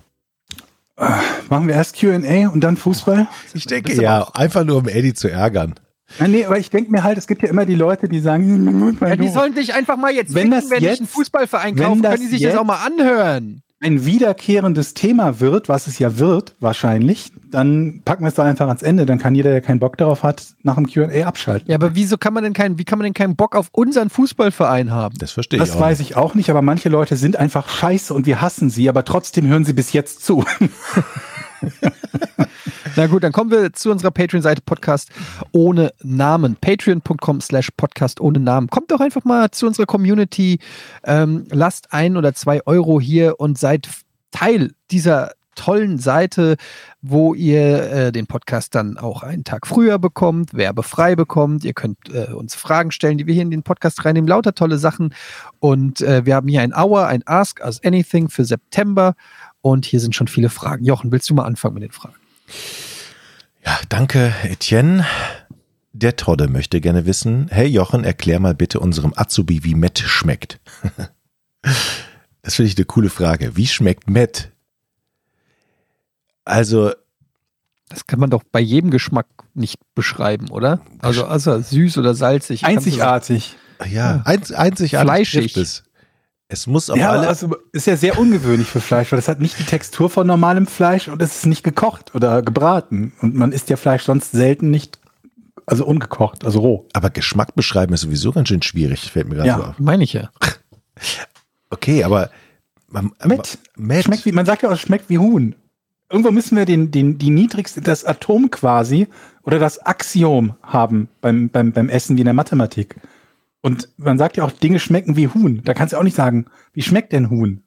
Speaker 2: Machen wir erst QA und dann Fußball?
Speaker 1: Ich
Speaker 4: Bist
Speaker 1: denke
Speaker 4: du
Speaker 1: ja, einfach nur um Eddie zu ärgern.
Speaker 2: Nein, nee, aber ich denke mir halt, es gibt ja immer die Leute, die sagen, "Hm,
Speaker 4: Ja,
Speaker 2: ja,
Speaker 4: die sollen dich einfach mal jetzt
Speaker 2: Wenn
Speaker 4: ficken,
Speaker 2: das
Speaker 4: wenn
Speaker 2: jetzt-
Speaker 4: ich einen Fußballverein
Speaker 2: wenn
Speaker 4: kaufen,
Speaker 2: das
Speaker 4: können die sich das
Speaker 2: jetzt-
Speaker 4: auch mal anhören.
Speaker 2: ein wiederkehrendes Thema wird, was es ja wird, wahrscheinlich, dann packen wir es da einfach ans Ende. Dann kann jeder, der keinen Bock darauf hat, nach dem QA abschalten.
Speaker 4: Ja, aber wieso kann man denn keinen, wie kann man denn keinen Bock auf unseren Fußballverein haben?
Speaker 1: Das verstehe ich
Speaker 2: Das
Speaker 1: auch.
Speaker 2: weiß ich auch nicht, aber manche Leute sind einfach scheiße und wir hassen sie, aber trotzdem hören sie bis jetzt zu.
Speaker 4: Na gut, dann kommen wir zu unserer Patreon-Seite Podcast ohne Namen. Patreon.com slash Podcast ohne Namen. Kommt doch einfach mal zu unserer Community. Ähm, lasst ein oder zwei Euro hier und seid Teil dieser tollen Seite, wo ihr äh, den Podcast dann auch einen Tag früher bekommt, werbefrei bekommt. Ihr könnt äh, uns Fragen stellen, die wir hier in den Podcast reinnehmen. Lauter tolle Sachen. Und äh, wir haben hier ein Hour, ein Ask Us Anything für September. Und hier sind schon viele Fragen. Jochen, willst du mal anfangen mit den Fragen?
Speaker 1: Ja, danke, Etienne. Der Todde möchte gerne wissen, hey Jochen, erklär mal bitte unserem Azubi, wie Met schmeckt. Das finde ich eine coole Frage. Wie schmeckt Met? Also,
Speaker 4: Das kann man doch bei jedem Geschmack nicht beschreiben, oder? Also, also süß oder salzig. kannst du sagen.
Speaker 2: Einzigartig.
Speaker 1: ja, einz, einzigartig
Speaker 4: Fleischig.
Speaker 1: trifft es. Es muss auf
Speaker 2: Hm. ja,
Speaker 1: alle...
Speaker 2: also ist ja sehr ungewöhnlich für Fleisch, weil das hat nicht die Textur von normalem Fleisch und es ist nicht gekocht oder gebraten. Und man isst ja Fleisch sonst selten nicht, also ungekocht, also roh.
Speaker 1: aber Geschmack beschreiben ist sowieso ganz schön schwierig, fällt mir gerade
Speaker 2: Ja.
Speaker 1: so auf.
Speaker 4: Meine ich ja.
Speaker 1: Okay, aber... man-
Speaker 2: Met.
Speaker 1: Met.
Speaker 2: Schmeckt wie, man sagt ja auch, es schmeckt wie Huhn. Irgendwo müssen wir den, den, die niedrigste, das Atom quasi oder das Axiom haben beim, beim, beim Essen wie in der Mathematik. Und man sagt ja auch, Dinge schmecken wie Huhn. Da kannst du auch nicht sagen, wie schmeckt denn Huhn?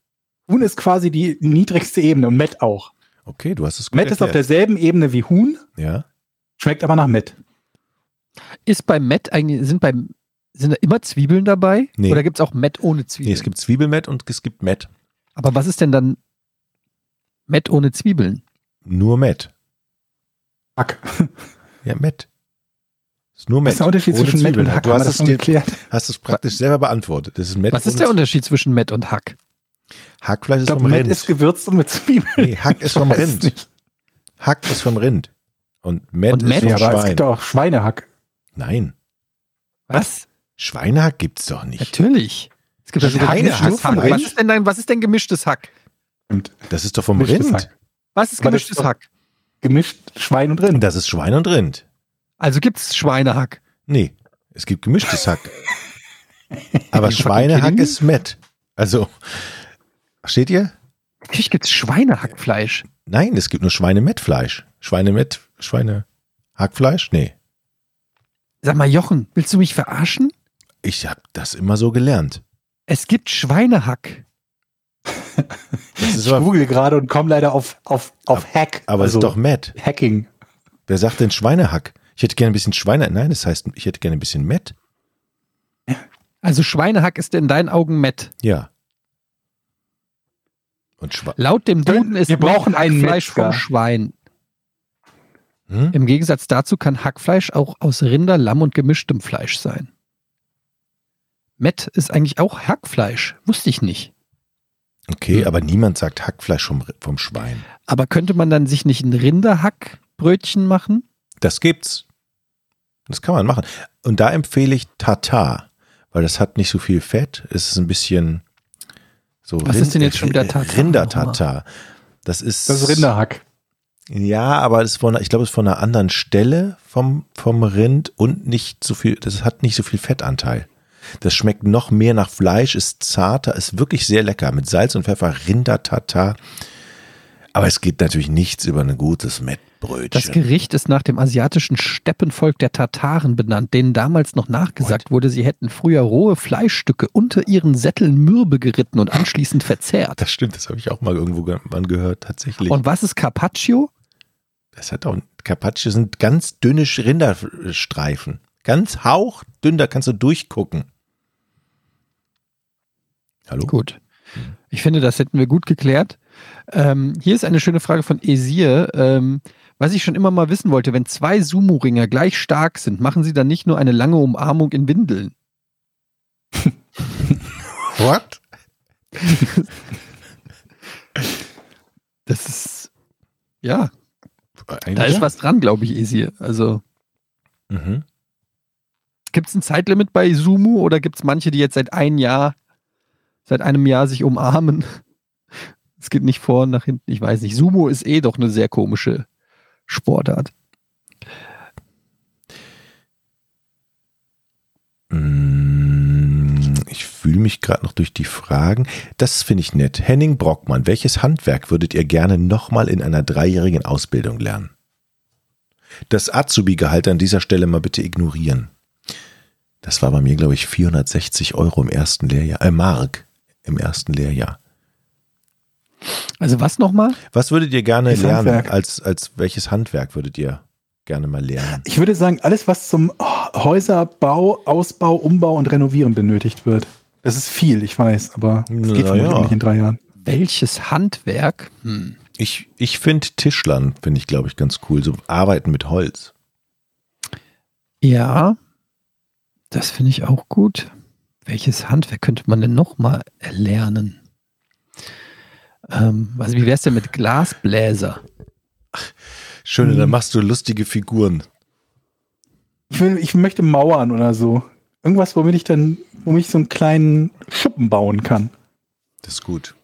Speaker 2: Huhn ist quasi die niedrigste Ebene und Met auch.
Speaker 1: okay, du hast es gut
Speaker 2: Met ist auf
Speaker 1: erklärt.
Speaker 2: derselben Ebene wie Huhn,
Speaker 1: Ja.
Speaker 2: schmeckt aber nach Met.
Speaker 4: Ist beim Met eigentlich, sind beim, sind da immer Zwiebeln dabei?
Speaker 1: Nee.
Speaker 4: Oder gibt es auch Met ohne Zwiebeln?
Speaker 1: Nee, es gibt Zwiebelmet und es gibt Met.
Speaker 4: Aber was ist denn dann Met ohne Zwiebeln?
Speaker 1: Nur Met.
Speaker 2: Hack.
Speaker 1: Ja, Met. Ist nur
Speaker 2: Was
Speaker 1: Met.
Speaker 2: ist der Unterschied
Speaker 1: Ohne
Speaker 2: zwischen Met
Speaker 1: Zwiebeln.
Speaker 2: und Hack?
Speaker 1: Du
Speaker 2: Haben wir
Speaker 1: hast
Speaker 2: das
Speaker 1: es,
Speaker 2: schon
Speaker 1: dir,
Speaker 2: geklärt?
Speaker 1: hast es praktisch selber beantwortet. Das ist Met
Speaker 4: Was ist
Speaker 1: ohne
Speaker 4: der
Speaker 1: Zwiebeln.
Speaker 4: Unterschied zwischen Met und Hack?
Speaker 1: Hackfleisch
Speaker 2: Ich
Speaker 1: ist
Speaker 2: glaube,
Speaker 1: vom
Speaker 2: Met
Speaker 1: Rind.
Speaker 2: ist gewürzt und mit Zwiebeln.
Speaker 1: nee, Hack ist
Speaker 2: Ich
Speaker 1: vom
Speaker 2: weiß
Speaker 1: Rind.
Speaker 2: nicht.
Speaker 1: Hack ist vom Rind. Und Met
Speaker 4: Und
Speaker 1: ist
Speaker 4: Met?
Speaker 1: vom
Speaker 2: Ja, aber es
Speaker 1: Schwein.
Speaker 2: gibt auch Schweinehack.
Speaker 1: Nein.
Speaker 4: Was?
Speaker 1: Schweinehack gibt's doch nicht.
Speaker 4: Natürlich. Es gibt ja sogar
Speaker 1: Keine
Speaker 4: gemischtes
Speaker 1: Hack vom
Speaker 4: Hack. Was
Speaker 1: Rind?
Speaker 4: ist, denn dein, was ist denn gemischtes Hack?
Speaker 2: Und
Speaker 1: Das ist doch vom
Speaker 2: Gemischtes
Speaker 1: Rind.
Speaker 2: Hack.
Speaker 4: Was ist
Speaker 2: Aber das
Speaker 4: gemischtes
Speaker 2: ist doch-
Speaker 4: Hack?
Speaker 2: gemischt Schwein und Rind.
Speaker 1: Das ist Schwein und Rind.
Speaker 4: Also gibt es Schweinehack.
Speaker 1: Nee, es gibt gemischtes Hack. Aber
Speaker 4: fucking
Speaker 1: Schweinehack
Speaker 4: kidding me?
Speaker 1: ist Met. Also, versteht ihr?
Speaker 4: Natürlich gibt es Schweinehackfleisch.
Speaker 1: Nein, es gibt nur Schweinemettfleisch. Schweinemett, Schweinehackfleisch? Nee.
Speaker 4: Sag mal, Jochen, willst du mich verarschen?
Speaker 1: Ich habe das immer so gelernt.
Speaker 4: Es gibt Schweinehack.
Speaker 1: Das ist
Speaker 2: Ich
Speaker 1: aber,
Speaker 2: google gerade und komme leider auf, auf, auf Hack. Also
Speaker 1: aber es ist
Speaker 4: Also
Speaker 1: doch Met.
Speaker 2: Hacking.
Speaker 1: Wer sagt denn Schweinehack? Ich hätte gerne ein bisschen Schweine. Nein, das heißt, ich hätte gerne ein bisschen Met.
Speaker 4: Also Schweinehack ist in deinen Augen Mett.
Speaker 1: Ja. Und Schwa
Speaker 4: Laut dem Duden ist
Speaker 2: Wir brauchen einen
Speaker 4: Fleisch vom
Speaker 2: Metzger.
Speaker 4: Schwein.
Speaker 1: hm?
Speaker 4: Im Gegensatz dazu kann Hackfleisch auch aus Rinder, Lamm und gemischtem Fleisch sein. Mett ist eigentlich auch Hackfleisch, wusste ich nicht.
Speaker 1: Okay, aber niemand sagt Hackfleisch vom, R- vom Schwein.
Speaker 4: Aber könnte man dann sich nicht ein Rinderhackbrötchen machen?
Speaker 1: Das gibt's. Das kann man machen. Und da empfehle ich Tatar, weil das hat nicht so viel Fett. Es ist ein bisschen so.
Speaker 4: Was ist denn jetzt schon wieder Tatar?
Speaker 1: Rinder-Tatar. Das ist.
Speaker 2: Das ist Rinderhack.
Speaker 1: Ja, aber es ist von, ich glaube, es ist von einer anderen Stelle vom, vom Rind und nicht so viel, das hat nicht so viel Fettanteil. Das schmeckt noch mehr nach Fleisch, ist zarter, ist wirklich sehr lecker mit Salz und Pfeffer, Rindertatar. Aber es geht natürlich nichts über ein gutes
Speaker 4: Das
Speaker 1: Mettbrötchen.
Speaker 4: Gericht ist nach dem asiatischen Steppenvolk der Tataren benannt, denen damals noch nachgesagt wurde, sie hätten früher rohe Fleischstücke unter ihren Sätteln mürbe geritten und anschließend verzehrt.
Speaker 1: Das stimmt, das habe ich auch mal irgendwo ge- wann gehört, tatsächlich.
Speaker 4: Und was ist Carpaccio?
Speaker 1: das hat auch, Carpaccio sind ganz dünne Sch- Rinderstreifen. Ganz hauchdünn, da kannst du durchgucken. Hallo?
Speaker 4: Gut. Ich finde, das hätten wir gut geklärt. Ähm, hier ist eine schöne Frage von Esir. Ähm, was ich schon immer mal wissen wollte, wenn zwei Sumo-Ringer gleich stark sind, machen sie dann nicht nur eine lange Umarmung in Windeln?
Speaker 1: What?
Speaker 4: Das ist, ja, da ist was dran, glaube ich, Esir. Also,
Speaker 1: Mhm.
Speaker 4: gibt es ein Zeitlimit bei Sumo oder gibt es manche, die jetzt seit einem Jahr, seit einem Jahr sich umarmen? Es geht nicht vor und nach hinten, ich weiß nicht. Sumo ist eh doch eine sehr komische Sportart.
Speaker 1: Mm, Ich fühle mich gerade noch durch die Fragen. Das finde ich nett. Henning Brockmann, welches Handwerk würdet ihr gerne nochmal in einer dreijährigen Ausbildung lernen? Das Azubi-Gehalt an dieser Stelle mal bitte ignorieren. Das war bei mir, glaube ich, 460 Euro im ersten Lehrjahr, äh, Mark im ersten Lehrjahr.
Speaker 4: Also was nochmal?
Speaker 1: Was würdet ihr gerne
Speaker 2: Das
Speaker 1: lernen?
Speaker 2: Handwerk.
Speaker 1: Als, als welches Handwerk würdet ihr gerne mal lernen?
Speaker 2: Ich würde sagen, alles, was zum Häuserbau, Ausbau, Umbau und Renovieren benötigt wird. Das ist viel, ich weiß, aber es geht
Speaker 1: Na
Speaker 2: vermutlich
Speaker 1: ja.
Speaker 2: nicht in drei Jahren.
Speaker 4: Welches Handwerk? Hm.
Speaker 1: Ich, ich finde Tischlern, finde ich, glaube ich, ganz cool. So arbeiten mit Holz.
Speaker 4: Ja, das finde ich auch gut. Welches Handwerk könnte man denn nochmal erlernen? Ähm, also wie wäre es denn mit Glasbläser?
Speaker 1: Schön, dann machst du lustige Figuren.
Speaker 2: Ich, will, ich möchte Mauern oder so. Irgendwas, womit ich dann, womit ich so einen kleinen Schuppen bauen kann.
Speaker 1: Das ist gut.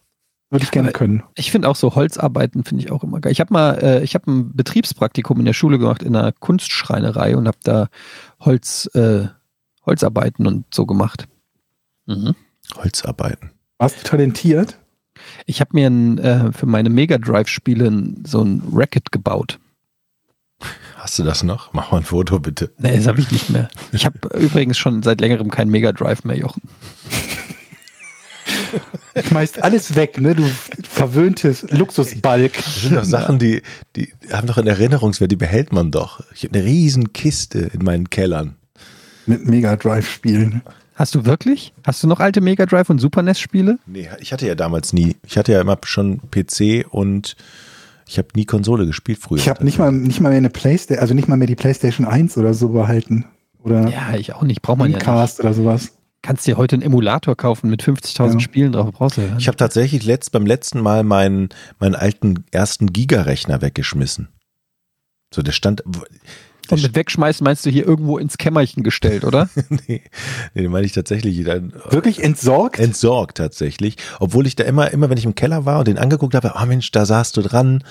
Speaker 2: Würde ich gerne
Speaker 4: Aber-
Speaker 2: können.
Speaker 4: Ich finde auch so Holzarbeiten finde ich auch immer geil. Ich habe mal, äh, ich habe ein Betriebspraktikum in der Schule gemacht in einer Kunstschreinerei und habe da Holz, äh, Holzarbeiten und so gemacht. Mhm.
Speaker 1: Holzarbeiten.
Speaker 2: Warst du talentiert?
Speaker 4: Ich habe mir ein, äh, für meine Mega Drive Spiele ein- so ein Racket gebaut.
Speaker 1: Hast du das noch? Mach mal ein Foto bitte.
Speaker 4: Nee, das habe ich nicht mehr. Ich habe übrigens schon seit längerem keinen Mega Drive mehr, Jochen.
Speaker 2: Du schmeißt alles weg, ne? Du verwöhntes Luxusbalk.
Speaker 1: Das sind doch Sachen, die, die haben doch einen Erinnerungswert, die behält man doch. Ich habe eine riesen Kiste in meinen Kellern.
Speaker 2: Mit Mega Drive spielen.
Speaker 4: Hast du wirklich? Hast du noch alte Mega Drive und Super E NES Spiele?
Speaker 1: Nee, ich hatte ja damals nie. Ich hatte ja immer schon PC und ich habe nie Konsole gespielt früher.
Speaker 2: Ich habe nicht mal, nicht mal mehr eine Playstation, also nicht mal mehr die Playstation 1 oder so behalten. Oder
Speaker 4: Ja, ich auch nicht. Braucht man ja nicht.
Speaker 2: Dreamcast oder sowas.
Speaker 4: Kannst dir heute einen Emulator kaufen mit 50.000
Speaker 2: Ja.
Speaker 4: Spielen drauf. Brauchst du ja.
Speaker 1: Ich habe tatsächlich letzt, beim letzten Mal meinen, meinen alten ersten Giga-Rechner weggeschmissen. So, der stand.
Speaker 4: Und mit wegschmeißen meinst du hier irgendwo ins Kämmerchen gestellt, oder?
Speaker 1: nee, nee, den meine ich tatsächlich dann
Speaker 2: Wirklich entsorgt?
Speaker 1: entsorgt tatsächlich. Obwohl ich da immer, immer wenn ich im Keller war und den angeguckt habe, ah Mensch, da saßt du dran.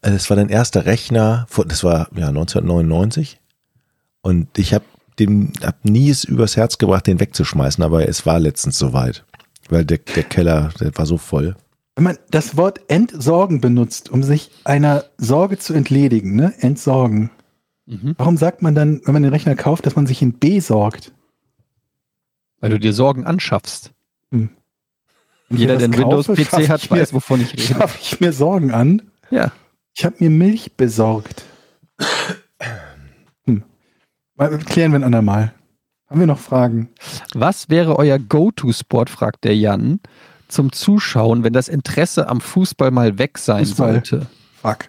Speaker 1: Äh, Das war dein erster Rechner, vor- das war ja 1999. Und ich habe dem hab nie es übers Herz gebracht, den wegzuschmeißen, aber es war letztens soweit. Weil der, der Keller, der war so voll.
Speaker 2: Wenn man das Wort entsorgen benutzt, um sich einer Sorge zu entledigen, ne? Entsorgen.
Speaker 4: Mhm.
Speaker 2: Warum sagt man dann, wenn man den Rechner kauft, dass man sich ihn besorgt?
Speaker 4: Weil du dir Sorgen anschaffst.
Speaker 2: Wenn ich
Speaker 4: Jeder,
Speaker 2: mir
Speaker 4: der
Speaker 2: das
Speaker 4: einen
Speaker 2: kaufe,
Speaker 4: Windows-PC
Speaker 2: schaff
Speaker 4: hat,
Speaker 2: ich mir-
Speaker 4: weiß, wovon ich rede.
Speaker 2: Schaffe ich mir Sorgen an?
Speaker 4: Ja.
Speaker 2: Ich habe mir Milch besorgt. Hm. Mal- Klären wir ein andermal. Haben wir noch Fragen?
Speaker 4: Was wäre euer Go-To-Sport, fragt der Jan, zum Zuschauen, wenn das Interesse am Fußball mal weg sein
Speaker 2: Fußball.
Speaker 4: sollte?
Speaker 2: Fuck.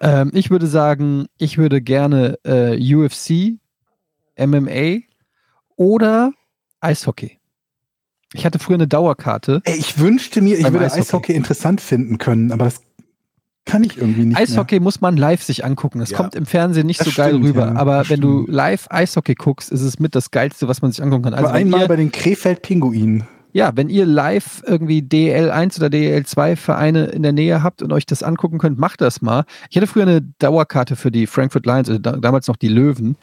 Speaker 4: Ähm, ich würde sagen, ich würde gerne äh, UFC, MMA oder Eishockey. Ich hatte früher eine Dauerkarte.
Speaker 2: Ey, ich wünschte mir, ich
Speaker 4: Beim
Speaker 2: würde
Speaker 4: Eishockey.
Speaker 2: Eishockey. interessant finden können, aber das kann ich irgendwie nicht.
Speaker 4: Eishockey muss man live sich angucken. Das
Speaker 1: Ja.
Speaker 4: kommt im Fernsehen nicht
Speaker 2: Das
Speaker 4: so geil
Speaker 2: stimmt,
Speaker 4: rüber.
Speaker 2: ja,
Speaker 4: Aber
Speaker 2: das
Speaker 4: wenn du
Speaker 2: stimmt.
Speaker 4: live Eishockey guckst, ist es mit das Geilste, was man sich angucken kann.
Speaker 2: Mehr.
Speaker 4: Also
Speaker 2: aber
Speaker 4: wenn
Speaker 2: einmal
Speaker 4: ihr,
Speaker 2: bei den Krefeld-Pinguinen.
Speaker 4: ja, wenn ihr live irgendwie DL1 oder DL2 Vereine in der Nähe habt und euch das angucken könnt, macht das mal. Ich hatte früher eine Dauerkarte für die Frankfurt Lions, also da, damals noch die Löwen.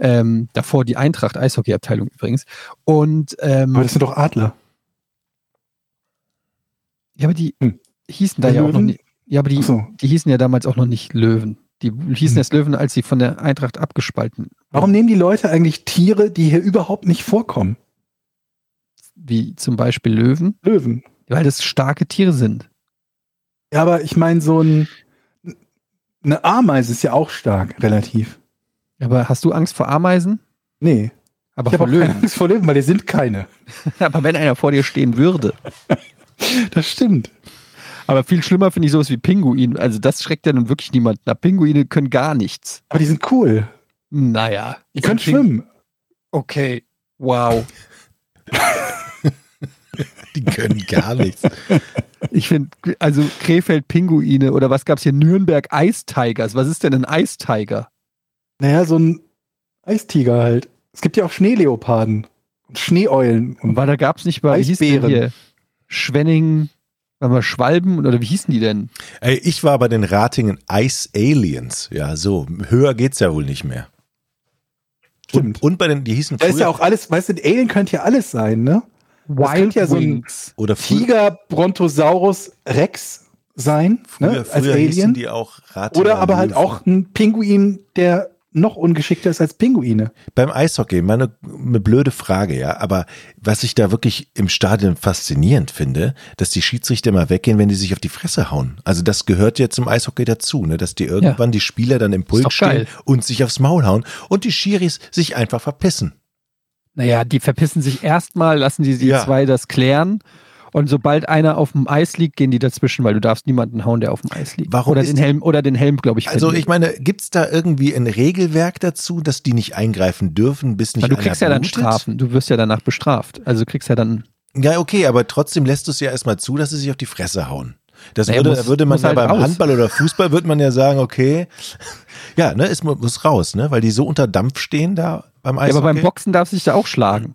Speaker 4: Ähm, davor die Eintracht Eishockey-Abteilung übrigens. Und ähm,
Speaker 2: Aber das sind doch Adler.
Speaker 4: ja, aber die
Speaker 2: Hm.
Speaker 4: hießen da ja auch noch
Speaker 2: Löwen?
Speaker 4: nicht. Ja, aber die,
Speaker 2: Ach so.
Speaker 4: die hießen ja damals auch noch nicht Löwen. Die hießen
Speaker 2: Hm.
Speaker 4: erst Löwen, als sie von der Eintracht abgespalten
Speaker 2: Warum nehmen die Leute eigentlich Tiere, die hier überhaupt nicht vorkommen?
Speaker 4: wie zum Beispiel Löwen,
Speaker 2: Löwen.
Speaker 4: weil das starke Tiere sind.
Speaker 2: Ja, aber ich meine, so ein, eine Ameise ist ja auch stark, relativ.
Speaker 4: Aber hast du Angst vor Ameisen?
Speaker 2: Nee,
Speaker 4: Aber
Speaker 2: ich habe
Speaker 4: vor
Speaker 2: auch keine
Speaker 4: Löwen.
Speaker 2: Angst vor Löwen, weil die sind keine.
Speaker 4: Aber wenn einer vor dir stehen würde.
Speaker 2: Das stimmt.
Speaker 4: Aber viel schlimmer finde ich sowas wie Pinguin. Also das schreckt ja nun wirklich niemanden. ab. Pinguine können gar nichts.
Speaker 2: Aber die sind cool.
Speaker 4: Naja.
Speaker 2: Die können schwimmen.
Speaker 4: Okay. Wow.
Speaker 1: Die können gar nichts.
Speaker 4: Ich finde, also Krefeld-Pinguine oder was gab es hier? Nürnberg-Eistigers. Was ist denn ein Eistiger?
Speaker 2: Naja, so ein Eistiger halt. Es gibt ja auch Schneeleoparden und Schneeeulen.
Speaker 4: Und
Speaker 2: Und
Speaker 4: war da gab es nicht mal, wie hieß denn
Speaker 2: Eisbären.
Speaker 4: hier? Schwenning, waren wir Schwalben oder wie hießen die denn?
Speaker 1: Ey, ich war bei den Ratingen Ice Aliens. Ja, so. Höher geht's ja wohl nicht mehr.
Speaker 2: Stimmt.
Speaker 1: Und, und bei den, die hießen
Speaker 2: da ist ja
Speaker 1: früher-
Speaker 2: auch alles, weißt du, ein Alien könnte ja alles sein, ne? Das könnte ja so ein
Speaker 1: oder früher-
Speaker 2: Tiger, Brontosaurus, Rex sein,
Speaker 1: Früher,
Speaker 2: ne? Als
Speaker 1: früher hießen
Speaker 2: Alien.
Speaker 1: die auch Ratingen.
Speaker 2: Oder aber halt auch ein Pinguin, der noch ungeschickter ist als Pinguine.
Speaker 1: Beim Eishockey, meine eine blöde Frage, ja. Aber was ich da wirklich im Stadion faszinierend finde, dass die Schiedsrichter mal weggehen, wenn die sich auf die Fresse hauen. Also das gehört ja zum Eishockey dazu, ne? dass die irgendwann die Spieler dann im
Speaker 4: doch
Speaker 1: Pulk stehen
Speaker 4: geil.
Speaker 1: und sich aufs Maul hauen und die Schiris sich einfach verpissen.
Speaker 4: Naja, die verpissen sich erstmal, lassen die, die
Speaker 1: Ja.
Speaker 4: zwei das klären. Und sobald einer auf dem Eis liegt, gehen die dazwischen, weil du darfst niemanden hauen, der auf dem Eis liegt.
Speaker 1: Warum
Speaker 4: oder
Speaker 1: ist
Speaker 4: den
Speaker 1: die-
Speaker 4: Helm, oder den Helm, glaube ich.
Speaker 1: Also
Speaker 4: verliert.
Speaker 1: ich meine, gibt's da irgendwie ein Regelwerk dazu, dass die nicht eingreifen dürfen, bis nicht
Speaker 4: weil du
Speaker 1: einer
Speaker 4: kriegst ja dann
Speaker 1: blutet?
Speaker 4: Strafen. Du wirst ja danach bestraft. Also du kriegst ja dann.
Speaker 1: Ja, okay, aber trotzdem lässt du es ja erstmal zu, dass sie sich auf die Fresse hauen. Das
Speaker 4: Naja,
Speaker 1: würde,
Speaker 4: muss-
Speaker 1: würde man
Speaker 4: muss
Speaker 1: ja
Speaker 4: halt
Speaker 1: beim
Speaker 4: raus.
Speaker 1: Handball oder Fußball, würde man ja sagen, okay, ja, ne, es mu- muss raus, ne, weil die so unter Dampf stehen da beim Eis.
Speaker 4: Ja, aber beim Boxen darfst du dich da auch schlagen.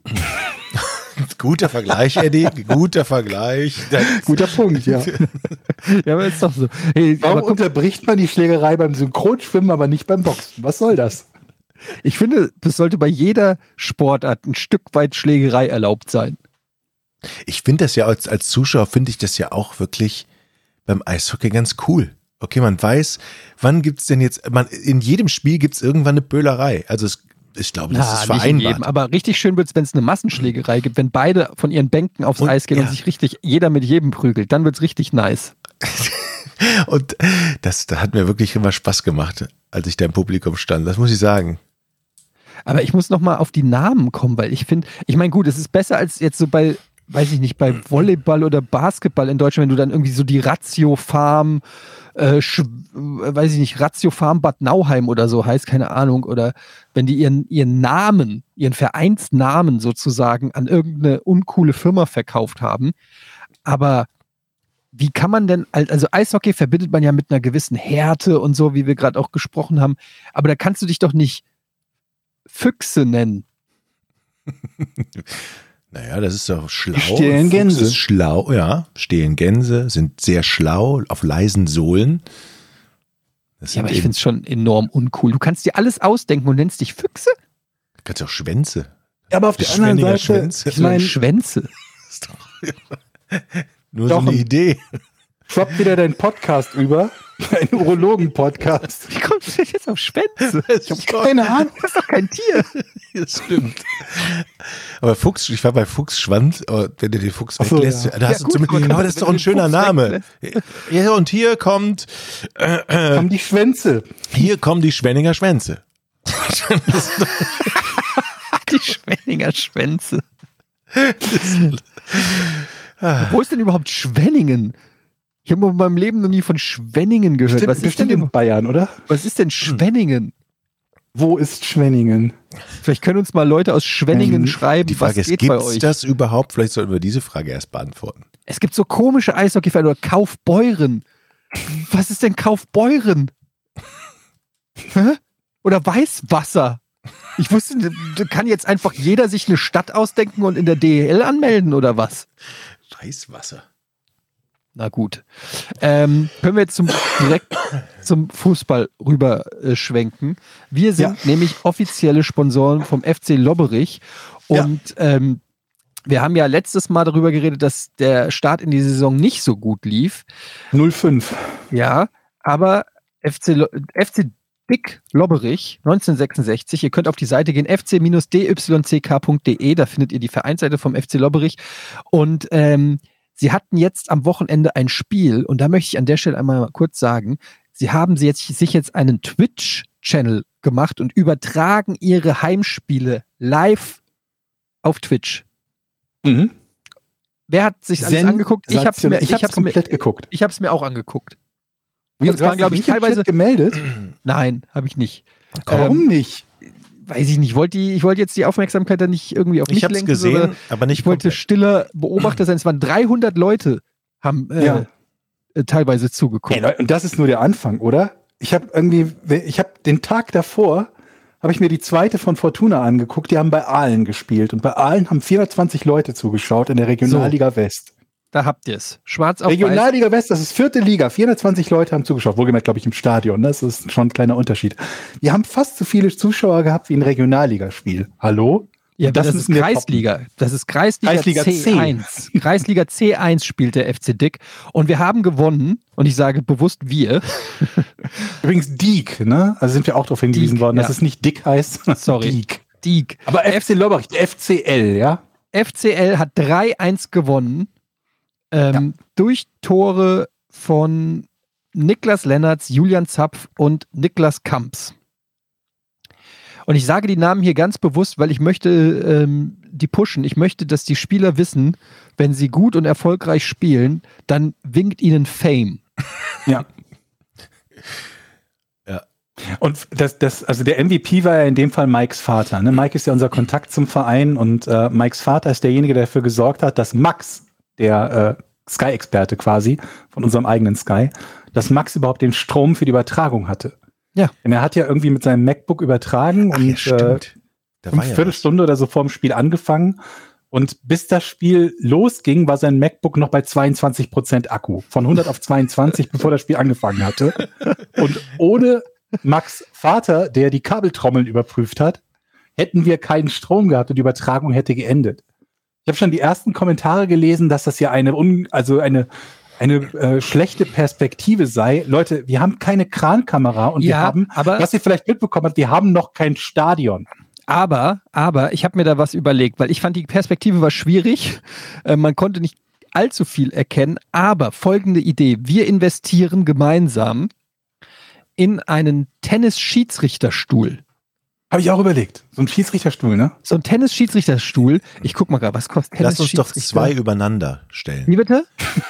Speaker 1: Guter Vergleich, Eddie, guter Vergleich. Das,
Speaker 2: Guter Punkt, ja.
Speaker 4: ja, aber ist doch so. Hey, aber
Speaker 2: Warum
Speaker 4: guck,
Speaker 2: unterbricht man die Schlägerei beim Synchronschwimmen, aber nicht beim Boxen? Was soll das?
Speaker 4: ich finde, das sollte bei jeder Sportart ein Stück weit Schlägerei erlaubt sein.
Speaker 1: ich finde das ja als, als Zuschauer, finde ich das ja auch wirklich beim Eishockey ganz cool. Okay, man weiß, wann gibt's denn jetzt, man, in jedem Spiel gibt's irgendwann eine Böhlerei. Also es, ich glaube, das
Speaker 4: Na,
Speaker 1: ist
Speaker 4: nicht in
Speaker 1: vereinbart.
Speaker 4: jedem, aber richtig schön wird's, wenn's wenn es eine Massenschlägerei gibt, wenn beide von ihren Bänken aufs
Speaker 1: Und-
Speaker 4: Eis gehen
Speaker 1: ja.
Speaker 4: und sich richtig, jeder mit jedem prügelt, dann wird's richtig nice.
Speaker 1: Und das, da hat mir wirklich immer Spaß gemacht, als ich da im Publikum stand. Das muss ich sagen.
Speaker 4: Aber ich muss noch mal auf die Namen kommen, weil ich finde, ich meine, gut, es ist besser als jetzt so bei, weiß ich nicht, bei Volleyball oder Basketball in Deutschland, wenn du dann irgendwie so die Ratio Farm, äh, Sch- äh, weiß ich nicht, Ratio Farm Bad Nauheim oder so heißt, keine Ahnung, oder wenn die ihren, ihren Namen, ihren Vereinsnamen sozusagen an irgendeine uncoole Firma verkauft haben. Aber wie kann man denn, al- also Eishockey verbindet man ja mit einer gewissen Härte und so, wie wir gerade auch gesprochen haben, aber da kannst du dich doch nicht Füchse nennen.
Speaker 1: Naja, das ist doch schlau.
Speaker 2: Die stehlen
Speaker 1: Ein Fuchs
Speaker 2: Gänse.
Speaker 1: Ist schlau, ja. Stehlen Gänse, sind sehr schlau, auf leisen Sohlen. Das
Speaker 4: Ja, aber ich
Speaker 1: eben-
Speaker 4: finde es schon enorm uncool. Du kannst dir alles ausdenken und nennst dich Füchse?
Speaker 1: kannst ja auch Schwänze.
Speaker 2: Aber auf der anderen
Speaker 1: Schwänniger
Speaker 2: Seite,
Speaker 1: Schwänze.
Speaker 2: ich meine,
Speaker 4: Schwänze.
Speaker 1: ist doch- Nur
Speaker 2: Doch,
Speaker 1: so eine
Speaker 2: ein-
Speaker 1: Idee.
Speaker 2: schwapp wieder deinen Podcast über, deinen Urologen-Podcast.
Speaker 4: Wie kommst du denn jetzt auf Schwänze?
Speaker 1: Ich
Speaker 2: Keine Ahnung.
Speaker 4: Das ist doch kein Tier.
Speaker 1: Das stimmt. Aber Fuchs, ich war bei Fuchs Schwanz, aber wenn du den Fuchs
Speaker 2: Ach so,
Speaker 1: weglässt,
Speaker 2: ja.
Speaker 1: da hast
Speaker 4: Ja,
Speaker 1: du
Speaker 4: gut,
Speaker 1: zumindest,
Speaker 4: man kann-
Speaker 1: aber das ist
Speaker 4: wenn
Speaker 1: doch
Speaker 4: du
Speaker 1: ein
Speaker 4: den
Speaker 1: schöner
Speaker 4: Fuchs
Speaker 1: Name. Ja, und hier kommt,
Speaker 2: Haben die Schwänze.
Speaker 1: hier kommen die Schwenninger Schwänze.
Speaker 4: Die Schwenninger Schwänze. Wo ist denn überhaupt Schwenningen? Ich habe in meinem Leben noch nie von Schwenningen gehört.
Speaker 2: Bestimmt,
Speaker 4: was, ist denn,
Speaker 2: bestimmt in
Speaker 4: im-
Speaker 2: Bayern, oder?
Speaker 4: was
Speaker 1: Hm.
Speaker 4: ist denn Schwenningen?
Speaker 2: Wo ist Schwenningen?
Speaker 4: Vielleicht können uns mal Leute aus Schwenningen
Speaker 2: Ähm,
Speaker 4: schreiben,
Speaker 1: Die Frage
Speaker 4: was
Speaker 1: ist,
Speaker 4: geht bei
Speaker 1: gibt's
Speaker 4: euch.
Speaker 1: das überhaupt? Vielleicht sollten wir diese Frage erst beantworten.
Speaker 4: Es gibt so komische Eishockeyvereine oder Kaufbeuren. Was ist denn Kaufbeuren? Hä? Oder Weißwasser? Ich wusste, nicht, da kann jetzt einfach jeder sich eine Stadt ausdenken und in der DEL anmelden oder was?
Speaker 1: Scheißwasser.
Speaker 4: Na gut. Ähm, können wir jetzt zum, direkt zum Fußball rüber äh, schwenken. Wir sind nämlich offizielle Sponsoren vom FC Lobberich.
Speaker 1: Ja.
Speaker 4: Und ähm, wir haben ja letztes Mal darüber geredet, dass der Start in die Saison nicht so gut lief.
Speaker 2: 05.
Speaker 4: Ja, aber FC, Lo- FC Dick Lobberich 1966. Ihr könnt auf die Seite gehen, fc-dyck.de, e, da findet ihr die Vereinsseite vom FC Lobberich. Und ähm, sie hatten jetzt am Wochenende ein Spiel, und da möchte ich an der Stelle einmal kurz sagen, sie haben sie jetzt, sich jetzt einen Twitch-Channel gemacht und übertragen ihre Heimspiele live auf Twitch.
Speaker 2: Mhm.
Speaker 4: Wer hat sich alles
Speaker 2: Sen-
Speaker 4: angeguckt? Ich hab's mir,
Speaker 2: Sensationell.
Speaker 4: ich hab's mir,
Speaker 2: komplett geguckt. Also,
Speaker 4: ich hab's mir auch angeguckt.
Speaker 2: Wir
Speaker 4: Und es waren, glaube ich, teilweise.
Speaker 2: gemeldet.
Speaker 4: Nein, habe ich nicht. Ähm,
Speaker 2: Warum nicht?
Speaker 4: Weiß ich nicht. Wollte die, ich wollte jetzt die Aufmerksamkeit dann nicht irgendwie auf mich
Speaker 1: Ich habe es
Speaker 4: lenken, sondern
Speaker 1: gesehen, aber nicht
Speaker 4: Ich wollte
Speaker 1: komplett.
Speaker 4: stiller Beobachter sein. Es waren 300 Leute, haben äh,
Speaker 2: Ja.
Speaker 4: äh, teilweise zugeguckt.
Speaker 2: Ey, Leute, und das ist nur der Anfang, oder? Ich habe irgendwie, ich habe den Tag davor, habe ich mir die zweite von Fortuna angeguckt. Die haben bei Aalen gespielt und bei Aalen haben 420 Leute zugeschaut in der Regionalliga West.
Speaker 4: da habt ihr es. Schwarz auf weiß.
Speaker 2: Regionalliga West, das ist vierte Liga. 420 Leute haben zugeschaut. Wohlgemerkt, glaube ich, im Stadion. ne? Das ist schon ein kleiner Unterschied. Wir haben fast so viele Zuschauer gehabt wie ein Regionalligaspiel. Hallo?
Speaker 4: Ja,
Speaker 2: das
Speaker 4: das, das ist
Speaker 2: müssen wir
Speaker 4: Kreisliga. Das ist Kreisliga,
Speaker 2: Kreisliga
Speaker 4: C1. Kreisliga C1 spielt der FC Dick. Und wir haben gewonnen. Und ich sage bewusst wir.
Speaker 2: Übrigens Diek, ne? Also sind wir auch darauf hingewiesen
Speaker 4: Diek,
Speaker 2: worden, dass
Speaker 4: ja.
Speaker 2: es nicht Dick heißt, sondern
Speaker 4: Sorry.
Speaker 2: Diek.
Speaker 4: Diek.
Speaker 2: Aber FC Lobberich, FCL, ja?
Speaker 4: FCL hat 3-1 gewonnen ähm, durch Tore von Niklas Lennertz, Julian Zapf und Niklas Kamps. Und ich sage die Namen hier ganz bewusst, weil ich möchte ähm, die pushen. Ich möchte, dass die Spieler wissen, wenn sie gut und erfolgreich spielen, dann winkt ihnen Fame.
Speaker 2: Ja.
Speaker 1: Ja.
Speaker 2: Und das, das, also der MVP war ja in dem Fall Mikes Vater. Ne? Mike ist ja unser Kontakt zum Verein und äh, Mikes Vater ist derjenige, der dafür gesorgt hat, dass Max, der äh, Sky-Experte quasi von unserem eigenen Sky, dass Max überhaupt den Strom für die Übertragung hatte.
Speaker 4: Ja.
Speaker 2: Denn er hat ja irgendwie mit seinem MacBook übertragen
Speaker 1: Ach,
Speaker 2: und
Speaker 1: ja,
Speaker 2: äh,
Speaker 1: stimmt. Da
Speaker 4: um
Speaker 1: war
Speaker 2: fünf
Speaker 1: ja was.
Speaker 2: Viertelstunde oder so vor dem Spiel angefangen. Und bis das Spiel losging, war sein MacBook noch bei 22 Prozent Akku. Von 100 auf 22, bevor das Spiel angefangen hatte. Und ohne Max Vater, der die Kabeltrommeln überprüft hat, hätten wir keinen Strom gehabt und die Übertragung hätte geendet. Ich habe schon die ersten Kommentare gelesen, dass das ja eine, un also eine, eine äh, schlechte Perspektive sei. Leute, wir haben keine Krankamera und wir haben,
Speaker 4: aber
Speaker 2: was ihr vielleicht mitbekommen habt, wir haben noch kein Stadion.
Speaker 4: Aber, aber ich habe mir da was überlegt, weil ich fand, die Perspektive war schwierig. Äh, man konnte nicht allzu viel erkennen. Aber folgende Idee: Wir investieren gemeinsam in einen Tennis-Schiedsrichterstuhl.
Speaker 2: Habe ich auch überlegt. So ein Schiedsrichterstuhl, ne?
Speaker 4: So ein Tennis-Schiedsrichterstuhl. Ich guck mal gerade, was kostet
Speaker 1: Lass uns doch zwei
Speaker 4: Tennis-Schiedsrichter?
Speaker 1: übereinander stellen.
Speaker 4: Wie bitte?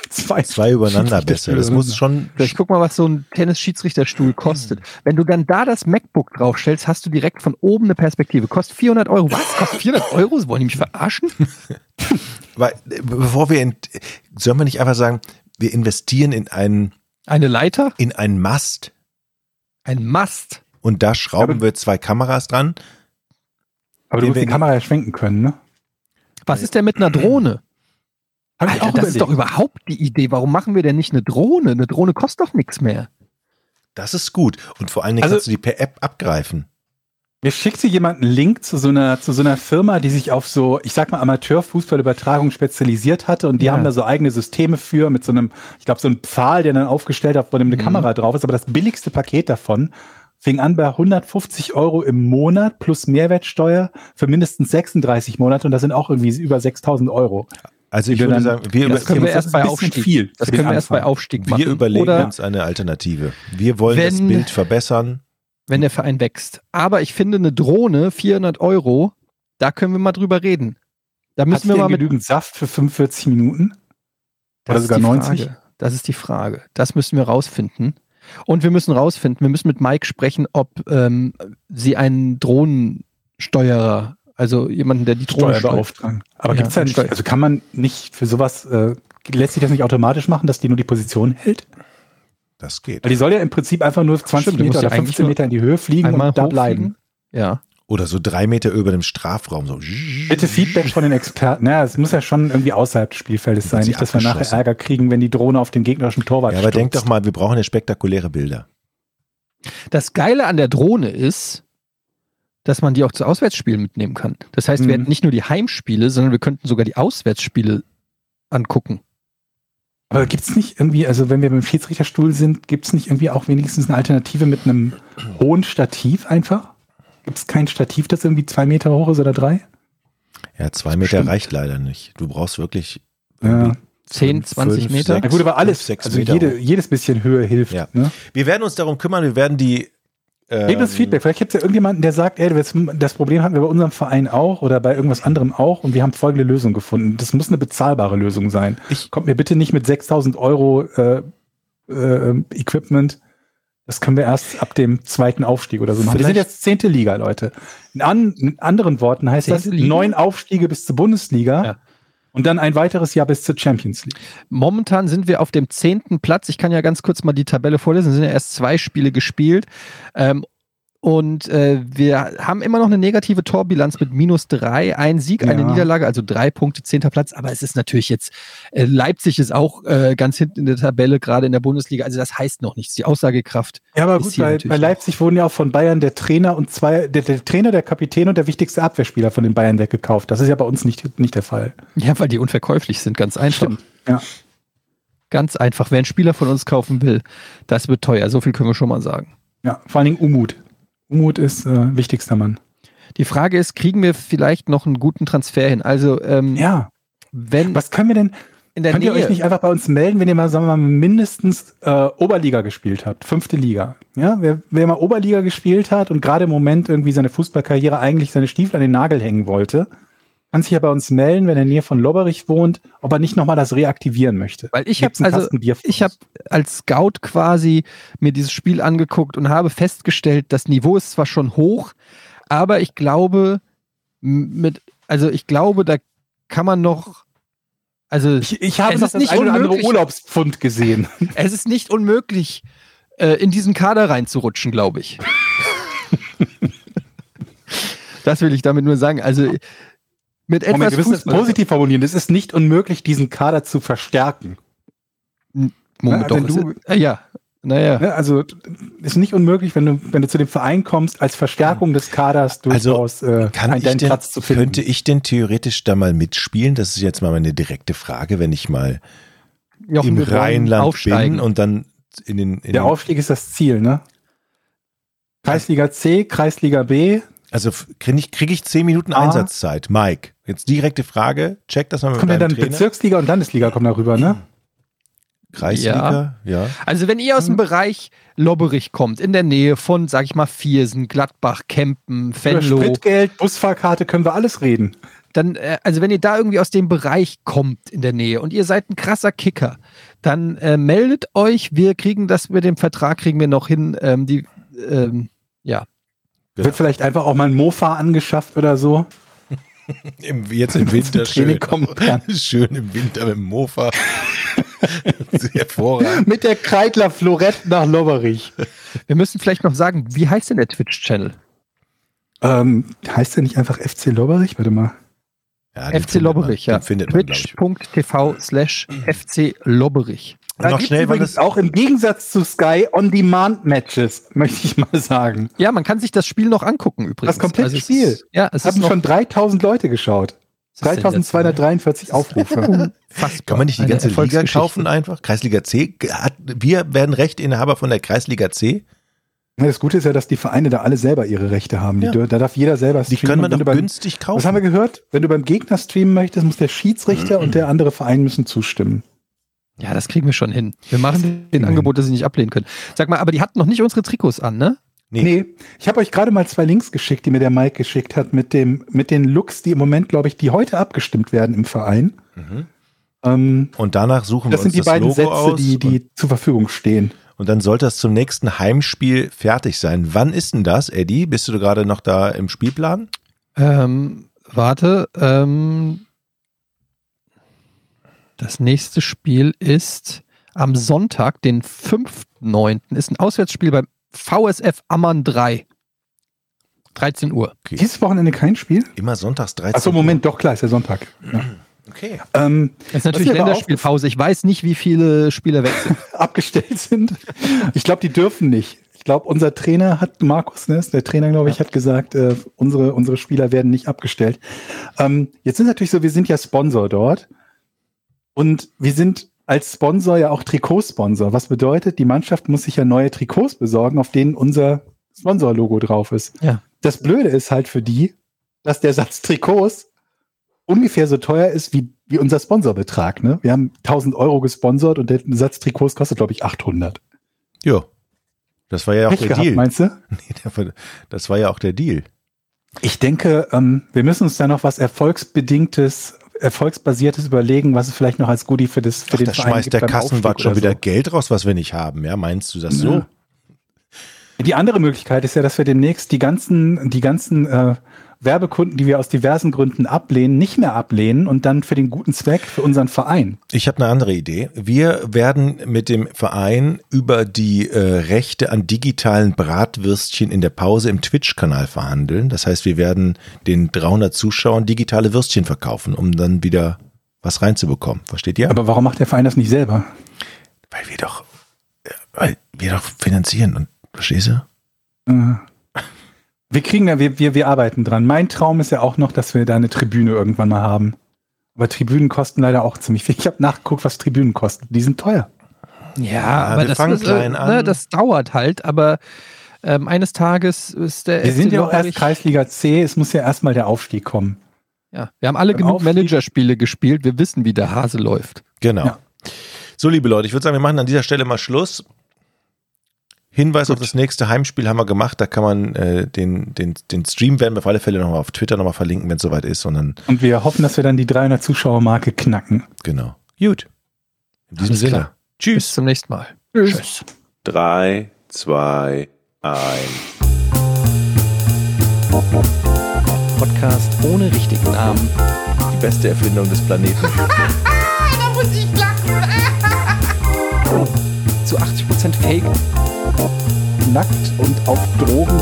Speaker 2: Zwei.
Speaker 1: Zwei übereinander besser.
Speaker 2: Schiedsrichterstühle
Speaker 1: Das muss schon
Speaker 4: Ich guck mal, was so ein Tennis-Schiedsrichterstuhl kostet. Wenn du dann da das MacBook draufstellst, hast du direkt von oben eine Perspektive. Kostet 400 Euro. Was? Kostet 400 Euro? Wollen die mich verarschen?
Speaker 1: Weil, äh, bevor wir, in, sollen wir nicht einfach sagen, wir investieren in einen,
Speaker 4: Eine Leiter?
Speaker 1: in einen Mast
Speaker 4: Ein Mast?
Speaker 1: und da schrauben
Speaker 2: Aber-
Speaker 1: wir zwei Kameras dran.
Speaker 2: Aber du musst die
Speaker 1: Deswegen-
Speaker 2: Kamera ja schwenken können, ne?
Speaker 4: Was ist denn mit einer Drohne?
Speaker 2: Hab
Speaker 4: Alter, das ist doch überhaupt die Idee. Warum machen wir denn nicht eine Drohne? Eine Drohne kostet doch nichts mehr.
Speaker 1: Das ist gut. Und vor allen Dingen
Speaker 2: Also-
Speaker 1: kannst du die per App abgreifen.
Speaker 2: Mir schickte jemand einen Link zu so einer, zu so einer Firma, die sich auf so, ich sag mal, Amateurfußballübertragung spezialisiert hatte und die
Speaker 4: Ja.
Speaker 2: haben da so eigene Systeme für mit so einem, ich glaube, so einem Pfahl, der dann aufgestellt hat, wo dann eine
Speaker 4: Mhm.
Speaker 2: Kamera drauf ist, aber das billigste Paket davon fing an bei 150 Euro im Monat plus Mehrwertsteuer für mindestens 36 Monate und das sind auch irgendwie über 6000 Euro.
Speaker 1: Also ich
Speaker 2: Wir
Speaker 1: würde
Speaker 2: dann-
Speaker 1: sagen, wir,
Speaker 4: Das
Speaker 1: über,
Speaker 4: können wir
Speaker 2: das
Speaker 4: erst
Speaker 2: ist
Speaker 4: bei
Speaker 2: ein bisschen
Speaker 4: Aufstieg.
Speaker 2: viel
Speaker 4: das
Speaker 2: für den
Speaker 4: können wir erst bei
Speaker 2: Anfang.
Speaker 4: Aufstieg machen.
Speaker 1: wir überlegen
Speaker 4: Oder
Speaker 1: uns eine Alternative. Wir wollen das
Speaker 4: Wenn-
Speaker 1: Bild verbessern.
Speaker 4: wenn der Verein wächst. Aber ich finde eine Drohne 400 Euro, da können wir mal drüber reden. Da
Speaker 2: Hat
Speaker 4: müssen wir
Speaker 2: denn
Speaker 4: mal mit
Speaker 2: genügend Saft für 45 Minuten?
Speaker 4: Das
Speaker 2: Oder
Speaker 4: ist
Speaker 2: sogar
Speaker 4: die
Speaker 2: 90?
Speaker 4: Frage. Das ist die Frage. Das müssen wir rausfinden. Und wir müssen rausfinden, wir müssen mit Mike sprechen, ob ähm, sie einen Drohnensteuerer, also jemanden, der die Drohne steuert.
Speaker 2: Steuerbeauftragten. Aber
Speaker 4: Ja,
Speaker 2: gibt's da nicht,
Speaker 4: Steuer-
Speaker 2: also kann man nicht für sowas, äh, lässt sich das nicht automatisch machen, dass die nur die Position hält?
Speaker 1: Das geht.
Speaker 2: Weil die soll ja im Prinzip einfach nur 20
Speaker 4: Stimmt, die muss
Speaker 2: Meter
Speaker 4: ja
Speaker 2: oder 15
Speaker 4: eigentlich
Speaker 2: Meter in die Höhe fliegen
Speaker 4: Einmal
Speaker 2: und da
Speaker 4: hochfliegen.
Speaker 2: bleiben.
Speaker 4: Ja.
Speaker 1: Oder so drei Meter über dem Strafraum. So.
Speaker 2: Bitte Feedback von den Experten. Naja, es muss ja schon irgendwie außerhalb des Spielfeldes
Speaker 1: Dann
Speaker 2: sein.
Speaker 1: wird sie
Speaker 2: Nicht, dass wir nachher
Speaker 1: abgeschossen.
Speaker 2: Ärger kriegen, wenn die Drohne auf den gegnerischen Torwart
Speaker 1: Ja, aber
Speaker 2: stürzt.
Speaker 1: denk doch mal, wir brauchen ja spektakuläre Bilder.
Speaker 4: Das Geile an der Drohne ist, dass man die auch zu Auswärtsspielen mitnehmen kann. Das heißt, wir
Speaker 1: Hm.
Speaker 2: Mhm.
Speaker 4: hätten nicht nur die Heimspiele, sondern wir könnten sogar die Auswärtsspiele angucken.
Speaker 2: Aber gibt's nicht irgendwie, also wenn wir beim Schiedsrichterstuhl sind, gibt's nicht irgendwie auch wenigstens eine Alternative mit einem hohen Stativ einfach? Gibt's kein Stativ, das irgendwie zwei Meter hoch ist oder drei?
Speaker 1: Ja, zwei Meter
Speaker 4: Stimmt.
Speaker 1: reicht leider nicht. Du brauchst wirklich
Speaker 2: Ja.
Speaker 1: irgendwie
Speaker 4: 10,
Speaker 1: fünf,
Speaker 4: 20
Speaker 1: fünf,
Speaker 4: Meter.
Speaker 1: sechs,
Speaker 2: Na gut, aber alles,
Speaker 1: fünf, sechs
Speaker 2: also
Speaker 1: Meter
Speaker 2: jede,
Speaker 1: hoch.
Speaker 2: jedes bisschen Höhe hilft.
Speaker 1: Ja.
Speaker 2: Ne?
Speaker 1: Wir werden uns darum kümmern. Wir werden die. Ähm,
Speaker 4: Äh,
Speaker 2: Gebt uns Feedback. Vielleicht gibt es ja irgendjemanden, der sagt, ey, das- das Problem hatten wir bei unserem Verein auch oder bei irgendwas anderem auch und wir haben folgende Lösung gefunden. Das muss eine bezahlbare Lösung sein.
Speaker 1: Ich-
Speaker 2: Kommt mir bitte nicht mit 6000 Euro äh, äh, Equipment. Das können wir erst ab dem zweiten Aufstieg oder so machen. Wir sind
Speaker 1: Vielleicht-
Speaker 2: jetzt zehnte Liga, Leute. In, an, in anderen Worten heißt das
Speaker 4: Zehnte Liga?
Speaker 2: neun Aufstiege bis zur Bundesliga
Speaker 4: Ja.
Speaker 2: und dann ein weiteres Jahr bis zur Champions League.
Speaker 4: Momentan sind wir auf dem zehnten Platz. Ich kann ja ganz kurz mal die Tabelle vorlesen. Es sind ja erst zwei Spiele gespielt. Ähm, und äh, wir haben immer noch eine negative Torbilanz mit minus drei. Ein Sieg, eine
Speaker 2: Ja.
Speaker 4: Niederlage, also drei Punkte, zehnter Platz. Aber es ist natürlich jetzt, äh, Leipzig ist auch äh, ganz hinten in der Tabelle, gerade in der Bundesliga. Also das heißt noch nichts. Die Aussagekraft.
Speaker 2: Ja, aber
Speaker 4: Ist
Speaker 2: gut,
Speaker 4: hier
Speaker 2: bei,
Speaker 4: natürlich
Speaker 2: bei
Speaker 4: noch.
Speaker 2: Leipzig wurden ja auch von Bayern der Trainer und zwei, der, der Trainer, der Kapitän und der wichtigste Abwehrspieler von den Bayern weggekauft. Das ist ja bei uns nicht, nicht der Fall.
Speaker 4: Ja, weil die unverkäuflich sind, ganz einfach.
Speaker 2: Stimmt, ja.
Speaker 4: Ganz einfach. Wer einen Spieler von uns kaufen will, das wird teuer. So viel können wir schon mal sagen.
Speaker 2: Ja, vor allen Dingen Umut. Umut ist äh, wichtigster Mann.
Speaker 4: Die Frage ist, kriegen wir vielleicht noch einen guten Transfer hin? Also, ähm,
Speaker 2: Ja,
Speaker 4: wenn
Speaker 2: was können wir denn?
Speaker 4: in der
Speaker 2: könnt ihr
Speaker 4: Nähe
Speaker 2: euch nicht einfach bei uns melden, wenn ihr mal, sagen wir mal, mindestens äh, Oberliga gespielt habt, fünfte Liga? Ja, wer, wer mal Oberliga gespielt hat und gerade im Moment irgendwie seine Fußballkarriere eigentlich seine Stiefel an den Nagel hängen wollte, kann sich ja bei uns melden, wenn er in der Nähe von Lobberich wohnt, ob er nicht nochmal das reaktivieren möchte.
Speaker 4: Weil ich habe
Speaker 2: Gibt's einen
Speaker 4: also
Speaker 2: Kasten Bier für
Speaker 4: ich
Speaker 2: uns?
Speaker 4: habe als Scout quasi mir dieses Spiel angeguckt und habe festgestellt, das Niveau ist zwar schon hoch, aber ich glaube m- mit also ich glaube, da kann man noch also
Speaker 2: Ich, ich habe
Speaker 4: Es
Speaker 2: noch
Speaker 4: ist
Speaker 2: das
Speaker 4: nicht
Speaker 2: ein oder andere
Speaker 4: unmöglich.
Speaker 2: Urlaubspfund gesehen.
Speaker 4: es ist nicht unmöglich äh, in diesen Kader reinzurutschen, glaube ich. das will ich damit nur sagen, also mit etwas
Speaker 2: Moment, wir müssen das
Speaker 4: Fußball-
Speaker 2: positiv formulieren. Es ist nicht unmöglich, diesen Kader zu verstärken.
Speaker 4: Moment,
Speaker 2: Na,
Speaker 4: doch,
Speaker 2: wenn
Speaker 4: es
Speaker 2: du-
Speaker 4: ist- äh, ja, naja.
Speaker 2: Ne? Also es ist nicht unmöglich, wenn du, wenn du zu dem Verein kommst, als Verstärkung des Kaders
Speaker 1: Also,
Speaker 2: durchaus äh,
Speaker 1: Kann
Speaker 2: einen-
Speaker 1: ich
Speaker 2: deinen
Speaker 1: denn,
Speaker 2: Platz zu finden.
Speaker 1: Könnte ich denn theoretisch da mal mitspielen? Das ist jetzt mal meine direkte Frage, wenn ich mal
Speaker 4: Jochen,
Speaker 1: im
Speaker 4: wir wollen
Speaker 1: Rheinland
Speaker 4: aufsteigen.
Speaker 1: bin und dann in den. In
Speaker 2: Der
Speaker 1: den
Speaker 2: Aufstieg ist das Ziel, ne? Kreisliga C, Kreisliga B.
Speaker 1: also kriege ich, krieg ich zehn Minuten
Speaker 2: Ah.
Speaker 1: Einsatzzeit. Mike, jetzt direkte Frage. Check das mal mit
Speaker 2: Kommt ja
Speaker 1: deinem
Speaker 2: dann
Speaker 1: Trainer.
Speaker 2: Bezirksliga und Landesliga kommen darüber, ne?
Speaker 1: Kreisliga, ja.
Speaker 4: Also wenn ihr aus dem
Speaker 2: Mhm.
Speaker 4: Bereich Lobberich kommt, in der Nähe von, sag ich mal, Viersen, Gladbach, Kempen,
Speaker 2: Über
Speaker 4: Venlo,
Speaker 2: Spritgeld, Busfahrkarte können wir alles reden.
Speaker 4: dann, äh, also wenn ihr da irgendwie aus dem Bereich kommt in der Nähe und ihr seid ein krasser Kicker, dann äh, meldet euch, wir kriegen das mit dem Vertrag, kriegen wir noch hin, ähm, die, ähm, ja.
Speaker 1: Ja.
Speaker 2: Wird vielleicht einfach auch mal ein Mofa angeschafft oder so.
Speaker 1: Im, jetzt im
Speaker 2: Zum
Speaker 1: Winter
Speaker 2: Training
Speaker 1: schön.
Speaker 2: kommen kann.
Speaker 1: Schön im Winter mit dem Mofa. Hervorragend.
Speaker 2: Mit der Kreidler Florett nach Lobberich.
Speaker 4: Wir müssen vielleicht noch sagen, wie heißt denn der Twitch-Channel?
Speaker 2: Ähm, heißt der nicht einfach FC Lobberich? Warte mal.
Speaker 1: Ja, Ah, den
Speaker 4: FC
Speaker 1: findet man-
Speaker 4: Lobberich, ja.
Speaker 1: den Findet man, glaub ich.
Speaker 4: Twitch.tv slash FC Lobberich.
Speaker 1: Und noch
Speaker 2: gibt's
Speaker 1: schnell, weil
Speaker 2: übrigens
Speaker 1: das
Speaker 2: auch im Gegensatz zu Sky On-Demand-Matches, möchte ich mal sagen.
Speaker 4: Ja, man kann sich das Spiel noch angucken übrigens. Also
Speaker 2: Das komplette
Speaker 4: es
Speaker 2: Spiel.
Speaker 4: Ist, ja, es
Speaker 2: Das haben
Speaker 4: ist noch,
Speaker 2: schon 3000 Leute geschaut.
Speaker 4: es ist
Speaker 2: 3243 Aufrufe.
Speaker 4: Unfassbar.
Speaker 1: Kann man nicht die
Speaker 4: Eine
Speaker 1: ganze Liga
Speaker 4: Erfolgsgeschichte.
Speaker 1: kaufen einfach? Kreisliga C? Hat, wir werden Rechteinhaber von der Kreisliga C.
Speaker 2: Das Gute ist ja, dass die Vereine da alle selber ihre Rechte haben. Die
Speaker 1: Ja.
Speaker 2: dür- Da darf jeder selber
Speaker 1: Die
Speaker 2: streamen.
Speaker 1: können man
Speaker 2: Wenn
Speaker 1: doch
Speaker 2: du beim-
Speaker 1: günstig kaufen.
Speaker 2: Was haben wir gehört? Wenn du beim Gegner streamen möchtest, muss der Schiedsrichter
Speaker 1: Mhm.
Speaker 2: und der andere Verein müssen zustimmen.
Speaker 4: Ja, das kriegen wir schon hin. Wir machen den
Speaker 2: Mhm.
Speaker 4: Angebot, dass sie nicht ablehnen können. Sag mal, aber die hatten noch nicht unsere Trikots an, ne?
Speaker 1: Nee.
Speaker 2: Nee, ich habe euch gerade mal zwei Links geschickt, die mir der Mike geschickt hat, mit, dem, mit den Looks, die im Moment, glaube ich, die heute abgestimmt werden im Verein.
Speaker 1: Mhm.
Speaker 2: Ähm,
Speaker 1: Und danach suchen
Speaker 2: das
Speaker 1: wir uns
Speaker 2: sind
Speaker 1: das
Speaker 2: die beiden
Speaker 1: Logo
Speaker 2: Sätze,
Speaker 1: aus.
Speaker 2: die, die zur Verfügung stehen.
Speaker 1: Und dann sollte das zum nächsten Heimspiel fertig sein. Wann ist denn das, Eddie? Bist du gerade noch da im Spielplan?
Speaker 4: Ähm, warte. Ähm, das nächste Spiel ist am Sonntag, den 5.9. ist ein Auswärtsspiel beim VSF Ammann 3. 13 Uhr.
Speaker 2: Dieses Wochenende kein Spiel?
Speaker 1: Immer sonntags 13
Speaker 2: Achso, Moment, doch, klar, ist ja Sonntag. Ja.
Speaker 1: Uhr. Okay.
Speaker 2: Ähm,
Speaker 4: Das ist natürlich
Speaker 2: mir aber
Speaker 4: Länderspielpause. Ich weiß nicht, wie viele Spieler weg sind.
Speaker 2: abgestellt sind. Ich glaube, die dürfen nicht. Ich glaube, unser Trainer hat, Markus Ness, der Trainer, glaube ich, hat gesagt, äh, unsere, unsere Spieler werden nicht abgestellt. Ähm, jetzt ist natürlich so, wir sind ja Sponsor dort. Und wir sind als Sponsor ja auch Trikotsponsor. Was bedeutet, die Mannschaft muss sich ja neue Trikots besorgen, auf denen unser Sponsor-Logo drauf ist.
Speaker 4: Ja.
Speaker 2: Das Blöde ist halt für die, dass der Satz Trikots ungefähr so teuer ist wie, wie unser Sponsorbetrag. Ne? Wir haben 1000 Euro gesponsert und der Satz Trikots kostet, glaube ich, 800.
Speaker 1: Jo. Das war ja auch
Speaker 2: Pech
Speaker 1: der
Speaker 2: gehabt,
Speaker 1: Deal.
Speaker 2: meinst du?
Speaker 1: Nee, der war- Das war ja auch der Deal.
Speaker 2: Ich denke, ähm, wir müssen uns da noch was erfolgsbedingtes, erfolgsbasiertes überlegen, was es vielleicht noch als Goodie für, das, für
Speaker 1: Ach,
Speaker 2: den
Speaker 1: da
Speaker 2: Verein
Speaker 1: schmeißt der
Speaker 2: beim
Speaker 1: Kassenwart
Speaker 2: Aufstieg
Speaker 1: schon
Speaker 2: oder
Speaker 1: wieder
Speaker 2: so.
Speaker 1: Geld raus, was wir nicht haben. Ja, meinst du das so?
Speaker 2: Ja. Die andere Möglichkeit ist ja, dass wir demnächst die ganzen, die ganzen äh, Werbekunden, die wir aus diversen Gründen ablehnen, nicht mehr ablehnen und dann für den guten Zweck, für unseren Verein.
Speaker 1: Ich habe eine andere Idee. Wir werden mit dem Verein über die äh, Rechte an digitalen Bratwürstchen in der Pause im Twitch-Kanal verhandeln. Das heißt, wir werden den 300 Zuschauern digitale Würstchen verkaufen, um dann wieder was reinzubekommen. Versteht ihr?
Speaker 2: Aber warum macht der Verein das nicht selber?
Speaker 1: weil wir doch, äh, weil wir doch finanzieren und verstehst du?
Speaker 2: Äh, Wir kriegen da, wir, wir, wir arbeiten dran. Mein Traum ist ja auch noch, dass wir da eine Tribüne irgendwann mal haben. Aber Tribünen kosten leider auch ziemlich viel. Ich habe nachgeguckt, was Tribünen kosten. Die sind teuer.
Speaker 4: Ja, aber
Speaker 1: wir
Speaker 4: das,
Speaker 1: fangen
Speaker 4: ist, äh,
Speaker 1: klein an.
Speaker 4: Ne, das dauert halt, aber ähm, eines Tages ist der
Speaker 2: Wir
Speaker 4: FC
Speaker 2: sind ja auch erst
Speaker 4: Lorich-
Speaker 2: Kreisliga C. Es muss ja erstmal der Aufstieg kommen.
Speaker 4: Ja, wir haben alle
Speaker 2: Beim
Speaker 4: genug
Speaker 2: Aufstieg-
Speaker 4: Managerspiele gespielt. Wir wissen, wie der Hase läuft.
Speaker 1: Genau.
Speaker 2: Ja.
Speaker 1: So, liebe Leute, ich würde sagen, wir machen an dieser Stelle mal Schluss. Hinweis auf das nächste Heimspiel haben wir gemacht. Da kann man äh, den, den, den Stream werden wir auf alle Fälle nochmal auf Twitter nochmal verlinken, wenn es soweit ist. Und dann,
Speaker 2: Und wir hoffen, dass wir dann die 300 Zuschauer-Marke knacken.
Speaker 1: genau. Gut. In diesem
Speaker 4: Alles
Speaker 1: Sinne.
Speaker 4: klar.
Speaker 1: Tschüss.
Speaker 4: Bis zum nächsten Mal. Tschüss.
Speaker 5: Drei, zwei, eins.
Speaker 4: Podcast ohne richtigen Namen.
Speaker 1: Die beste Erfindung des Planeten.
Speaker 3: da muss ich lachen.
Speaker 4: Zu 80% Fake.
Speaker 2: Nackt und auf Drogen.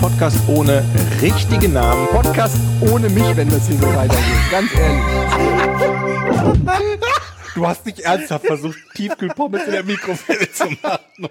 Speaker 1: Podcast ohne richtigen Namen.
Speaker 4: Podcast ohne mich, wenn das hier so weitergeht. Ganz ehrlich.
Speaker 2: Du hast nicht ernsthaft versucht, Tiefkühlpommes in der Mikrofile zu machen.